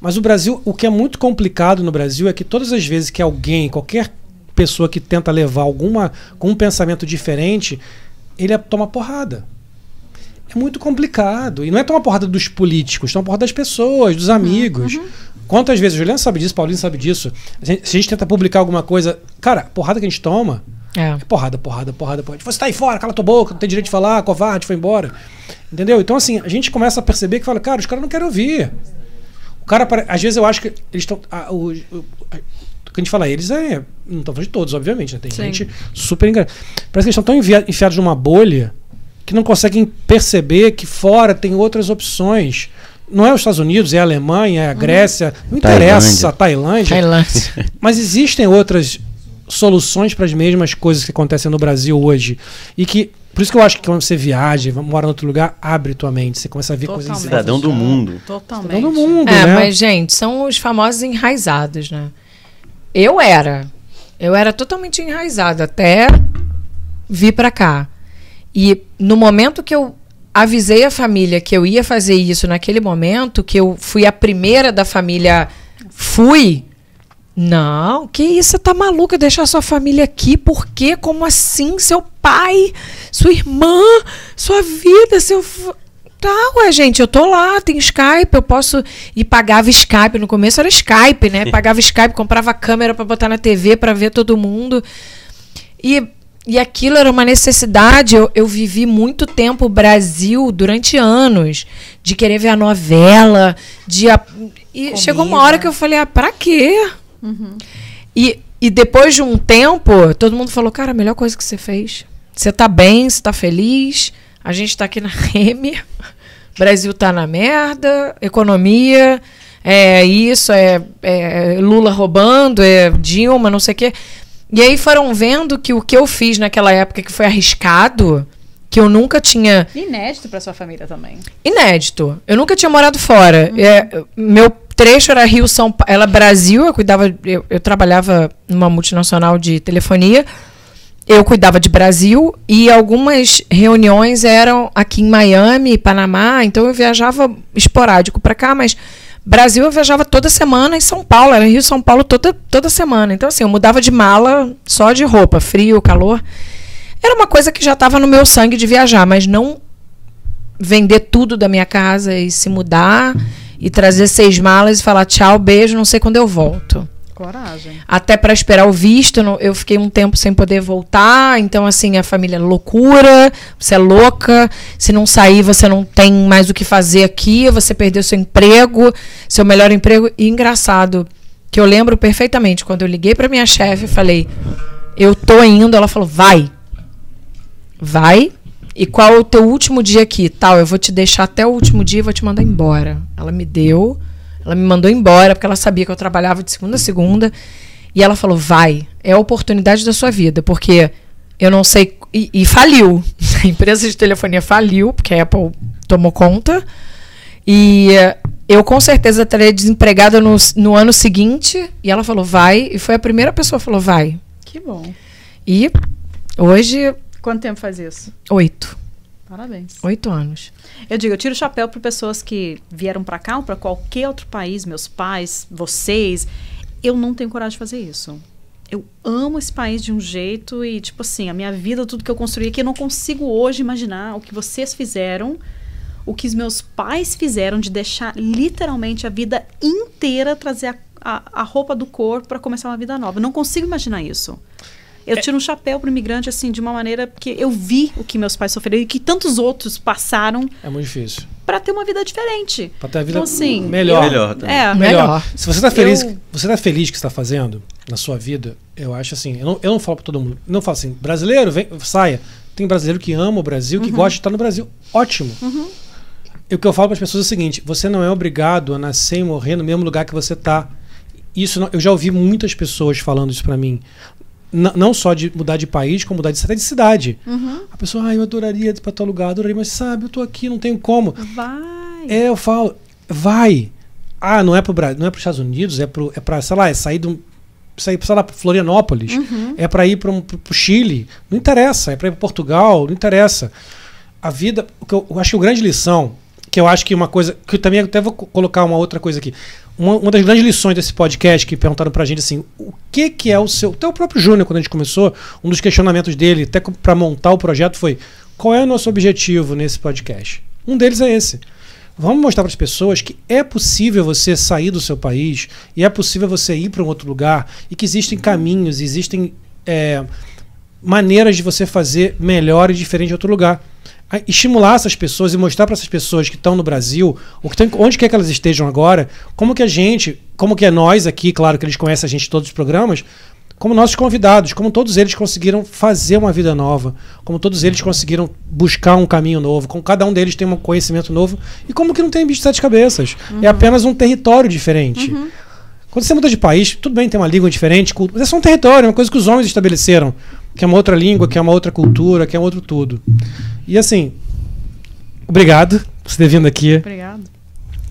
S2: Mas o Brasil, o que é muito complicado no Brasil é que todas as vezes que alguém, qualquer pessoa que tenta levar alguma com um pensamento diferente, ele é- toma porrada. É muito complicado. E não é tomar porrada dos políticos, toma porrada das pessoas, dos amigos. Quantas vezes, Juliana sabe disso, Paulinho sabe disso. A gente- se a gente tenta publicar alguma coisa, cara, a porrada que a gente toma
S3: É.
S2: é porrada, porrada, porrada, porrada. Você tá aí fora, cala tua boca, não tem direito de falar, covarde, foi embora. Entendeu? Então, assim, a gente começa a perceber que fala, cara, os caras não querem ouvir. O cara, pare- às vezes eu acho que eles estão. ah, o- o- a- o que a gente fala, eles é. Não estão falando de todos, obviamente, né? Tem
S5: Sim.
S2: gente super enganada. Parece que eles estão tão envia- enfiados numa bolha que não conseguem perceber que fora tem outras opções. Não é os Estados Unidos, é a Alemanha, é a Grécia, não interessa, a Tailândia.
S3: Tailândia.
S2: Mas existem outras soluções para as mesmas coisas que acontecem no Brasil hoje. E que. Por isso que eu acho que quando você viaja, vai morar em outro lugar, abre tua mente. Você começa a ver coisas
S5: Totalmente.
S2: novas.
S1: Cidadão do mundo.
S5: Totalmente.
S2: Todo mundo,
S3: É,
S2: né?
S3: mas, gente, são os famosos enraizados, né? Eu era. Eu era totalmente enraizada até vir pra cá. E no momento que eu avisei a família que eu ia fazer isso, naquele momento que eu fui a primeira da família, fui. Não, que isso, você tá maluca deixar sua família aqui? Por quê? Como assim? Seu pai, sua irmã, sua vida, seu. f- Tá, ué, gente, eu tô lá, tem Skype, eu posso. E pagava Skype, no começo era Skype, né? Pagava Skype, comprava câmera pra botar na TV pra ver todo mundo. E, e aquilo era uma necessidade. Eu, eu vivi muito tempo o Brasil durante anos, de querer ver a novela, de. a- e chegou uma hora que eu falei, ah, pra quê? E, e depois de um tempo, todo mundo falou, cara, a melhor coisa que você fez. Você tá bem, você tá feliz, a gente tá aqui na Reme, o Brasil tá na merda, economia, é isso, é, é Lula roubando, é Dilma, não sei o quê. E aí foram vendo que o que eu fiz naquela época que foi arriscado, que eu nunca tinha
S5: Inédito pra sua família também.
S3: inédito. Eu nunca tinha morado fora. É, meu trecho era Rio São Paulo. Ela Brasil, eu cuidava. Eu, eu trabalhava numa multinacional de telefonia. Eu cuidava de Brasil e algumas reuniões eram aqui em Miami, Panamá, então eu viajava esporádico para cá, mas Brasil eu viajava toda semana em São Paulo, era Rio São Paulo toda, toda semana. Então assim, eu mudava de mala só de roupa, frio, calor. Era uma coisa que já estava no meu sangue de viajar, mas não vender tudo da minha casa e se mudar e trazer seis malas e falar tchau, beijo, não sei quando eu volto.
S5: Coragem.
S3: Até para esperar o visto, não- eu fiquei um tempo sem poder voltar, então assim, a família é loucura, você é louca, se não sair você não tem mais o que fazer aqui, você perdeu seu emprego, seu melhor emprego e engraçado, que eu lembro perfeitamente quando eu liguei para minha chefe e falei: "Eu tô indo", ela falou: "Vai". Vai. E qual é o teu último dia aqui? Tal, eu vou te deixar até o último dia e vou te mandar embora. Ela me deu, ela me mandou embora, porque ela sabia que eu trabalhava de segunda a segunda. E ela falou: vai, é a oportunidade da sua vida, porque eu não sei. E, e faliu. A empresa de telefonia faliu, porque a Apple tomou conta. E eh, eu com certeza estaria desempregada no, no ano seguinte. E ela falou: vai. E foi a primeira pessoa que falou: vai.
S5: Que bom.
S3: E hoje,
S5: Quanto tempo faz isso?
S3: oito.
S5: Parabéns.
S3: Oito anos.
S5: Eu digo, eu tiro o chapéu para pessoas que vieram para cá ou para qualquer outro país, meus pais, vocês. Eu não tenho coragem de fazer isso. Eu amo esse país de um jeito e, tipo assim, a minha vida, tudo que eu construí aqui, eu não consigo hoje imaginar o que vocês fizeram, o que os meus pais fizeram de deixar literalmente a vida inteira trazer a, a, a roupa do corpo para começar uma vida nova. Eu não consigo imaginar isso. Eu tiro um chapéu para imigrante, assim, de uma maneira, porque eu vi o que meus pais sofreram e que tantos outros passaram
S2: É muito difícil.
S5: para ter uma vida diferente.
S2: Pra ter a vida
S5: Então, assim,
S2: melhor.
S1: Melhor também.
S5: É,
S2: Melhor.
S3: Melhor.
S2: Se você tá feliz,
S5: Eu-
S2: Você tá feliz que está fazendo na sua vida? Eu acho assim. Eu não, eu não falo para todo mundo. eu Não falo assim, brasileiro, vem, saia. Tem brasileiro que ama o Brasil, que gosta de estar no Brasil. Ótimo. E o que eu falo para as pessoas é o seguinte: você não é obrigado a nascer e morrer no mesmo lugar que você tá. Isso não- eu já ouvi muitas pessoas falando isso para mim. N- não só de mudar de país, como mudar de, até de cidade. A pessoa, ah, eu adoraria ir para tal lugar, adoraria, mas sabe, eu tô aqui, não tenho como.
S5: Vai.
S2: É, eu falo, vai. Ah, não é pro Brasil, não é para os Estados Unidos, é pro, é para, sei lá, é sair de um sair para, sei lá, pra Florianópolis, é para ir para o Chile, não interessa, é para ir para Portugal, não interessa. A vida, o que eu, eu acho que a grande lição, que eu acho que uma coisa, que eu também até vou co- colocar uma outra coisa aqui. Uma, uma das grandes lições desse podcast que perguntaram pra gente assim, o que que é o seu, até o próprio Júnior quando a gente começou, um dos questionamentos dele, até para montar o projeto foi, qual é o nosso objetivo nesse podcast? Um deles é esse. Vamos mostrar para as pessoas que é possível você sair do seu país e é possível você ir para um outro lugar e que existem caminhos, existem é, maneiras de você fazer melhor e diferente de outro lugar. A- Estimular essas pessoas e mostrar para essas pessoas que estão no Brasil, ou que tão- onde quer que elas estejam agora, como que a gente, como que é nós aqui, claro que eles conhecem a gente de todos os programas, como nossos convidados, como todos eles conseguiram fazer uma vida nova, como todos eles conseguiram buscar um caminho novo, como cada um deles tem um conhecimento novo, e como que não tem bicho de sete cabeças. É apenas um território diferente. Quando você muda de país, tudo bem, tem uma língua diferente, culto, mas é só um território, é uma coisa que os homens estabeleceram, que é uma outra língua, que é uma outra cultura, que é um outro tudo. E assim, obrigado por você ter vindo aqui.
S5: Obrigado.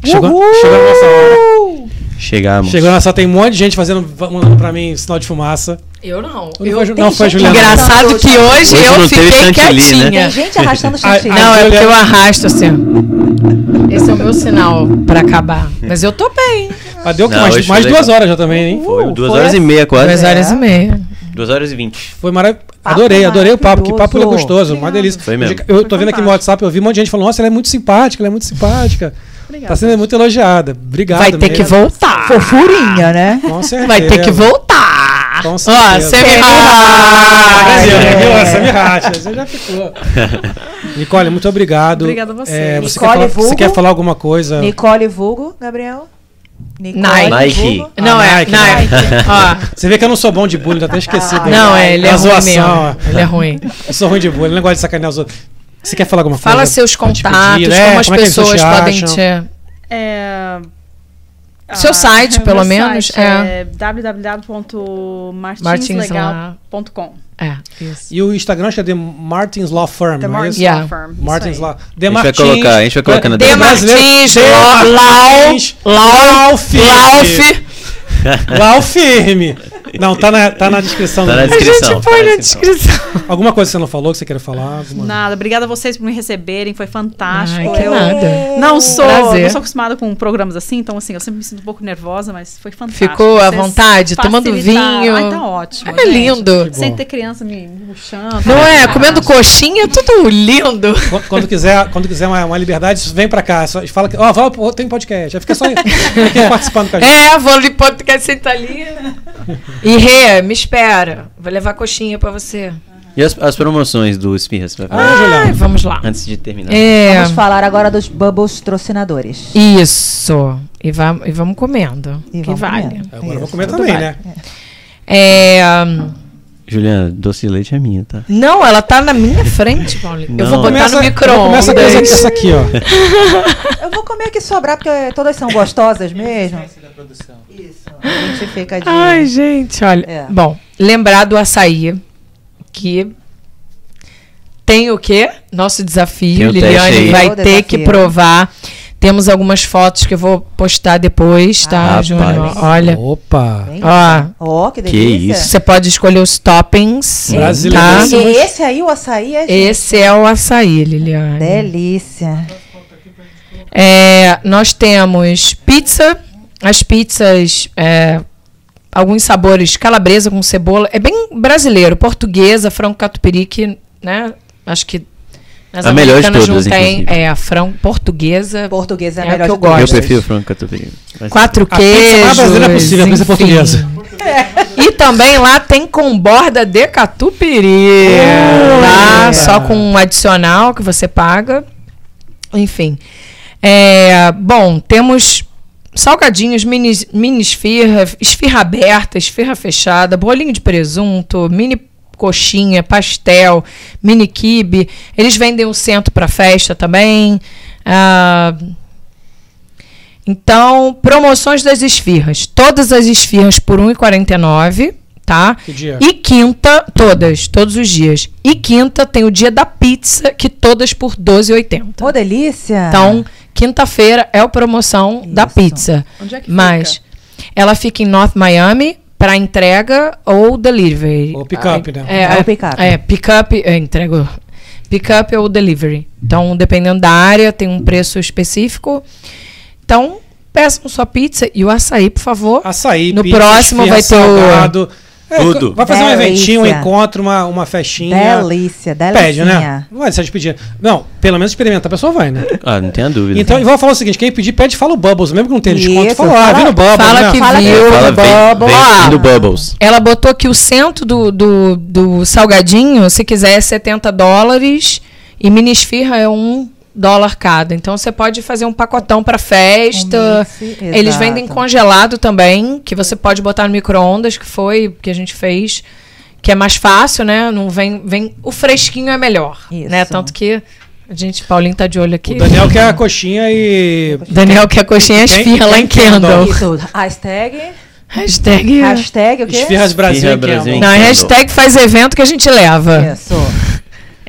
S2: Chegou, chegou a nossa hora.
S8: Chegamos.
S2: Chegou a nossa hora, tem um monte de gente fazendo, mandando pra mim sinal de fumaça.
S3: Eu não.
S2: Não foi, Ju- não foi a Juliana.
S3: Engraçado que hoje,
S8: Hoje
S3: eu
S8: não teve
S3: fiquei
S8: chantilly,
S3: quietinha.
S4: Tem gente arrastando chantilly.
S3: né? É. Não, é
S2: Juliana-
S3: porque eu arrasto assim. ó. Esse é o meu sinal pra acabar. Mas eu tô bem.
S2: Mas Ah, deu que
S8: Não,
S2: mais,
S8: hoje
S2: mais
S8: foi
S2: duas
S8: legal.
S2: horas já também, hein?
S8: Foi duas
S4: foi
S8: horas e
S4: assim.
S8: meia quase.
S2: É.
S3: Duas horas e meia.
S8: Duas horas e vinte.
S2: Foi maravilhoso.
S3: Ah,
S2: Adorei, adorei o papo. Que papo
S4: maravilhoso.
S2: gostoso, uma delícia.
S8: Foi mesmo.
S2: Eu tô vendo aqui no WhatsApp, eu vi um monte de gente falando, nossa, ela é muito simpática, ela é muito simpática. Tá sendo muito elogiada. Obrigado.
S3: Vai ter
S2: Tá mesmo.
S3: que voltar.
S4: Fofurinha, né?
S2: Com certeza.
S3: Vai ter que voltar.
S2: Com
S3: Ó,
S2: certeza.
S3: você me
S2: Brasil,
S3: Ah,
S2: né?
S3: é.
S2: Viu? Essa me racha, você já ficou. Nicole, muito obrigado.
S5: Obrigada a você.
S2: É, você,
S4: Nicole
S2: quer falar, você
S4: Vulgo.
S2: quer falar alguma coisa?
S4: Nicole Vulgo, Gabriel. Nicole
S8: Nike.
S4: Vulgo.
S3: Não,
S2: Ah,
S3: é.
S2: Nike,
S3: Não, é. Ó,
S2: Você vê que eu não sou bom de bullying, eu até esqueci. dele.
S3: não, é, ele é
S2: Uma
S3: ruim
S2: zoação,
S3: mesmo. Ele é ruim.
S2: Eu sou ruim de bullying, eu não gosto de sacanear os outros. Você quer falar alguma
S3: Fala
S2: coisa?
S3: seus
S2: É. Pode pedir,
S3: contatos,
S2: né?
S3: como as
S2: Como é que as
S3: pessoas
S2: pessoas te
S3: podem
S2: acham?
S3: te.
S5: É, ah,
S3: Seu Ah, site,
S5: meu
S3: pelo menos,
S5: site é, www.martinslegal.com.
S3: É, isso.
S2: E o Instagram acho que é The Martins Law Firm,
S5: The
S2: não é isso?
S5: Martins
S3: Yeah.
S5: Law Firm. isso
S2: Martins
S5: aí.
S2: lá. The
S8: A gente vai colocar, a gente vai colocar na
S2: The
S3: De
S2: brasileiro-
S3: Martins,
S2: De
S3: Lau,
S2: Martins,
S3: Lau,
S2: Lauf. Lau firme. Não, tá na, tá na descrição.
S8: Tá
S2: do
S8: na
S2: vídeo.
S8: descrição.
S3: A gente põe na descrição.
S2: Alguma coisa que você não falou que você queira falar? Alguma...
S5: Nada, obrigada a vocês por me receberem, foi fantástico.
S3: Ai, que é
S5: eu
S3: nada.
S5: não sou,
S3: Prazer.
S5: não sou acostumada com programas assim, então assim, eu sempre me sinto um pouco nervosa, mas foi fantástico.
S3: Ficou à
S5: Vocês
S3: vontade, tomando
S4: Ah,
S5: facilitaram.
S3: vinho.
S4: então,
S5: Ai, tá ótimo.
S3: É
S5: gente.
S3: lindo.
S5: Sem ter criança me me puxando.
S3: Não é?
S5: Fantástico.
S3: Comendo coxinha, tudo lindo.
S2: Qu- Quando quiser, quando quiser uma, uma liberdade, vem pra cá. Só fala que. Ó, fala, pô, tem um podcast. Aí fica só aí, fica participando com a gente.
S3: É, vou ali podcast sentar ali. E Rê, me espera. Vou levar coxinha pra você.
S8: E as, as promoções do Espirras? Vai falar?
S2: Ah,
S3: Ai,
S2: Juliana.
S3: vamos lá.
S8: Antes de terminar.
S3: É.
S4: Vamos falar agora dos bubbles trocinadores.
S3: Isso. E, va e vamos comendo.
S4: E
S3: que
S4: vamos
S3: vale.
S4: comendo.
S2: Agora eu vou
S4: Isso,
S2: comer
S4: tudo
S2: também,
S4: vale.
S2: né?
S3: É,
S8: Juliana, doce de leite é minha, tá?
S3: Não, ela tá na minha frente, Paulinho. Eu
S8: Não.
S3: vou botar no micro-ondas.
S2: Começa com essa- essa aqui, ó.
S4: Eu vou comer o que sobrar, porque todas são gostosas mesmo. Isso. A gente fica de.
S3: Ai, gente, olha.
S4: É.
S3: Bom, lembrar do açaí, que tem o quê? Nosso
S8: Tem
S3: desafio.
S8: o teste
S3: Liliane
S8: aí.
S3: vai
S4: Tem o
S3: ter que
S4: desafio.
S3: provar. Temos algumas fotos que eu vou postar depois, tá,
S4: Ah,
S8: Rapaz.
S3: Júnior? Olha.
S2: Opa.
S4: Bem-
S3: Ó,
S4: Ó, que
S8: Que
S4: delícia.
S8: isso.
S3: você pode escolher os toppings.
S2: Brasileiro.
S3: Tá?
S4: E é. esse aí, o açaí, é
S3: Esse é o açaí, Liliane.
S4: delícia.
S3: É, nós temos pizza, as pizzas, é, alguns sabores calabresa com cebola. É bem brasileiro, portuguesa, frango catupiry, que, né? Acho que nas
S8: A melhor de
S3: americanas
S8: todas,
S3: não tem.
S8: inclusive.
S3: É, a frango portuguesa.
S4: Português é,
S3: É o
S4: melhor
S3: que eu
S4: de todos.
S8: Eu
S3: gosto.
S8: prefiro frango catupiry. Mas-
S3: Quatro
S2: A
S3: queijos.
S2: pizza mais brasileira possível, é a pizza
S3: enfim.
S2: portuguesa.
S3: E também lá tem com borda de catupiry. Lá, só com um adicional que você paga. Enfim. É, bom, temos Salgadinhos, mini, mini esfirra, esfirra aberta, esfirra fechada, bolinho de presunto, mini coxinha, pastel, mini quibe. Eles vendem um centro para festa também. Ah, então, promoções das esfirras. Todas as esfirras por um R$ 1,49, tá?
S2: Que dia?
S3: E quinta, todas, todos os dias. E quinta tem o dia da pizza, que todas por R$ 12,80.
S4: Ô, delícia!
S3: Então, quinta-feira é a promoção da
S4: Isso.
S3: pizza.
S5: Onde é que
S3: Mas ela fica em North Miami para entrega ou delivery.
S2: Ou pick-up, né?
S3: É,
S4: É
S3: é,
S4: o pick-up.
S3: é, pick-up, é, entrega. Pick-up ou delivery. Então, dependendo da área, tem um preço específico. Então, peçam sua pizza e o açaí, por favor.
S2: Açaí,
S3: é. No
S2: pizza,
S3: próximo
S2: esfirra,
S3: vai ter o-
S2: salgado. É,
S1: Tudo.
S2: Vai fazer um
S4: Delícia.
S2: eventinho, um encontro, uma, uma festinha.
S4: Delícia, delícia.
S2: Pede, né? Não vai deixar de pedir. Não, pelo menos experimentar, a pessoa vai, né?
S1: Ah, não tenha dúvida.
S2: Então, eu vou falar o seguinte: quem pedir, pede, fala o Bubbles. Mesmo que não tenha desconto,
S4: Isso,
S2: fala lá,
S4: fala-
S2: vem no Bubbles.
S3: fala
S2: né?
S3: que
S4: Fala
S3: viu.
S4: que-
S1: Fala, vem,
S3: Bubbles.
S1: vem, vem do Bubbles.
S3: Ela botou que o centro do, do, do salgadinho, se quiser, é 70 dólares e mini esfirra é um dólar cada. Então você pode fazer um pacotão para festa.
S4: mix,
S3: Eles
S4: Hum, exato.
S3: vendem congelado também, que você pode botar no micro-ondas, que foi que a gente fez, que é mais fácil, né? Não vem, vem o fresquinho é melhor,
S4: Isso.
S3: né? Tanto que a gente, Paulinho tá de olho aqui.
S2: O Daniel quer a coxinha e.
S3: Daniel quer coxinha e
S2: Quem-
S3: esfirra lá em Kendall.
S4: Isso, hashtag,
S3: Hashtag,
S4: hashtag o quê?
S2: Esfirras Brasil.
S1: Esfirra
S2: e Campbell.
S1: Brasil.
S3: Não, é hashtag faz evento que a gente leva.
S4: Isso.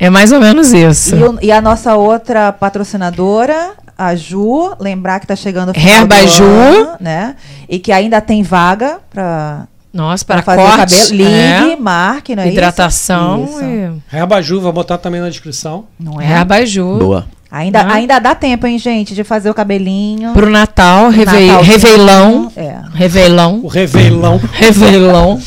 S3: É mais ou menos isso.
S4: E, o- e a nossa outra patrocinadora, a Ju, lembrar que tá chegando o final
S3: Herba
S4: do
S3: Ju.
S4: ano, né? E que ainda tem vaga para
S3: Nossa, para
S4: fazer
S3: corte,
S4: cabelo. Ligue,
S3: é,
S4: marque, não é isso?
S3: hidratação
S4: Isso.
S3: e
S2: Rebaju, vou botar também na descrição.
S4: Não é?
S3: reabaju.
S1: Boa.
S4: Ainda,
S3: Não.
S4: ainda dá tempo, hein, gente, de fazer o cabelinho.
S3: Pro Natal, revei,
S4: Natal.
S3: reveilão.
S4: É.
S2: O
S3: Reveilão.
S2: revelão.
S3: Reveilão.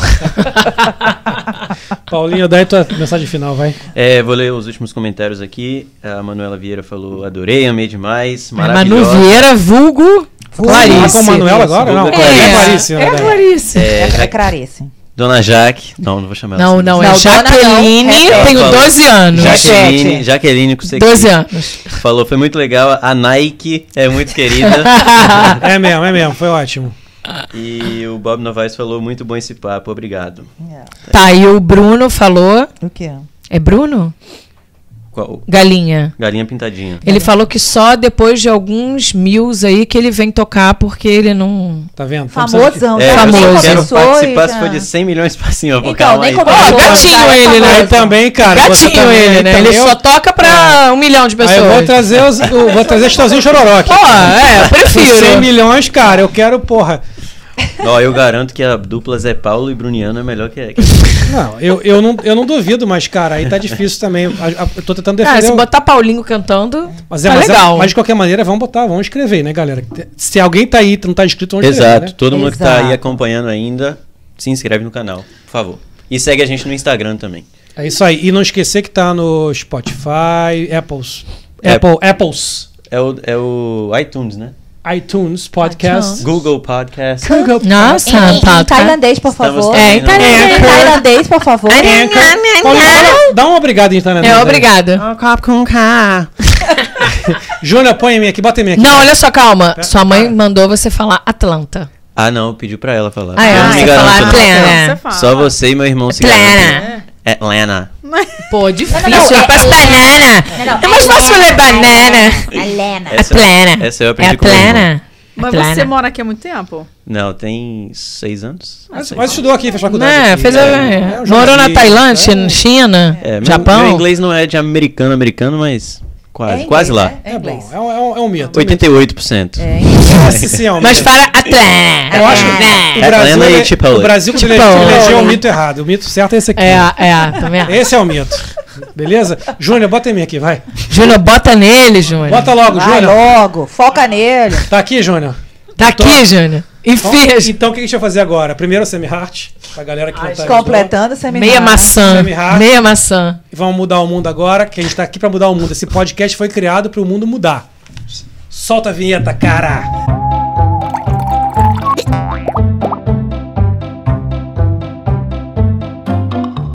S2: Paulinho, daí tua mensagem final, vai.
S1: É, vou ler os últimos comentários aqui. A Manuela Vieira falou: adorei, amei demais.
S3: Manu
S1: Maravilhosa.
S3: Vieira, vulgo.
S2: Falar
S3: Clarice.
S2: com o Manuel agora? Não,
S1: Vulgo
S2: é,
S1: Clarice.
S2: Clarice.
S3: É
S2: né,
S3: a
S2: daí?
S3: Clarice.
S1: É,
S4: É
S1: Ja-
S4: Clarice.
S1: Dona Jaque. Não, não vou chamar ela.
S3: Não,
S1: assim.
S3: não, é
S4: Não, é dona não.
S3: Jaqueline.
S4: Repete.
S3: Tenho 12 anos.
S1: Jaqueline, Jaqueline com você
S3: 12 anos.
S1: Falou, foi muito legal. A Nike é muito querida.
S2: É mesmo, é mesmo. Foi ótimo.
S1: e o Bob Novaes falou: muito bom esse papo, obrigado.
S3: Tá, e o Bruno falou.
S4: O quê?
S1: Tá
S3: É Bruno?
S1: Qual?
S3: Galinha.
S1: Galinha Pintadinha.
S3: Ele falou que só depois de alguns mils aí que ele vem tocar, porque ele não.
S2: Tá vendo? Tá precisando de-
S4: Famosão.
S1: É,
S4: né?
S1: eu
S3: famoso.
S1: só quero
S4: começou e
S1: participar se
S4: já-
S1: for de 100 milhões pra cima. eu vou
S4: Então,
S1: calma
S4: nem
S1: aí.
S4: começou.
S3: Ó, gatinho
S4: tá?
S3: ele, né?
S2: Aí também, cara. você
S3: Gatinho
S2: também-
S3: ele, né?
S2: também
S3: Ele
S2: eu- É.
S3: só toca pra um milhão de
S2: Aí eu vou
S3: pessoas.
S2: trazer os, eu vou trazer Chitãozinho e Chororó aqui.
S3: Pô, é, eu
S2: Com 100
S3: prefiro.
S2: milhões, cara, eu quero, porra.
S1: Ó, eu garanto que a dupla Zé Paulo e Bruniano é melhor que a. que-
S2: Não, eu, eu, não, eu não duvido, mas, cara, aí tá difícil também. A- a- Eu tô tentando
S3: Cara,
S2: defender.
S3: se
S2: o-
S3: botar Paulinho cantando,
S2: mas, é,
S3: tá
S2: mas, é-
S3: legal.
S2: mas de qualquer maneira, vamos botar, vamos escrever, né, galera? Se alguém tá aí e não tá inscrito, vamos escrever.
S1: Exato.
S2: né?
S1: Todo mundo que tá aí
S4: Exato.
S1: acompanhando ainda, se inscreve no canal, por favor. E segue a gente no Instagram também.
S2: É isso aí. E não esquecer que tá no Spotify, Apples.
S1: Apple.
S2: Apple, Apples,
S1: É o, é o iTunes, né?
S2: iTunes Podcast.
S1: Google Podcast.
S2: Google.
S3: Nossa, tá
S4: Em- em
S3: Tata.
S4: tailandês, por
S1: Estamos
S4: favor.
S1: É, em
S4: Em
S1: tailandês.
S4: tailandês, por favor.
S2: É, Anchor. Paulo, dá- Dá um obrigado em Tainá.
S3: É, obrigado.
S2: Ah, Júnior, põe em mim aqui, bota em mim aqui.
S3: Não, olha só, calma. Sua mãe mandou você falar Atlanta.
S1: Ah, não, pediu pra ela falar.
S3: Ah, é,
S1: eu não me
S3: você falar
S1: garanto, não.
S3: Atlanta.
S1: Só você e meu irmão
S3: É
S1: É se
S3: Atlanta.
S1: garantem. Atlana.
S3: Pô, difícil.
S4: não, é-
S3: eu passo banana. É mais fácil ler banana.
S4: Helena.
S1: Essa-
S3: Atlana.
S1: Essa eu
S3: É
S1: aprendi com meu irmão.
S3: Atlana.
S5: Mas
S3: Atlana.
S5: você mora aqui há muito tempo?
S1: Não, tem seis anos.
S2: Mas,
S1: Seis.
S2: mas estudou aqui, fez faculdade.
S3: É,
S2: aqui,
S3: fez a-
S2: né? É um
S3: morou na
S2: jornalista,
S3: Tailândia,
S2: né?
S3: China,
S1: É, meu,
S3: Japão.
S1: meu inglês não é de americano, americano, mas quase,
S4: É inglês,
S1: quase lá.
S4: né?
S2: É bom, é um, é um, é um mito.
S1: 88%.
S4: É inglês.
S2: Nossa senhora.
S1: um
S3: Mas fala Atlanta.
S2: Eu acho que o
S1: É,
S2: Brasil,
S1: Helena e
S2: ele-
S1: Chipotle.
S2: o Brasil que ele-
S3: Chipotle.
S2: elegeu o um mito errado. O mito certo é esse aqui.
S3: É, é, também acho.
S2: Esse é o mito. Beleza? Júnior, bota em mim aqui, vai.
S3: Júnior, bota nele, Júnior.
S2: Bota logo,
S4: Vai
S2: Júnior.
S4: logo, foca nele.
S2: Tá aqui, Júnior?
S3: Tá aqui, Júnior.
S2: Então,
S3: Enfia.
S2: então, o que a gente vai fazer agora? Primeiro o semi-heart, pra galera que não tá
S4: Completando o seminário.
S3: Meia maçã.
S2: Semi-hard.
S3: Meia maçã.
S2: E Vamos mudar o mundo agora, que a gente tá aqui pra mudar o mundo. Esse podcast foi criado pro mundo mudar. Solta a vinheta, cara!